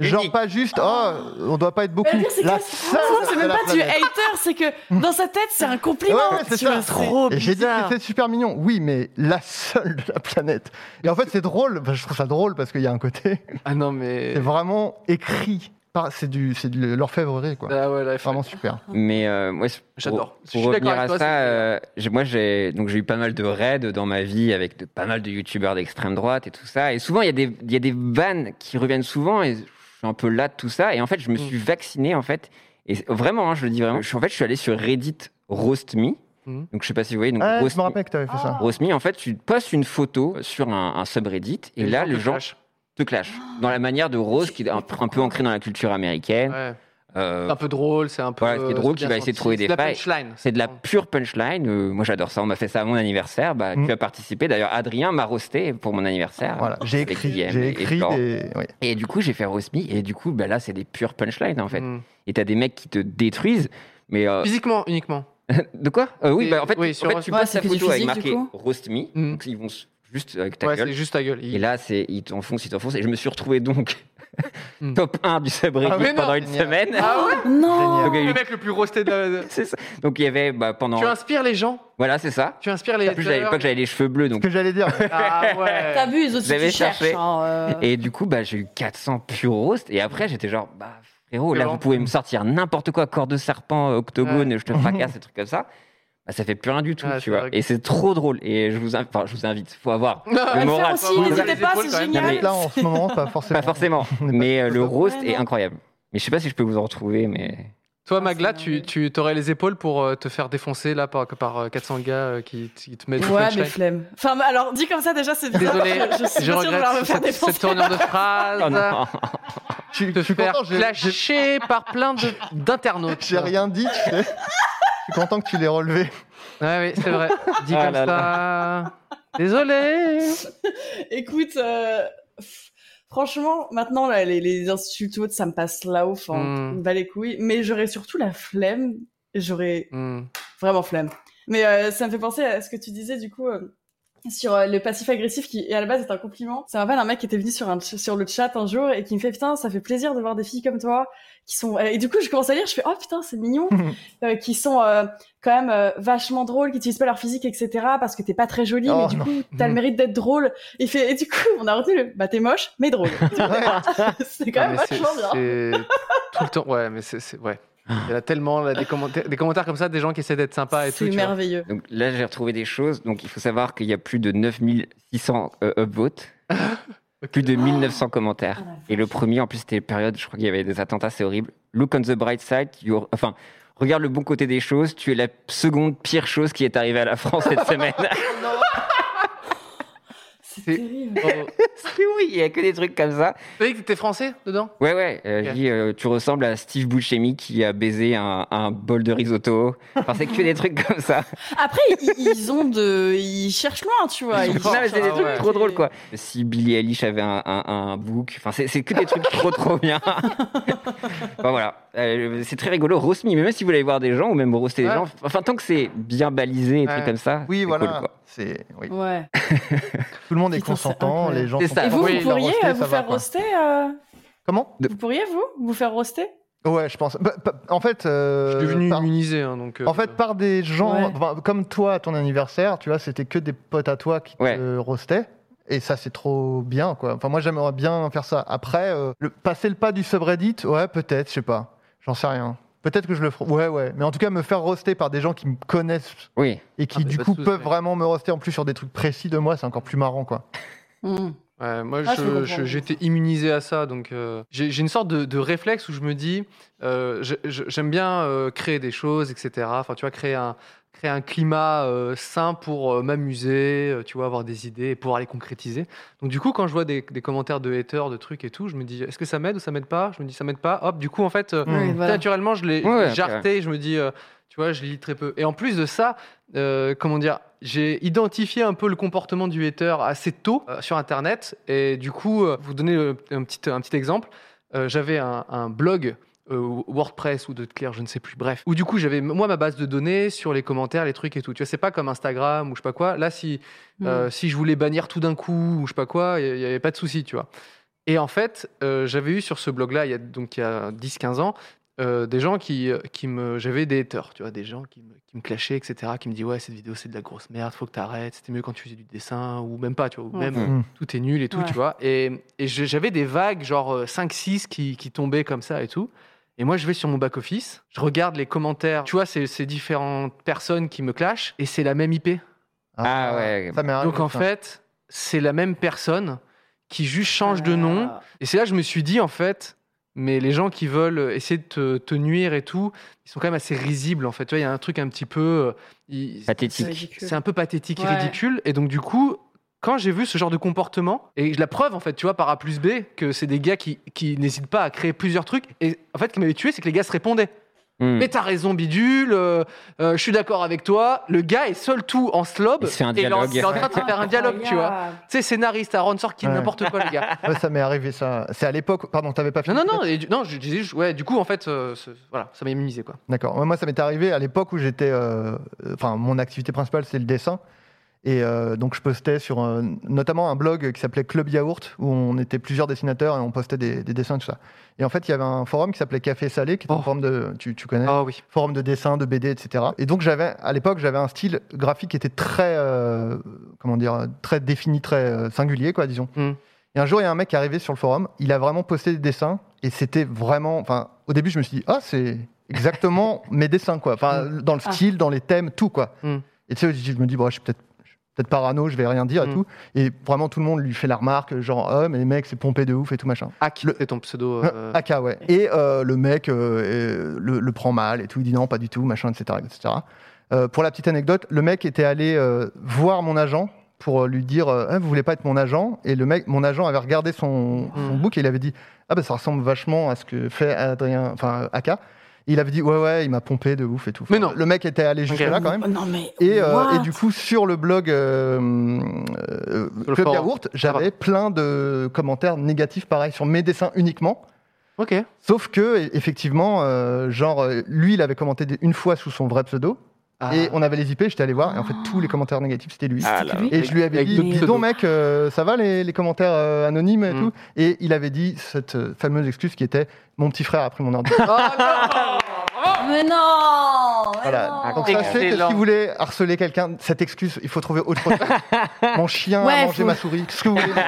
D: Genre
B: Unique.
D: pas juste, oh, on doit pas être beaucoup.
C: Mais Bah, le pire, c'est que
D: la
C: ça,
D: seule
C: c'est
D: de
C: même
D: la
C: pas du
D: planète.
C: hater, c'est que dans sa tête, c'est un
D: Ouais,
C: compliment.
D: ouais, c'est
C: tu
D: ça.
C: vois,
A: trop
D: Et J'ai dit que
A: bizarre.
D: c'était super mignon. Oui, mais la seule de la planète. Et en fait, c'est drôle. Enfin, je trouve ça drôle parce qu'il y a un côté.
A: Ah non, mais.
D: C'est vraiment écrit. par- C'est du, c'est de l'orfèvrerie, quoi.
A: Ah ouais, là, il faut-
D: Vraiment super.
B: Mais euh, moi, c'est- pour-
A: J'adore. Je suis
B: Pour
A: d'accord
B: revenir
A: avec
B: à
A: toi,
B: ça,
A: c'est-
B: euh, j'ai- moi j'ai donc j'ai eu pas mal de raids dans ma vie avec de- pas mal de youtubeurs d'extrême droite et tout ça. Et souvent il y a des il y a des vannes qui reviennent souvent et je suis un peu là de tout ça. Et en fait je me
A: Mm.
B: suis vacciné en fait et c'est- vraiment hein, je le dis vraiment. Je, suis- en fait je suis allé sur Reddit roast me.
A: Mhm.
B: Donc je sais pas si vous voyez donc
D: Ah, je
B: roast,
D: me
B: Me-
D: rappelle que t'avais fait ça.
B: Roast Me, en fait tu postes une photo sur un, un subreddit et, là
A: te
B: les gens
A: clashent.
B: te clashent dans la manière de roast qui est un, un peu ancrée dans la culture américaine.
A: Ouais.
B: Euh,
A: C'est un peu drôle, c'est un peu.
B: Voilà, ce qui est drôle,
A: c'est
B: tu
A: bien
B: vas essayer de
A: sorti,
B: trouver des
A: C'est de la
B: failles.
A: punchline.
B: C'est de la pure punchline. Euh, moi, j'adore ça. On m'a fait ça à mon anniversaire. Bah,
D: Mm.
B: Tu as participé. D'ailleurs, Adrien m'a roasté pour mon anniversaire.
D: Voilà, j'ai
B: Avec
D: écrit,
B: Guillaume et
D: j'ai écrit
B: Florent.
D: des. oui.
B: Et du coup, j'ai fait roast me. Et du coup, bah, là, c'est des pures punchlines, en fait.
A: Mm.
B: Et t'as des mecs qui te détruisent. Mais euh,
A: Physiquement uniquement.
B: (laughs) de quoi Euh, Oui,
A: Et-
B: bah, en fait,
A: oui,
B: en
A: sur
B: fait,
A: roast-
B: tu
C: Ouais,
B: passes
C: c'est
B: ta
C: que du
B: photo avec
C: physique,
B: marqué
C: du coup.
B: roast me.
A: Mm.
B: Donc, ils vont s- juste avec ta
A: Ouais,
B: gueule.
A: c'est juste ta gueule. Il-
B: Et là, c'est ils t'enfoncent, ils t'enfoncent. Et je me suis retrouvé donc
A: (laughs) Mm.
B: top 1 du sub
D: Ah,
B: Reddit
D: mais non,
B: pendant une
D: génial.
B: semaine. (laughs)
A: Ah ouais
C: Non
B: Donc, il y a
A: Le
B: eu-
A: mec le plus roasté de la. de-
B: c'est ça. Donc, il y avait bah, pendant.
A: Tu inspires les gens.
B: Voilà, c'est ça.
A: Tu inspires les.
B: En plus, j'avais pas que j'avais les cheveux bleus.
D: Ce
B: Donc...
D: que j'allais dire.
A: Ah ouais.
C: T'abuses aussi,
B: avez
C: tu cherches.
B: cherché.
C: hein, euh.
B: Et du coup, bah, j'ai eu 400 pure roast. Et après, j'étais genre, bah, frérot, là,
A: Frérot.
B: vous pouvez me sortir n'importe quoi, corps de serpent, octogone, je te fracasse, des trucs comme ça. Bah, ça fait plus rien du tout,
A: Ouais,
B: tu
A: c'est
B: vois.
A: vrai que-
B: Et c'est trop drôle. Et je vous, in- enfin, je vous invite, faut avoir
A: (laughs) Non,
B: le
C: le Euh, faire
B: moral.
C: aussi,
A: Faut-
C: n'hésitez
A: les
C: pas,
A: épaules,
C: c'est
A: quand même.
C: génial.
D: Mais là, en ce moment, pas forcément.
B: Pas forcément.
D: On est pas
B: Mais euh, le roast
C: Ouais,
B: est
C: non.
B: incroyable. Mais je sais pas si je peux vous en retrouver, mais.
A: Toi,
C: Ah,
A: Magla,
C: c'est
A: tu,
C: merveilleux.
A: tu aurais les épaules pour euh, te faire défoncer là par, par euh, 400 gars euh, qui, qui te mettent des
C: Ouais, mais
A: punchlines.
C: flemme. Enfin, mais alors, dit comme ça, déjà, c'est
A: (laughs)
C: bizarre.
A: Désolé,
C: (laughs) je, je suis
A: je
C: pas sûre de vouloir
A: regrette
C: me faire
A: cette, cette
C: défoncer.
A: tournure de
D: (laughs)
B: Oh
A: phrase.
B: (laughs) non.
D: Je suis-
A: te
D: je suis
A: faire
D: content, j'ai- j'ai-
A: clasher par plein de- d'internautes.
D: j'ai rien dit, tu sais. Je suis content que tu l'aies relevé.
A: Ouais, oui, c'est
D: (laughs)
A: vrai. Dit
B: Ah
A: comme
B: là
A: ça. Désolé.
C: Écoute, euh, pff, franchement, maintenant, là, les, les insultes hautes, ça me passe là-haut, enfin,
A: Mm.
C: on bat les couilles. Mais j'aurais surtout la flemme. J'aurais
A: Hmm.
C: vraiment flemme. Mais euh, ça me fait penser à ce que tu disais, du coup, euh, sur euh, le passif agressif qui, à la base, est un compliment. Ça me rappelle un mec qui était venu sur, un, ch- sur le chat un jour et qui me fait Putain, ça fait plaisir de voir des filles comme toi. qui sont euh, Et du coup, je commence à lire, je fais Oh putain,
A: (laughs)
C: c'est mignon. Euh, qui sont euh, quand même euh, vachement drôles, qui utilisent pas leur physique, etc. Parce que t'es pas très jolie,
D: Oh,
C: mais du
D: non.
C: coup, t'as le
A: Mm.
C: mérite d'être drôle. Et, fait... et du coup, on a retenu le Bah, t'es moche, mais
A: (laughs)
C: drôle. (laughs) c'est
A: Non,
C: quand même
A: Ah, mais c'est-
C: vachement bien.
A: c'est tout le temps. Ouais, mais c'est. c'est- Ouais. Il y a tellement là, des, commentaires, des commentaires comme ça, des gens qui essaient d'être sympas et tout.
C: C'est
A: tu vois.
C: merveilleux.
B: Donc là, j'ai retrouvé des choses. Donc il faut savoir qu'il y a plus de 9600 euh, upvotes, plus de 1900 commentaires.
C: Oh la vache.
B: Et le premier, en plus, c'était période, je crois qu'il y avait des attentats, c'est horrible. Look on the bright side. you- Enfin, regarde le bon côté des choses. Tu es la seconde pire chose qui est arrivée à la France cette semaine. (laughs)
C: C'est
A: C'est-
C: terrible.
A: Oh.
B: C'est oui, il y a que des trucs comme ça.
A: Tu savais que t'étais français dedans
B: Ouais, ouais. euh,
A: Ok.
B: je dis, euh, tu ressembles à Steve Buscemi qui a baisé un, un bol de risotto. Enfin, c'est que des trucs comme ça.
C: Après, ils, ils ont de, ils cherchent loin, tu vois.
A: Ils sont
C: Ils ah,
A: forts.
B: Non, mais
C: cherchent
B: c'est des
C: à-
B: trucs
A: ouais.
B: trop drôles, quoi. Si Billy Eilish avait un, un, un book, enfin, c'est, c'est que des trucs trop, trop (laughs) bien. Enfin, voilà. Euh, c'est très rigolo. Roast me, mais même si vous voulez voir des gens ou même roaster des
A: Ouais.
B: gens, enfin, tant que c'est bien balisé et
A: Ouais.
B: trucs comme ça.
D: Oui,
B: c'est
D: voilà.
B: cool, quoi.
D: C'est oui.
C: Ouais.
D: Tout le monde est
C: Putain, c'est
D: consentant,
C: incroyable.
D: les gens
B: C'est
D: sont
B: ça.
C: Et vous,
D: contents.
A: oui,
C: vous pourriez
D: Ah, roaster,
C: euh,
D: ça
C: vous
D: va,
C: faire
D: quoi.
C: roaster euh,
D: Comment
B: De-
C: Vous pourriez, vous, vous faire roaster
D: Ouais, je pense. Bah, pa- En fait, euh,
A: Je suis devenu
D: par-
A: immunisé. hein, donc, euh,
D: en fait, par des gens
C: Ouais.
D: enfin, comme toi à ton anniversaire, tu vois, c'était que des potes à toi qui
B: Ouais.
D: te roastaient. Et ça, c'est trop bien, quoi. Enfin, moi, j'aimerais bien faire ça. Après, euh, le- passer le pas du subreddit, ouais, peut-être, je sais pas. J'en sais rien. Peut-être que je le ferai. Ouais, ouais. Mais en tout cas, me faire roaster par des gens qui me connaissent
B: Oui.
D: et
A: Ah,
D: qui
A: mais
D: du
A: pas de
D: coup
A: soucis,
D: peuvent
A: ouais.
D: vraiment me roaster en plus sur des trucs précis de moi, c'est encore plus marrant quoi.
C: Hmm.
D: Hmm.
A: Ouais, moi,
C: Ah, je
A: je-
C: comprends.
A: je- j'étais immunisé à ça. Donc, euh, j'ai j'ai une sorte de, de réflexe où je me dis, euh, je- je- j'aime bien euh, créer des choses, etc. Enfin, tu vois, créer un, créer un climat euh, sain pour euh, m'amuser, euh, tu vois, avoir des idées et pouvoir les concrétiser. Donc, du coup, quand je vois des, des commentaires de haters, de trucs et tout, je me dis, est-ce que ça m'aide ou ça m'aide pas Je me dis, ça m'aide pas. Hop, du coup, en fait, euh,
D: Mm.
A: naturellement, je l'ai
B: Ouais, ouais,
A: j'ai jarté. Je me dis, euh, tu vois, je lis très peu. Et en plus de ça, euh, comment dire, j'ai identifié un peu le comportement du hater assez tôt euh, sur Internet. Et du coup, euh, vous donner euh, un petit, un petit exemple. Euh, J'avais un, un blog. euh, WordPress ou de Claire, je ne sais plus, bref. Où du coup, j'avais moi ma base de données sur les commentaires, les trucs et tout. Tu vois, c'est pas comme Instagram ou je sais pas quoi. Là, si,
C: Hmm.
A: euh, si je voulais bannir tout d'un coup ou je sais pas quoi, il n'y avait pas de souci, tu vois. Et en fait, euh, j'avais eu sur ce blog-là, il y a, donc il y a 10-15 ans, euh, des gens qui, qui me. J'avais des haters, tu vois, des gens qui me, qui me clashaient, etc., qui me disaient Ouais, cette vidéo, c'est de la grosse merde, faut que t'arrêtes, c'était mieux quand tu faisais du dessin, ou même pas, tu vois, ou
C: Ouais.
A: même
B: Mm.
A: tout est nul et tout,
C: Ouais.
A: tu vois. Et, et je- j'avais des vagues, genre 5-6 qui, qui tombaient comme ça et tout. Et moi, je vais sur mon back-office, je regarde les commentaires, tu vois, c'est ces différentes personnes qui me clashent, et c'est la même IP.
B: Ah ouais.
D: Ça m'est arrivé,
A: Donc en
D: ça.
A: fait, c'est la même personne qui juste change
C: Ah.
A: de nom. Et c'est là que je me suis dit, en fait, mais les gens qui veulent essayer de te, te nuire et tout, ils sont quand même assez risibles, en fait. Tu vois, il y a un truc un petit peu... euh, ils-
B: Pathétique.
C: Ah,
A: c'est un peu pathétique,
C: Ouais.
A: ridicule. Et donc du coup, quand j'ai vu ce genre de comportement, et la preuve, en fait, tu vois, par A plus B, que c'est des gars qui, qui n'hésitent pas à créer plusieurs trucs, et en fait, ce qui m'avait tué, c'est que les gars se répondaient.
B: Hmm.
A: Mais t'as raison, bidule, euh, euh, je suis d'accord avec toi. Le gars est seul tout en slob.
B: Il se fait un
A: et il est en-
B: dialogue.
A: il est en train de se faire
D: (laughs)
A: un dialogue, tu vois. Tu sais, scénariste, Aaron Sorkin,
D: Ouais.
A: n'importe quoi, les gars.
D: (laughs) Ouais, ça m'est arrivé ça. C'est à l'époque. Pardon, t'avais pas
A: Non,
D: fini
A: non, non, et du- non, je disais, je- ouais, du coup, en fait, euh, ce- voilà, ça m'a immunisé, quoi.
D: D'accord. Ouais, Moi, ça m'est arrivé à l'époque où j'étais. euh, euh, Enfin, mon activité principale, c'est le dessin. Et euh, donc, je postais sur euh, notamment un blog qui s'appelait Club Yaourt, où on était plusieurs dessinateurs et on postait des, des dessins, tout ça. Et en fait, il y avait un forum qui s'appelait Café Salé, qui est
A: Oh.
D: une forme de. Tu, tu connais
A: Ah oui.
D: Forum de dessin, de BD, etc. Et donc, j'avais, à l'époque, j'avais un style graphique qui était très. euh, comment dire Très défini, très euh, singulier, quoi, disons.
A: Mm.
D: Et un jour, il y a un mec qui est arrivé sur le forum, il a vraiment posté des dessins, et c'était vraiment. Enfin, au début, je me suis dit, ah, c'est exactement (laughs) mes dessins, quoi. Enfin, dans le
C: Ah.
D: style, dans les thèmes, tout, quoi.
A: Mm.
D: Et tu sais, je je me dis, bon, je suis peut-être. je suis Peut-être parano, je vais rien dire et
A: Mm.
D: tout. Et vraiment, tout le monde lui fait la remarque, genre, ah, mais les mecs, c'est pompé de ouf et tout machin.
A: Hack, c'est ton pseudo. euh,
D: AK, Ah, ouais. Et euh, le mec euh, euh, le, le prend mal et tout, il dit non, pas du tout, machin, etc. etc. Euh, pour la petite anecdote, le mec était allé euh, voir mon agent pour euh, lui dire euh, Ah, Vous voulez pas être mon agent Et le mec, mon agent avait regardé son, son
A: Mm.
D: book et il avait dit Ah, bah ça ressemble vachement à ce que fait Adrien, enfin AK. Et il avait dit Ouais, ouais, il m'a pompé de ouf et tout.
A: Mais
D: Enfin,
A: non.
D: Le mec était allé jusque
A: Ok.
D: là quand même.
C: Oh, Non, mais.
D: Et, euh,
C: what
D: et du coup, sur le blog euh, euh,
A: le
D: Club
A: forum. Ah.
D: Yaourt, j'avais plein de commentaires négatifs, pareil, sur mes dessins uniquement.
A: Ok.
D: Sauf que, e- effectivement, euh, genre, euh, lui, il avait commenté des- une fois sous son vrai pseudo,
A: Ah. (laughs)
D: et on avait les IP, j'étais allé voir, et en fait, tous les commentaires négatifs, c'était lui.
B: Ah,
C: C'était
B: là,
C: lui
D: Et je lui avais
A: Avec
D: dit,
A: deux
D: dis
A: pseudos.
D: donc, mec, euh, ça va les, les commentaires euh, anonymes et
A: Mm.
D: tout Et il avait dit cette euh, fameuse excuse qui était Mon petit frère a pris
A: (laughs)
D: mon ordi.
A: Ah,
C: Mais non mais
D: Voilà.
C: non.
D: Donc, sachez que si
B: Excellent.
D: vous voulez harceler quelqu'un, cette excuse, il faut trouver autre
A: (laughs)
D: chose. mon chien
C: Ouais,
D: a mangé
C: faut-
D: ma souris, ce que vous voulez.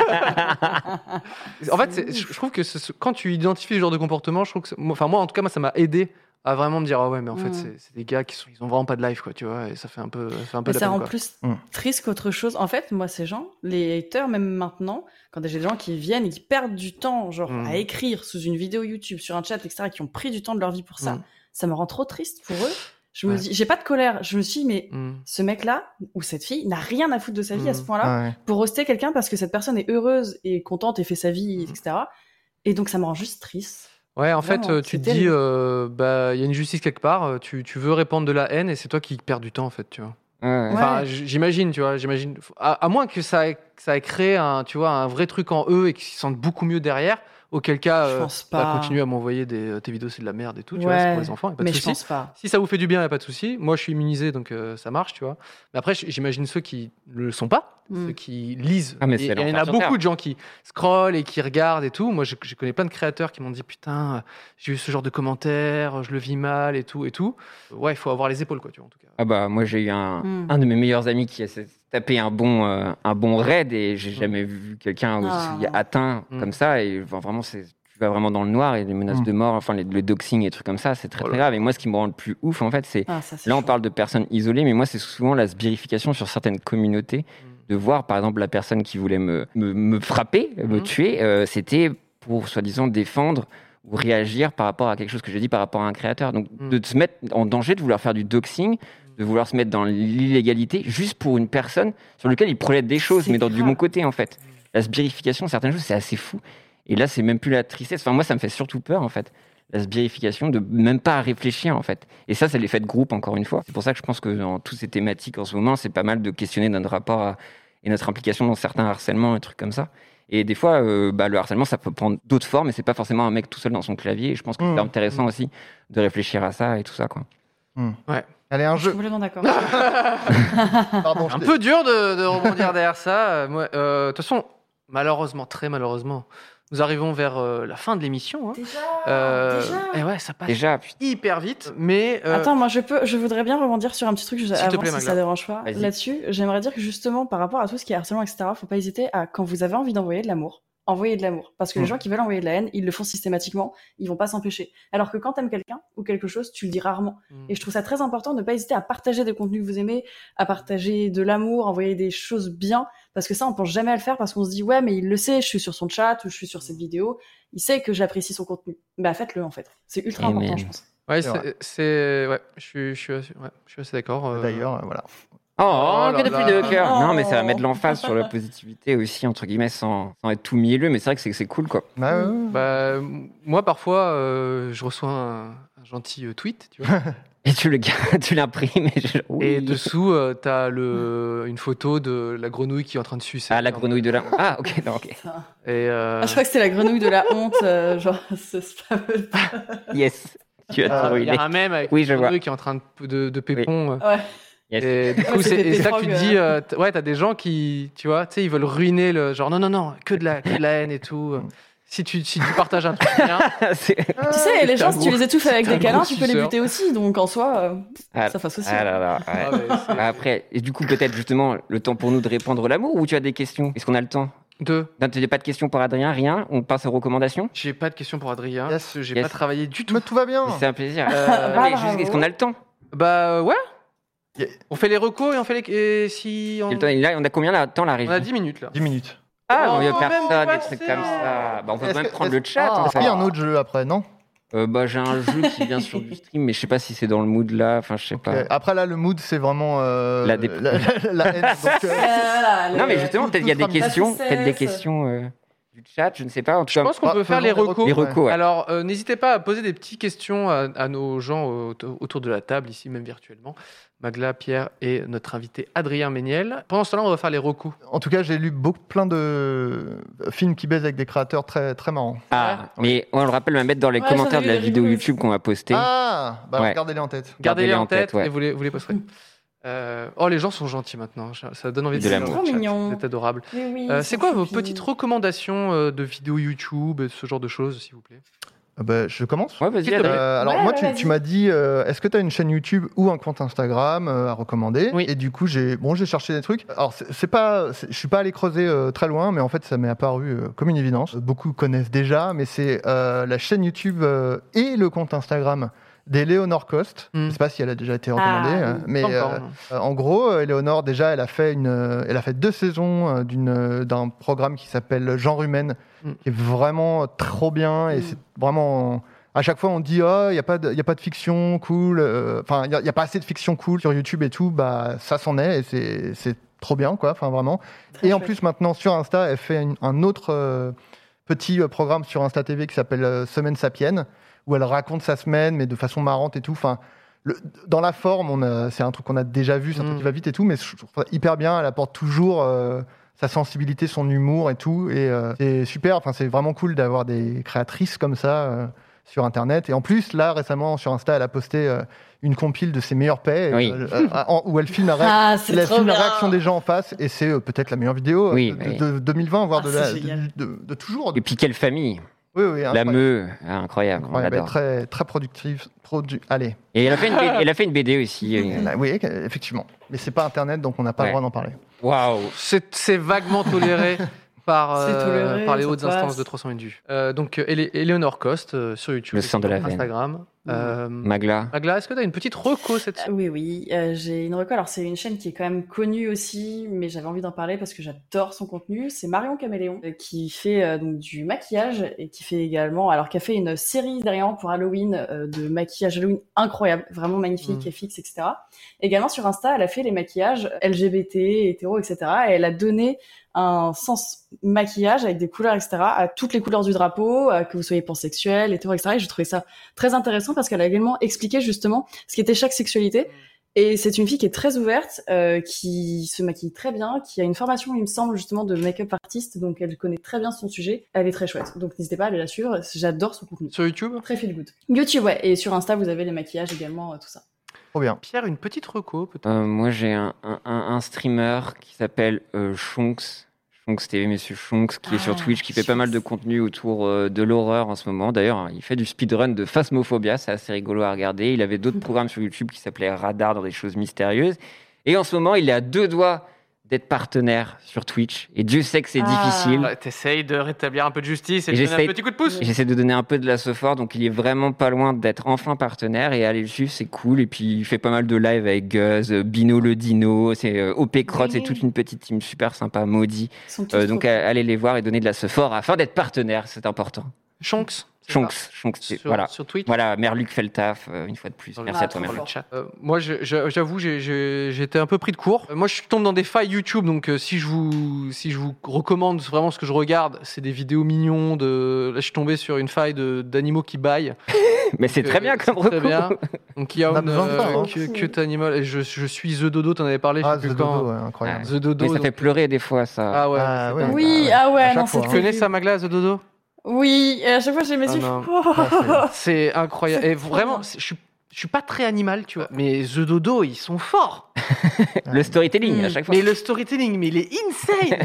A: En fait, c'est- je je trouve que ce- ce- quand tu identifies ce genre de comportement, je trouve que, c'est- moi- enfin moi, en tout cas, moi, ça m'a aidé à vraiment me dire ah ouais, mais en fait,
C: Mm.
A: c'est c'est des gars qui sont, ils ont vraiment pas de life, quoi, tu vois, et ça fait un peu, ça fait un peu
C: Mais
A: de la
C: ça
A: peine,
C: rend
A: quoi.
C: plus
B: Mm.
D: Hmm.
C: triste qu'autre chose. En fait, moi, ces gens, les haters, même maintenant, quand j'ai des gens qui viennent et qui perdent du temps, genre,
A: Hmm.
C: à écrire sous une vidéo YouTube, sur un chat, etc., qui ont pris du temps de leur vie pour ça,
A: Hmm.
C: ça me rend trop triste pour eux. Je me
A: Ouais.
C: dis, j'ai pas de colère. Je me suis dit, mais
A: Mm.
C: ce mec-là, ou cette fille, n'a rien à foutre de sa vie à ce
A: Hmm.
C: point-là
D: Ouais.
C: pour roster quelqu'un parce que cette personne est heureuse et contente et fait sa vie,
A: Mm.
C: etc. Et donc, ça me rend juste triste.
A: Ouais, en fait,
C: Vraiment,
A: euh, tu
C: c'est
A: te dis,
C: terrible.
A: euh, bah, il y a une justice quelque part. euh, Tu, tu veux répandre de la haine, et c'est toi qui perds du temps, en fait, tu vois.
B: Ouais.
A: Enfin, j- j'imagine, tu vois, j'imagine. À, à moins que ça, ait- que ça ait créé un, tu vois, un vrai truc en eux et qu'ils se sentent beaucoup mieux derrière, auquel cas,
C: je
A: euh,
C: pense
A: bah,
C: pas.
A: continue à m'envoyer des euh, tes vidéos, c'est de la merde et tout, tu vois,
C: Ouais.
A: c'est pour les enfants, y a pas de
C: mais je
A: souci.
C: pense pas.
A: Si ça vous fait du bien, y a pas de souci. Moi, je suis immunisé, donc euh, ça marche, tu vois. Mais après, j- j'imagine ceux qui le sont pas,
C: Hmm.
A: ceux qui lisent.
B: Ah, mais
A: Et-
B: c'est
A: et il y en
B: l'enfer
A: a
B: sur
A: beaucoup
B: Terre.
A: de gens qui scrollent et qui regardent et tout. Moi, je, je connais plein de créateurs qui m'ont dit putain, euh, j'ai eu ce genre de commentaires, je le vis mal et tout et tout. Ouais, il faut avoir les épaules, quoi, tu vois, en tout cas.
B: Ah bah moi j'ai eu un,
C: Mm.
B: un de mes meilleurs amis qui a s- tapé un bon euh, un bon raid et j'ai jamais vu quelqu'un
C: Ah.
B: aussi atteint
A: Mm.
B: comme ça et enfin, vraiment c'est tu vas vraiment dans le noir et les menaces
D: Mm.
B: de mort enfin les- le doxing et trucs comme ça c'est très très grave et moi ce qui me rend le plus ouf en fait c'est
C: Ah, ça, c'est
B: Là, on
C: chaud.
B: parle de personnes isolées, mais moi, c'est souvent la sbirification sur certaines communautés.
C: Mm.
B: De voir, par exemple, la personne qui voulait me, me, me frapper, me
C: Mm.
A: Mhm.
B: tuer, euh, c'était pour, soi-disant, défendre ou réagir par rapport à quelque chose que j'ai dit par rapport à un créateur. Donc,
C: Mm.
A: Mhm.
B: de se mettre en danger, de vouloir faire du doxing, de vouloir se mettre dans l'illégalité, juste pour une personne sur laquelle il projette des choses,
C: C'est
B: mais dans du
C: grave.
B: bon côté, en fait. La sbirification, certaines choses, c'est assez fou. Et là, c'est même plus la tristesse. Enfin, moi, ça me fait surtout peur, en fait. La sbirification, de même pas à réfléchir, en fait. Et ça, c'est l'effet de groupe, encore une fois. C'est pour ça que je pense que dans toutes ces thématiques en ce moment, c'est pas mal de questionner notre rapport à- et notre implication dans certains harcèlements et trucs comme ça. Et des fois, euh, bah, le harcèlement, ça peut prendre d'autres formes, et c'est pas forcément un mec tout seul dans son clavier. Et je pense que
D: Mmh.
B: c'est intéressant aussi de réfléchir à ça et tout ça, quoi.
D: Allez, un
C: Je
A: (laughs)
C: suis
D: jeu.
C: complètement d'accord.
D: Pardon,
A: un
D: je t'ai-
A: peu dur de, de
B: (laughs)
A: rebondir derrière ça. Euh, moi, euh, De toute façon, malheureusement, très malheureusement, nous arrivons vers euh, la fin de l'émission. hein.
C: Déjà,
A: Euh, Et ouais, ça passe
B: Déjà, putain,
A: hyper vite. Mais euh,
C: Attends, moi je peux, je voudrais bien rebondir sur un petit truc juste
A: S'il te
C: avant
A: plaît,
C: si
A: Magla.
C: ça dérange pas.
B: Vas-y.
C: Là-dessus, j'aimerais dire que justement par rapport à tout ce qui est harcèlement, etc., faut pas hésiter à quand vous avez envie d'envoyer de l'amour, envoyer de l'amour, parce que les
D: Mm.
C: gens qui veulent envoyer de la haine, ils le font systématiquement, ils vont pas s'empêcher. Alors que quand t'aimes quelqu'un ou quelque chose, tu le dis rarement.
A: Mm.
C: Et je trouve ça très important de ne pas hésiter à partager des contenus que vous aimez, à partager de l'amour, envoyer des choses bien, parce que ça on pense jamais à le faire parce qu'on se dit ouais mais il le sait, je suis sur son chat ou je suis sur cette vidéo, il sait que j'apprécie son contenu. Bah faites-le en fait, c'est ultra
B: Amen.
C: important je pense.
A: ouais,
D: C'est vrai.
A: c'est, c'est- ouais, je suis, je suis assez- ouais, je suis assez d'accord. euh,
D: D'ailleurs, euh, voilà.
B: Oh,
A: Oh
B: que
A: là
B: depuis
A: là.
B: le cœur. Non, mais ça va
C: Oh.
B: mettre l'emphase (laughs) sur la positivité aussi, entre guillemets, sans, sans être tout mielleux. Mais c'est vrai que c'est- c'est cool, quoi.
D: Bah, ouais, ouais.
A: Bah, m- moi, parfois, euh, je reçois un, un gentil euh, tweet, tu vois.
B: Et tu le gardes, (laughs) tu l'imprimes. Et, je- oui.
A: Et dessous, euh, t'as le, une photo de la grenouille qui est en train de sucer.
B: Ah, la grenouille de la. Ah, ok, non, ok.
A: Et, euh,
C: Ah, je crois que c'est la grenouille de la honte, euh, (laughs) genre ce spam. (laughs)
B: Yes. Tu as
D: Ah,
B: trouvé.
A: il y a un même avec
B: Oui,
A: une
B: je vois.
A: grenouille qui est en train de, de, de pépon. euh.
C: Ouais.
B: Yes.
A: Et du coup,
C: Ouais,
A: c'est
C: c'était
A: et c'est ça que tu
C: des
A: te
C: drogues,
A: dis. euh, t- ouais, t'as des gens qui, tu vois, tu sais, ils veulent ruiner le genre. Non, non, non, que de la, que de la haine et tout. Si tu, si tu partages un truc
B: (laughs)
A: bien,
B: C'est-
C: Tu sais, les gens, si tu les étouffes avec
A: c'est un
C: des câlins,
A: gros
C: tu peux les
A: suceur.
C: buter aussi, donc en soi, euh,
B: Ah,
C: ça fasse aussi.
B: ah là (laughs) là. ouais.
A: ah, mais c'est-
B: Bah, Après, et du coup, peut-être justement le temps pour nous de répandre l'amour ou tu as des questions Est-ce qu'on a le temps
A: deux.
B: Non, tu n'as pas de questions pour Adrien, rien On passe aux recommandations
A: J'ai pas de question pour Adrien.
D: Yes.
A: parce que J'ai
B: Yes.
A: pas travaillé du tout.
D: Mais tout va bien.
B: C'est un plaisir.
A: Euh,
B: Non, mais
C: Ah,
B: juste,
C: bravo.
B: est-ce qu'on a le temps
A: bah ouais.
D: Yeah.
A: On fait les recos et on fait les. Et si on...
B: Et le temps, Là, on a combien de temps la
A: on a 10 minutes là.
D: 10 minutes.
B: Ah,
A: Oh,
B: non, il n'y a
A: même
B: personne,
A: pas,
B: des trucs
A: c'est-
B: comme ça. Bah, on peut
D: Est-ce
B: même
D: que-
B: prendre le chat.
C: Ah.
B: en
D: Est-ce
B: fait.
D: qu'il y a un autre jeu après, non
B: Euh, bah, J'ai un jeu qui vient sur du stream, mais je sais pas si c'est dans le mood là. Enfin, je sais pas.
D: Euh, Après, là, le mood, c'est vraiment. euh,
B: La dép-
D: la,
B: (laughs)
D: la haine. donc, euh,
B: Non, mais justement, peut-être il y a des
D: tout sera-
B: questions,
C: Pas de
B: peut-être des
C: tristesse.
B: questions euh, du chat, je ne sais pas. En tout
A: Je
B: cas,
A: pense qu'on
D: bah,
A: peut faire euh, les
D: faisons des
A: recos.
B: les
D: ouais.
B: recos. ouais.
A: Alors, euh, n'hésitez pas à poser des petites questions à, à nos gens auto- autour de la table, ici même virtuellement. Magla, Pierre et notre invité Adrien Méniel. Pendant ce temps-là, on va faire les recos.
D: En tout cas, j'ai lu beaucoup, plein de films qui baisent avec des créateurs très, très marrants.
B: Ah, mais on le rappelle, on va mettre dans les
C: Ouais,
B: commentaires de
C: j'en ai eu
B: la
C: des
B: vidéo
C: rigolos.
B: YouTube qu'on va poster.
D: Ah bah,
B: Ouais.
D: Gardez-les en tête.
A: Gardez-les en tête,
B: ouais.
A: et vous les, vous les posterez. Euh, oh, les gens sont gentils maintenant. Ça ça donne envie
B: De
A: de
B: l'amour.
A: dans le
C: Trop
A: chat.
C: mignon.
A: C'est adorable. Euh, c'est quoi vos petites recommandations euh, de vidéos YouTube, et ce genre de choses, s'il vous plaît
D: Ah bah, je commence.
B: Ouais, vas-y,
A: S'il te plaît.
B: Adrien.
D: Euh, alors
C: Ouais,
D: moi,
C: ouais,
D: tu,
C: vas-y.
D: tu m'as dit, euh, est-ce que tu as une chaîne YouTube ou un compte Instagram euh, à recommander
A: Oui.
D: Et du coup, j'ai bon, j'ai cherché des trucs. Alors c'est c'est pas, c'est- je suis pas allé creuser euh, très loin, mais en fait, ça m'est apparu euh, comme une évidence. Beaucoup connaissent déjà, mais c'est euh, la chaîne YouTube euh, et le compte Instagram d'Eleonore Coste.
A: Hmm.
D: Je sais pas si elle a déjà été
C: Ah,
D: recommandée,
C: oui.
D: euh, mais
A: Pas encore,
D: euh,
A: non.
D: euh, en gros, euh, Eleonore, déjà, elle a fait, une, euh, elle a fait deux saisons euh, d'une, euh, d'un programme qui s'appelle Genre Humaine,
A: Mm.
D: qui est vraiment euh, trop bien. Et
A: Hmm.
C: Mm.
D: c'est vraiment. À chaque fois, on dit, oh, il n'y a, pas de- y a pas de fiction cool. euh, Enfin, il n'y a, pas assez de fiction cool sur YouTube et tout. Bah, ça s'en est et c'est, c'est trop bien, quoi. Enfin, vraiment. et en plus, maintenant, sur Insta, elle fait une- un autre euh, petit euh, programme sur Insta TV qui s'appelle euh, Semaine Sapienne, où elle raconte sa semaine, mais de façon marrante et tout. Enfin, le- dans la forme, on a- c'est un truc qu'on a déjà vu, c'est un
A: Mm.
D: truc qui va vite et tout, mais je trouve ça hyper bien. Elle apporte toujours euh, sa sensibilité, son humour et tout. Et euh, c'est super, enfin, c'est vraiment cool d'avoir des créatrices comme ça euh, sur Internet. Et en plus, là, récemment, sur Insta, elle a posté euh, une compile de ses meilleurs paix, et,
B: Oui.
D: euh, euh, en- où elle filme la, réac-
C: Ah,
D: elle
C: c'est trop
D: filme la
C: bien.
D: réaction des gens en face. Et c'est euh, peut-être la meilleure vidéo euh,
B: Oui,
D: de,
B: oui.
D: de 2020, voire
C: Ah,
D: de,
C: c'est
D: la- de-
C: génial.
D: de- de toujours.
B: Et puis quelle famille
D: Oui, oui,
B: La
D: incroyable.
B: Meu, Ah, incroyable, on
D: Incroyable,
B: l'adore.
D: très, très productive. produ- Allez.
B: Et elle a
D: (laughs)
B: fait une, B- elle a fait une BD aussi. euh,
D: Là, Oui, effectivement. Mais c'est pas Internet, donc on n'a pas
B: Ouais.
D: le droit d'en parler.
B: Waouh
A: C'est c'est vaguement (laughs) toléré par,
C: C'est
A: euh,
C: toléré,
A: par les
C: ça
A: hautes
C: passe.
A: instances de 300 000 vues. Euh, donc, euh, Elé- Eleonore Coste euh, sur YouTube,
B: Le sang de la veine.
A: Instagram. Euh,
B: Magla.
A: Magla, est-ce que tu as une petite reco cette semaine
C: Oui, oui, euh, j'ai une reco. Alors, c'est une chaîne qui est quand même connue aussi, mais j'avais envie d'en parler parce que j'adore son contenu. C'est Marion Caméléon euh, qui fait euh, donc du maquillage et qui fait également, alors qui a fait une série derrière pour Halloween euh, de maquillage Halloween incroyable, vraiment magnifique,
A: Mm.
C: FX, etc. Également sur Insta, elle a fait les maquillages LGBT, hétéro, etc. Et elle a donné un sens maquillage avec des couleurs, etc. à toutes les couleurs du drapeau, à que vous soyez pansexuel, hétéro, etc. Et je trouvais ça très intéressant parce qu'elle a également expliqué justement ce qu'était chaque sexualité. Et c'est une fille qui est très ouverte, euh, qui se maquille très bien, qui a une formation, il me semble, justement, de make-up artiste, donc elle connaît très bien son sujet. Elle est très chouette. Donc n'hésitez pas à aller la suivre, j'adore son contenu.
A: Sur YouTube
C: Très feel good. YouTube, ouais. Et sur Insta, vous avez les maquillages également, euh, tout ça.
D: Trop bien.
A: Pierre, une petite reco peut-être
B: Euh, moi, j'ai un, un- un- un streamer qui s'appelle euh, Shonks. Shonks TV, monsieur Shonks, qui est sur
C: Ah,
B: Twitch, qui fait pas mal de
C: Shonks.
B: contenu autour euh, de l'horreur en ce moment. D'ailleurs, hein, il fait du speedrun de Phasmophobia, c'est assez rigolo à regarder. Il avait
C: (laughs)
B: d'autres
C: Mhm.
B: programmes sur YouTube qui s'appelaient Radar dans des choses mystérieuses. Et en ce moment, il est à deux doigts d'être partenaire sur Twitch. Et Dieu sait que c'est
C: Ah.
B: difficile.
A: Bah, T'essayes de rétablir un peu de justice et,
B: Et
A: de donner
B: j'essaye-
A: un petit coup de pouce.
B: Et J'essaie de donner un peu de la sophore, donc il est vraiment pas loin d'être enfin partenaire et aller le suivre, c'est cool. Et puis il fait pas mal de live avec Guz, euh, Bino le Dino, c'est euh, OP Crotte, c'est toute une petite team super sympa, maudit.
C: Ils sont tous
B: Euh, donc
C: trop-
B: euh, allez les voir et donner de la sophore afin d'être partenaire, c'est important.
A: Shonks,
B: Chonks, Chonks,
A: Sur,
B: voilà.
A: sur Twitch.
B: Voilà, Merluc fait le taf, euh, une fois de plus.
A: Dans le-
B: Merci à
C: Ah,
B: toi-même.
C: trop
A: Chat. Euh, moi, je- je- j'avoue, j'ai- j'ai- j'étais un peu pris de court. Euh, Moi, je tombe dans des failles YouTube, donc euh, si je vous, si je vous recommande vraiment ce que je regarde, c'est des vidéos mignons. De... Là, je suis tombé sur une faille de- d'animaux qui baillent.
B: Mais c'est
A: Donc,
B: très
A: euh,
B: bien comme
A: c'est très
B: recours.
A: bien. Donc, il y a,
D: On a
A: une, euh,
D: besoin de ça, hein.
A: Cute Cute Animal. Et je, je suis The Dodo, t'en avais parlé. je
D: Ah,
A: sais plus
D: The
A: quand.
D: Dodo, ouais, incroyable.
A: The Dodo.
B: Mais ça
A: donc-
B: fait pleurer des fois, ça.
A: Ah ouais.
D: Ah, ouais.
C: Oui, ah
D: À
C: ouais,
D: chaque fois,
C: non, c'est
D: hein.
A: Tu
C: terrible.
A: connais ça, Magla, The Dodo
C: Oh. Oui, et à chaque fois, j'ai mes
A: Ah
C: yeux. (laughs)
A: non.
C: Oh,
A: (laughs)
D: Ouais,
A: C'est incroyable.
C: C'est
A: Et
C: trop
A: vraiment,
C: bien.
A: c'est- je suis, je suis pas très animal, tu vois. Mais The Dodo, ils sont forts.
B: Le storytelling,
C: Mm.
B: à chaque fois.
A: Mais le storytelling, mais il est (laughs) insane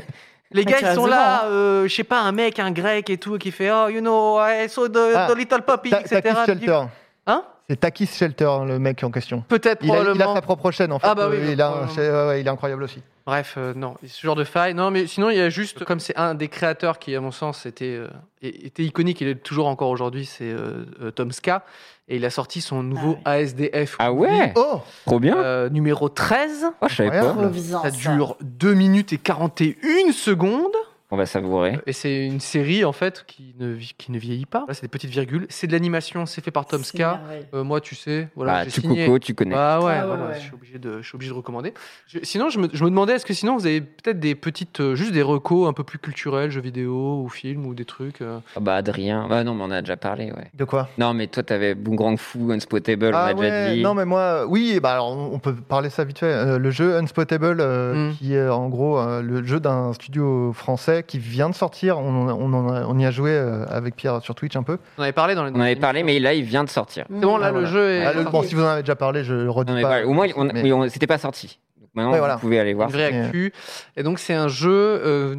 A: Les
C: Mais
A: gars,
C: tu
A: ils
C: as
A: sont
C: raison,
A: là,
C: hein.
A: euh, je sais pas, un mec, un grec et tout, qui fait « Oh, you know, I saw the,
D: Ah,
A: the little puppy,
D: Ta-
A: etc. »
D: Takis Shelter.
A: Hein
D: C'est Takis Shelter, le mec en question.
A: Peut-être,
D: Il a, il a
A: probablement.
D: sa propre chaîne en fait.
A: Ah bah oui,
D: Euh, il, a un-
A: probablement.
D: c'est- ouais, ouais, il est incroyable aussi.
A: Bref, euh, non, ce genre de faille. Non, mais sinon, il y a juste, comme c'est un des créateurs qui, à mon sens, était, euh, é- était iconique, il est toujours encore aujourd'hui, c'est euh, euh, Tom Ska, et il a sorti son nouveau ASDF
B: Ah ouais
D: Oh
B: Trop bien
A: euh, numéro 13.
B: Oh, je savais pas.
D: incroyable.
C: Revisant,
A: Ça dure 2 minutes et 41 secondes.
B: On va savourer.
A: Et c'est une série en fait qui ne, vi- qui ne vieillit pas. Là, c'est des petites virgules. C'est de l'animation, c'est fait par Tom Ska. Euh, moi, tu sais, voilà,
B: ah,
A: j'ai
B: tu
A: signé.
B: coco, tu connais.
A: Bah ouais,
C: Ah ouais,
A: voilà,
C: ouais.
A: je suis obligé de, je suis obligé de recommander. Je- sinon, je me, je me demandais, est-ce que sinon vous avez peut-être des petites, euh, juste des recos un peu plus culturels, jeux vidéo ou films ou des trucs. euh.
B: Ah bah Adrien. Bah non, mais on en a déjà parlé, ouais.
D: De quoi
B: Non, mais toi, t'avais Boomerang Fou, Unspotable,
D: Ah
B: on a déjà
D: ouais,
B: dit.
D: non mais moi, euh, oui, bah alors on on peut parler ça vite fait. Euh, le jeu Unspotable, euh,
A: Mm.
D: qui est en gros euh, le jeu d'un studio français qui vient de sortir. On, en a- on en a- on y a joué euh, avec Pierre sur Twitch un peu.
A: On en avait parlé dans les.
B: On en avait parlé, mais là, il vient de sortir.
A: C'est bon, là,
D: Ah,
A: le
D: voilà.
A: jeu est.
D: Ah, le- bon,
C: sorti.
D: si vous en avez déjà parlé, je le redis
B: Non, mais
D: pas.
B: voilà, au moins, on,
D: Mais-
B: oui, on- c'était pas sorti. Donc maintenant,
D: Ouais, voilà.
B: vous pouvez aller voir.
A: une vraie
D: Mais-
A: actu. Et donc, c'est un jeu. euh,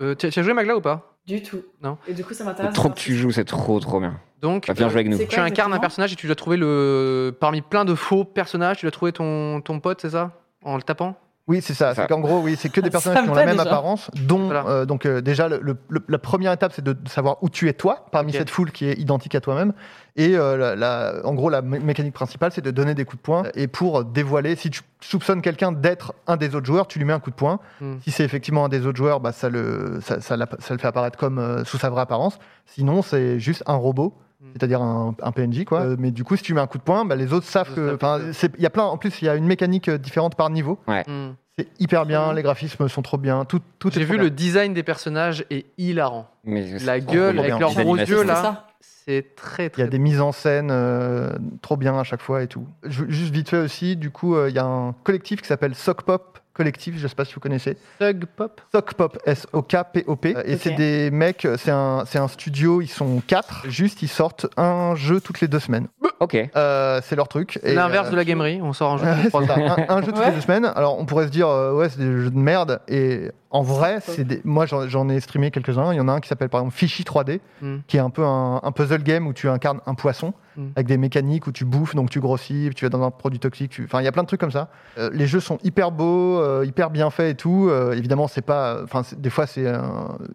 A: euh, tu as tu as joué Magla ou pas
C: Du tout.
A: Non.
C: Et du coup, ça
B: Faut
C: m'intéresse.
B: trop que tu joues, c'est trop, trop bien.
A: Donc,
B: Bah, viens
A: euh,
B: jouer avec nous.
C: c'est
A: tu incarnes un
C: exactement
A: personnage et tu dois trouver le parmi plein de faux personnages, tu dois trouver ton, ton pote, c'est ça En le tapant
D: Oui, c'est ça.
B: Ça.
D: C'est qu'en gros, oui, c'est que des
C: (laughs) Ça
D: personnages
C: me
D: qui ont la
C: plaît
D: même
C: déjà.
D: apparence, dont
A: Voilà.
D: euh, donc euh, déjà le- le- le- la première étape, c'est de savoir où tu es toi parmi
A: Ok.
D: cette foule qui est identique à toi-même. Et euh, la- la- en gros, la mé- mécanique principale, c'est de donner des coups de poing et pour dévoiler si tu soupçonnes quelqu'un d'être un des autres joueurs, tu lui mets un coup de poing.
A: Hmm.
D: Si c'est effectivement un des autres joueurs, bah, ça le ça, ça l'app- ça le fait apparaître comme euh, sous sa vraie apparence. Sinon, c'est juste un robot.
A: Hmm.
D: C'est-à-dire un, un PNJ, quoi. Euh, mais du coup, si tu mets un coup de poing, bah, les autres savent
A: Ils
D: que.
A: savent
D: enfin,
A: que-
D: c'est- Il y a plein. En plus, il y a une mécanique euh, différente par niveau.
A: Hmm.
D: C'est hyper bien, les graphismes sont trop bien, tout, tout est
A: J'ai
D: trop
A: vu
D: bien.
A: le design des personnages est hilarant.
B: Mais
A: La
B: c'est trop
A: gueule
D: avec
B: bien.
D: leurs
B: Les
A: gros
B: animations.
A: yeux, là.
C: C'est ça.
A: C'est très très.
D: Il y a des mises en scène euh, trop bien à chaque fois et tout. Je- juste vite fait aussi, du coup, euh, il y a un collectif qui s'appelle Sock Pop Collectif, je sais pas si vous connaissez.
A: Thug pop.
D: Sock Pop, S-O-K-P-O-P. Euh, Et
C: Ok.
D: c'est des mecs, euh, c'est un, c'est un studio, ils sont quatre, juste ils sortent un jeu toutes les deux semaines.
B: Ok.
D: Euh, c'est leur truc. Et,
A: L'inverse
D: euh,
A: de la gamerie, on sort un jeu.
D: Ouais,
A: (laughs)
D: c'est ça. Un, un jeu toutes
C: Ouais.
D: les deux semaines. Alors, on pourrait se dire, euh, ouais, c'est des jeux de merde. Et en vrai, c'est des... moi, j'en- j'en ai streamé quelques-uns. Il y en a un qui s'appelle, par exemple, Fishy 3D,
A: Mm.
D: qui est un peu un, un puzzle game où tu incarnes un poisson
A: Mm.
D: avec des mécaniques où tu bouffes, donc tu grossis, tu vas dans un produit toxique. tu- Enfin, il y a plein de trucs comme ça. Euh, les jeux sont hyper beaux, euh, hyper bien faits et tout. Euh, évidemment, c'est pas. Enfin, c'est- des fois, c'est euh,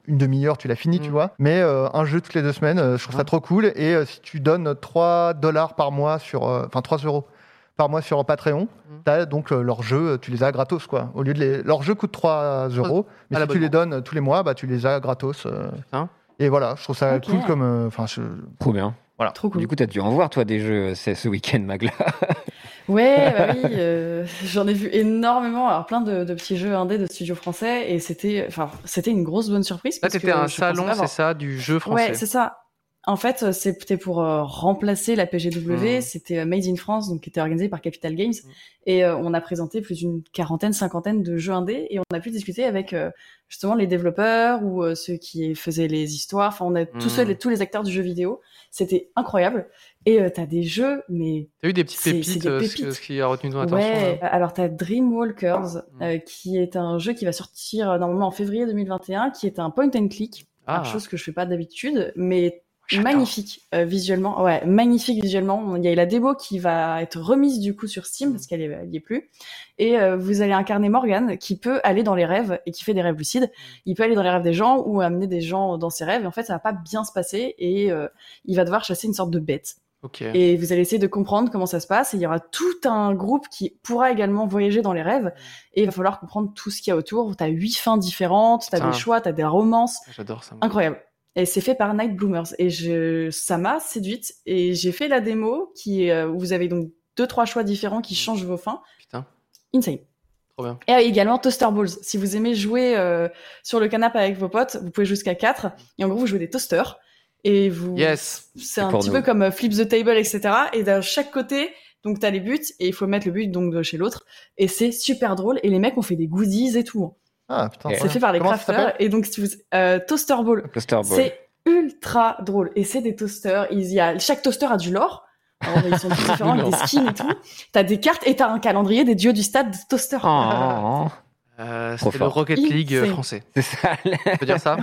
D: une demi-heure, tu l'as fini, tu
A: Mm.
D: vois. Mais euh, un jeu toutes les deux semaines, euh, je trouve ça trop cool. Et euh, si tu donnes 3 dollars par mois sur. euh, Enfin, 3 euros par mois sur Patreon,
A: Mm.
D: t'as donc euh, leurs jeux, tu les as gratos, quoi. Au lieu de les. Leurs jeux coûtent 3 euros, mais
A: à
D: si tu les
A: l'abonnement.
D: donnes tous les mois, bah, tu les as gratos. euh.
A: Putain.
D: et voilà, je trouve ça
C: Ok.
D: cool comme. euh, Enfin, je-
B: Trop bien.
C: Trop cool.
B: Du coup, t'as dû en voir, toi, des jeux euh, c'est ce week-end, Magla.
A: (laughs)
C: Ouais, bah oui, euh, j'en ai vu énormément, alors plein de, de petits jeux indés de studios français, et c'était, enfin, c'était une grosse bonne surprise.
A: Là,
C: parce
A: t'étais
C: que
A: à un
C: je pensais
A: salon,
C: pas
A: c'est
C: avoir-
A: ça, du jeu
C: Ouais,
A: français.
C: c'est ça. En fait, euh, c'était pour euh, remplacer la PGW.
A: Mm.
C: C'était euh, Made in France, donc qui était organisé par Capital Games.
A: Mm.
C: Et euh, on a présenté plus d'une quarantaine, cinquantaine de jeux indés. Et on a pu discuter avec euh, justement les développeurs ou euh, ceux qui faisaient les histoires. Enfin, on a tous,
A: Mm.
C: ceux- tous les acteurs du jeu vidéo. C'était incroyable. Et euh, t'as des jeux, mais
A: T'as eu des petites
C: C'est- c'est
A: pépites,
C: des
A: euh, ce-
C: pépites.
A: ce qui a retenu ton attention. hein.
C: Ouais, euh,
A: là.
C: alors t'as Dreamwalkers,
A: Mm.
C: euh, qui est un jeu qui va sortir euh, normalement en février 2021, qui est un point and click,
A: Ah.
C: Alors, chose que je fais pas d'habitude, mais
A: J'adore.
C: magnifique euh, visuellement. Ouais, magnifique visuellement. Il y a la démo qui va être remise du coup sur
A: Mm.
C: Steam, parce qu'elle est- elle y est plus. Et euh, vous allez incarner Morgan, qui peut aller dans les rêves, et qui fait des rêves lucides.
A: Mm.
C: Il peut aller dans les rêves des gens, ou amener des gens dans ses rêves, et en fait ça va pas bien se passer, et euh, il va devoir chasser une sorte de bête.
A: Ok.
C: Et vous allez essayer de comprendre comment ça se passe. Et il y aura tout un groupe qui pourra également voyager dans les rêves. Et il va falloir comprendre tout ce qu'il y a autour. T'as huit fins différentes, t'as
A: Putain.
C: des choix, t'as des romances.
A: J'adore ça. moi.
C: Incroyable. Et c'est fait par Night Bloomers. Et je, ça m'a séduite. Et j'ai fait la démo qui, est, euh, où vous avez donc deux, trois choix différents
A: Mm.
C: qui changent vos fins.
A: Putain.
C: Insane.
A: Trop bien.
C: Et euh, également Toaster Balls. Si vous aimez jouer euh, sur le canapé avec vos potes, vous pouvez jusqu'à 4. Et en gros, vous jouez des toasters. Et vous,
A: Yes.
C: c'est
G: Et
C: un
G: pour
C: petit
G: nous.
C: peu comme euh, flip the table, etc. Et de chaque côté, donc t'as les buts et il faut mettre le but donc de chez l'autre. Et c'est super drôle. Et les mecs ont fait des goodies et tout. hein.
D: Ah putain.
G: Et-
D: trop
C: C'est fait par les
D: Comment ça
C: crafters. Et donc si vous, euh, toaster ball,
G: Cluster
B: (laughs)
G: Ball.
C: c'est ultra drôle. Et c'est des toasters. Il y a chaque toaster a du lore. Alors, ils sont tous différents,
G: (laughs)
C: avec des skins et tout. T'as des cartes et t'as un calendrier des dieux du stade de toaster. (laughs)
G: Oh,
A: Euh,
G: Trop
A: C'était le
G: fort.
A: Rocket League euh,
C: Insane.
A: français.
B: Ah. C'est (laughs) ça,
A: On peut dire ça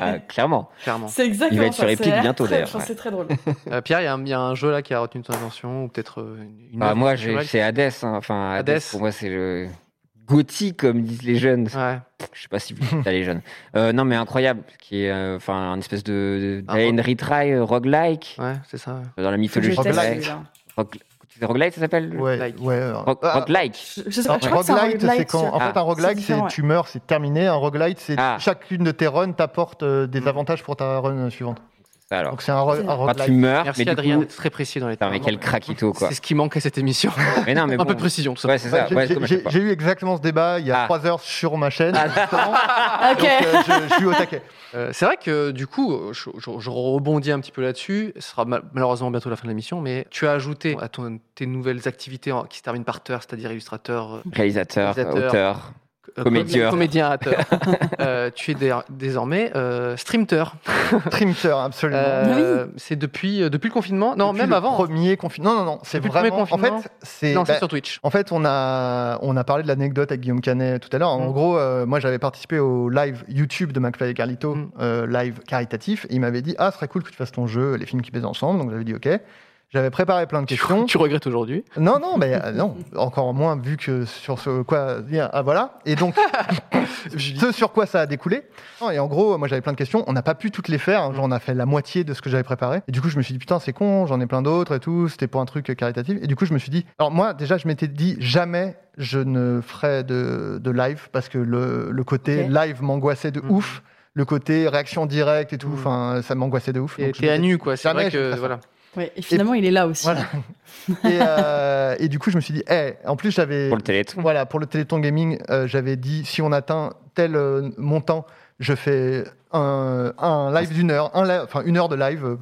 B: Ah, clairement.
C: (laughs)
A: Clairement.
C: C'est exactement
G: Il va être
C: ça.
G: sur Epic
C: C'est très-
G: bientôt, d'ailleurs,
C: enfin,
G: ouais.
C: C'est très drôle.
A: Euh, Pierre, il y, a un- il y a un jeu là qui a retenu ton attention ou peut-être euh, une. une
B: Bah,
A: œuvre
B: moi, j'ai-
A: culturelle.
B: c'est Hades. hein. Enfin, Hades,
A: Hades.
B: pour moi, c'est le Gauthier, comme disent les jeunes.
A: Ouais.
B: Je sais pas si vous dites ça, les jeunes. Euh, non, mais incroyable. Qui est euh, enfin un espèce de. de
A: Un
B: un retry euh, roguelike.
A: Ouais, c'est ça. ouais.
B: Dans la
C: Faut que je
B: mythologie.
C: teste
D: Roguelike.
C: celui-là.
B: Rogue- c'est Roguelike, ça s'appelle
D: Ouais,
A: Roguelike.
D: ouais. euh,
B: Rogue-
D: ah,
B: Roguelike.
C: Je, je sais pas,
D: Alors,
C: je crois que c'est un
D: roguelite, c'est
C: roguelite,
D: quand. En
C: celui-là.
B: Ah,
D: fait, un roguelite,
C: c'est
D: c'est
C: différent,
D: tu meurs, c'est terminé. Un roguelite, c'est
B: Ah.
D: chacune de tes runs t'apporte euh, des
A: Mm.
D: avantages pour ta run euh, suivante.
B: Ça, Alors,
D: Donc c'est un, ro-
C: C'est
D: un
C: ça.
B: quand tu
D: roguelite.
B: meurs, Ah, mais
A: Merci
B: du
A: Adrien
B: coup-
A: d'être très précis dans les
B: Putain,
A: termes. hein.
B: mais quel craquito, quoi.
A: C'est ce qui manque à cette émission.
B: Mais non,
A: (laughs)
B: mais
A: Un
B: bon.
A: peu de précision, tout ça.
B: Ouais, c'est ça.
D: J'ai-
B: Ouais,
D: j'ai-
B: comme à
D: J'ai
B: chaque fois.
D: j'ai eu exactement ce débat il y a
B: Ah.
D: trois heures sur ma chaîne. justement.
C: Ok.
D: Donc, euh, je, je suis au taquet.
A: Euh, c'est vrai que du coup, je, je- je rebondis un petit peu là-dessus. Ce sera mal- malheureusement bientôt la fin de l'émission, mais tu as ajouté à ton- tes nouvelles activités en- qui se terminent par teur, c'est-à-dire illustrateur, euh,
B: Réalisateur,
A: Réalisateur.
B: auteur.
A: co-
B: Comédien.
A: comédien à
B: (laughs)
A: teur. Euh, tu es dé- désormais euh, streamter.
D: Trimter, absolument.
A: Euh, C'est depuis, euh, depuis le confinement Non,
D: Depuis
A: même
D: le
A: avant.
D: Premier confinement. Non, non, non. C'est
A: Depuis le premier
D: vraiment. En
A: confinement.
D: fait, c'est.
A: Non, c'est
D: bah,
A: sur Twitch.
D: En fait, on a, on a parlé de l'anecdote avec Guillaume Canet tout à l'heure. En
A: Mm.
D: gros, euh, moi, j'avais participé au live YouTube de McFly et Carlito,
A: Mm.
D: euh, live caritatif. Et il m'avait dit Ah, ce serait cool que tu fasses ton jeu, les films qui pèsent ensemble. Donc, j'avais dit OK. J'avais préparé plein de
A: (laughs)
D: questions.
A: Tu regrettes aujourd'hui
D: non, non, mais euh, non, encore moins vu que sur ce quoi. dire, Ah, voilà.
A: (laughs)
D: Et donc, ce sur quoi ça a découlé. Non, Et en gros, moi j'avais plein de questions. On n'a pas pu toutes les faire. Genre, on a fait la moitié de ce que j'avais préparé. Et du coup, je me suis dit, putain, c'est con, j'en ai plein d'autres et tout. C'était pour un truc caritatif. Et du coup, je me suis dit, alors moi, déjà, je m'étais dit, jamais je ne ferais de, de live parce que le, le côté
C: Ok.
D: live m'angoissait de
A: Mhm.
D: ouf. Le côté réaction directe et tout,
A: Mhm.
D: enfin, ça m'angoissait de ouf.
A: Et
D: Donc, je
A: T'es à
D: m'étais-
A: nu, quoi. C'est
D: Jamais
A: vrai
D: je ferai
A: que.
D: ça.
A: Voilà.
C: Ouais, et finalement, il est là aussi.
D: Voilà. Et, euh, et du coup, je me suis dit, eh, en plus, j'avais.
B: Pour le téléthon.
D: Voilà, pour le Téléthon Gaming, euh, j'avais dit si on atteint tel euh, montant, je fais un, un live d'une heure, un li- enfin une heure de live, euh,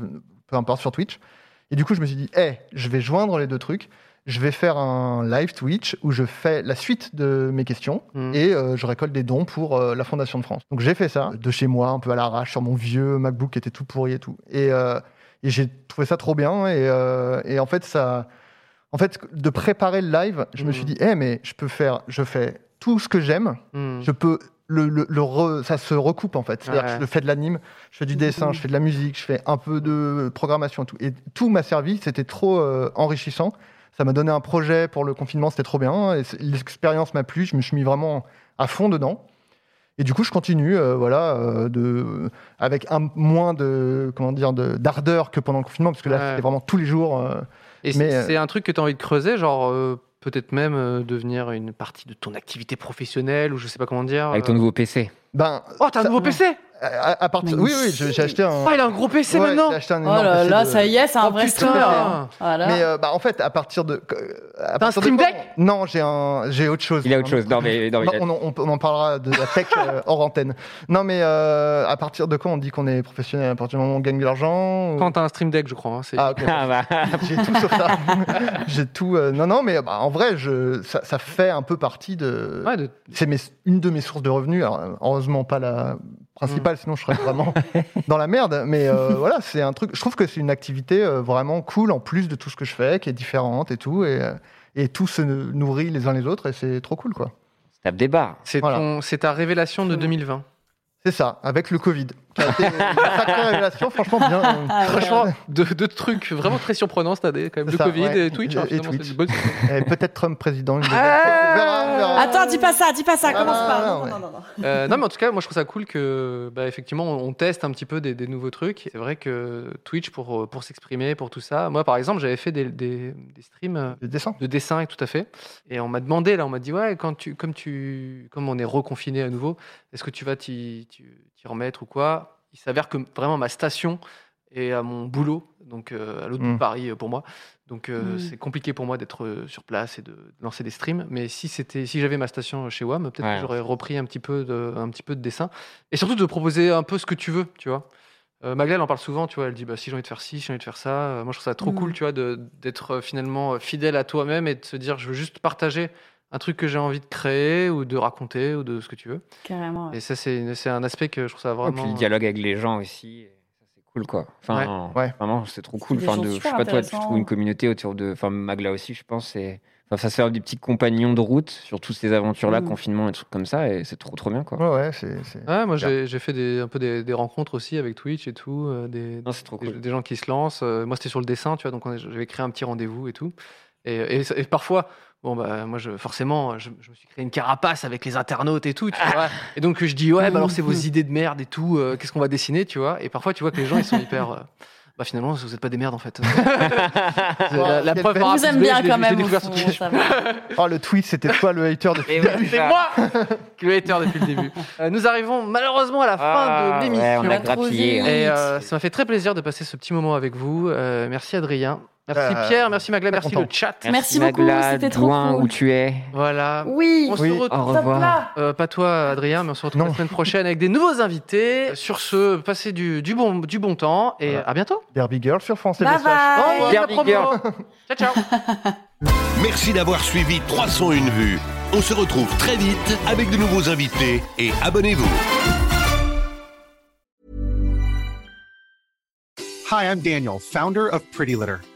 D: peu importe, sur Twitch. Et du coup, je me suis dit, eh, je vais joindre les deux trucs. Je vais faire un live Twitch où je fais la suite de mes questions
A: Mm.
D: et euh, je récolte des dons pour euh, la Fondation de France. Donc j'ai fait ça de chez moi, un peu à l'arrache, sur mon vieux MacBook qui était tout pourri et tout. Et, euh, et j'ai trouvé ça trop bien. Et, euh, et en fait, ça, en fait, de préparer le live, je me
A: Mhm.
D: suis dit, eh mais je peux faire, je fais tout ce que j'aime.
A: Hmm.
D: Je peux le, le- le re- ça se recoupe en fait. C'est-à-dire
A: Ouais. Mm-hmm.
D: que je fais de l'anime, je fais du dessin, je fais de la musique, je fais un peu de programmation et tout. Et tout m'a servi. C'était trop euh, enrichissant. Ça m'a donné un projet pour le confinement. C'était trop bien. Et c'est- L'expérience m'a plu. Je me suis mis vraiment à fond dedans. Et du coup, je continue, euh, voilà, euh, de, avec un moins de, comment dire, de- d'ardeur que pendant le confinement, parce que là,
A: Ouais.
D: c'était vraiment tous les jours. euh,
A: Et
D: Mais,
A: c'est c'est un truc que tu as envie de creuser, genre euh, peut-être même euh, devenir une partie de ton activité professionnelle ou je sais pas comment dire.
B: Avec ton
A: euh.
B: nouveau PC.
D: ben,
A: Oh, t'as un
D: ça-
A: nouveau PC
D: à, à partir, oui, oui, je- j'ai acheté un.
A: Oh, il a un gros PC
D: ouais,
A: maintenant
D: j'ai acheté un
C: Oh
D: énorme
C: là
D: PC
C: là,
D: de-
C: ça y est, c'est un
A: Oh,
C: vrai
A: putain.
C: streamer. Voilà.
D: Mais euh, bah, en fait, à partir de. à partir de
A: Stream
D: quand-
A: Deck
D: Non, j'ai un, j'ai autre chose.
B: Il a autre chose. Non, mais. Non, mais
D: Non,
B: il a-
D: on, en- on peut- on en parlera de la tech euh, hors antenne. Non, mais euh, à partir de quand on dit qu'on est professionnel À partir du moment où on gagne de l'argent ou-
A: Quand t'as un stream deck, je crois. hein, c'est-
B: (laughs)
D: Ah, ok.
B: Ah, bah.
D: J'ai tout sur
B: (laughs)
D: ça. J'ai tout. euh, non, non, mais bah, en vrai, je, ça, ça fait un peu partie de.
A: Ouais, de-
D: C'est mes- une de mes sources de revenus. Alors, euh, heureusement, pas la principale,
C: Mm.
D: sinon je serais vraiment (laughs) dans la merde. Mais
C: (laughs)
D: euh, voilà, c'est un truc. Je trouve que c'est une activité euh, vraiment cool en plus de tout ce que je fais, qui est différente et tout. Et, euh, et tout se nourrit les uns les autres et c'est trop cool, quoi.
B: Tape des barres.
A: c'est
D: Voilà. Mmh.
A: ton- c'est ta révélation de
D: (laughs)
A: 2020.
D: C'est ça, avec le Covid. qui a été une
C: (laughs)
D: sacrée révélation, franchement, bien.
C: Ah,
D: euh,
A: Franchement, deux, deux trucs vraiment très surprenants cette année, quand même. Le
D: C'est ça,
A: Covid
D: ouais.
A: et Twitch.
D: Et-
A: hein,
D: et
A: finalement, c'est
D: Twitch.
A: une bonne-
D: et Peut-être Trump président. une deuxième
A: Ah
D: fois. On verra, on verra.
C: Attends, dis pas ça, dis pas ça,
D: Ah,
C: commence
D: non, non,
C: pas. Non,
D: ouais.
C: non, non, non.
A: Euh, non, mais en tout cas, moi je trouve ça cool que, bah, effectivement, on on teste un petit peu des, des nouveaux trucs. C'est vrai que Twitch pour, euh, pour s'exprimer, pour tout ça. Moi, par exemple, j'avais fait des, des- des streams euh,
D: Je descends.
A: de dessin, tout à fait. Et on m'a demandé, là, on m'a dit, ouais, quand tu, comme, tu, comme on est reconfiné à nouveau, est-ce que tu vas t'y t'y- t'y remettre ou quoi il s'avère que vraiment ma station est à mon boulot, donc euh, à l'autre bout
D: Mm.
A: de Paris euh, pour moi. Donc euh,
C: Mm.
A: c'est compliqué pour moi d'être euh, sur place et de lancer des streams. Mais si c'était, si j'avais ma station chez WAM, peut-être
B: Ouais.
A: que j'aurais repris un petit peu de, un petit peu de dessin et surtout de proposer un peu ce que tu veux, tu vois. Euh, Magla, elle en parle souvent, tu vois. Elle dit bah, si j'ai envie de faire ci, si j'ai envie de faire ça. Euh, Moi, je trouve ça trop
C: Mm.
A: cool, tu vois, de- d'être euh, finalement euh, fidèle à toi-même et de se dire je veux juste partager un truc que j'ai envie de créer ou de raconter ou de ce que tu veux.
C: Carrément. ouais.
A: Et ça, c'est c'est un aspect que je trouve ça
B: Et
A: vraiment.
B: puis le dialogue avec les gens aussi, ça, c'est cool quoi. Enfin,
D: Ouais. Ouais.
B: vraiment, c'est trop cool.
C: des
B: Enfin,
C: gens
B: de, je sais
C: super
B: pas toi, tu trouves
C: intéressants.
B: une communauté autour de, enfin Magla aussi, je pense, et enfin ça sert des petits compagnons de route sur toutes ces aventures là,
C: Mm.
B: confinement et trucs comme ça, et c'est trop trop bien quoi.
D: Ouais, ouais, c'est. c'est-
A: euh, Ouais, moi, j'ai j'ai fait des, un peu des, des rencontres aussi avec Twitch et tout, euh, des,
B: Non, c'est trop
A: des,
B: cool.
A: des gens qui se lancent. Euh, moi, c'était sur le dessin, tu vois, donc on est- j'avais créé un petit rendez-vous et tout. Et, et ça- et parfois, bon, bah, moi, je, forcément, je, je me suis créé une carapace avec les internautes et tout, tu vois.
B: Ah.
A: Et donc, je dis, ouais, bah, alors, c'est
B: (laughs)
A: vos idées de merde et tout, euh, qu'est-ce qu'on va dessiner, tu vois. Et parfois, tu vois que les gens, ils sont hyper. euh, bah, finalement, vous n'êtes pas des merdes, en
B: (laughs)
A: fait. la, la
D: Vous
A: preuve par
C: Ils
A: A plus
C: vous aiment
A: B,
C: bien
A: je l'ai-
C: quand
A: je l'ai
C: même. au
A: découvert
C: fond,
A: sur Twitch.
C: ça va.
D: Oh, le tweet, c'était toi le hater de.
B: Mais ouais,
A: C'est (laughs)
B: ça-
A: moi le hater depuis le début. Euh, nous arrivons malheureusement à la fin
B: Ah,
A: de l'émission.
B: ouais, on a grappillé. hein.
A: Et euh, ça m'a fait très plaisir de passer ce petit moment avec vous. Euh, merci Adrien, merci
D: Euh,
A: Pierre, merci Magla, merci
D: content.
A: le chat.
C: Merci beaucoup,
B: Magla,
C: c'était trop
B: Douin,
C: cool.
B: où tu es.
A: Voilà.
C: Oui.
A: On se
D: Oui.
A: retrouve.
B: Au
C: Top
B: revoir.
C: là.
A: euh, pas toi Adrien, mais on se retrouve
D: Non. Euh,
A: la semaine prochaine avec des nouveaux invités. Sur ce, passez du, du bon, du bon temps et
D: Voilà.
A: à bientôt.
D: Derby Girl sur France TV.
C: Bye bye.
A: Au revoir,
B: Derby
A: la promo.
B: Girl.
A: Ciao ciao.
E: Merci d'avoir suivi 301 vues. On se retrouve très vite avec de nouveaux invités et abonnez-vous.
G: Hi, I'm Daniel, founder of Pretty Litter.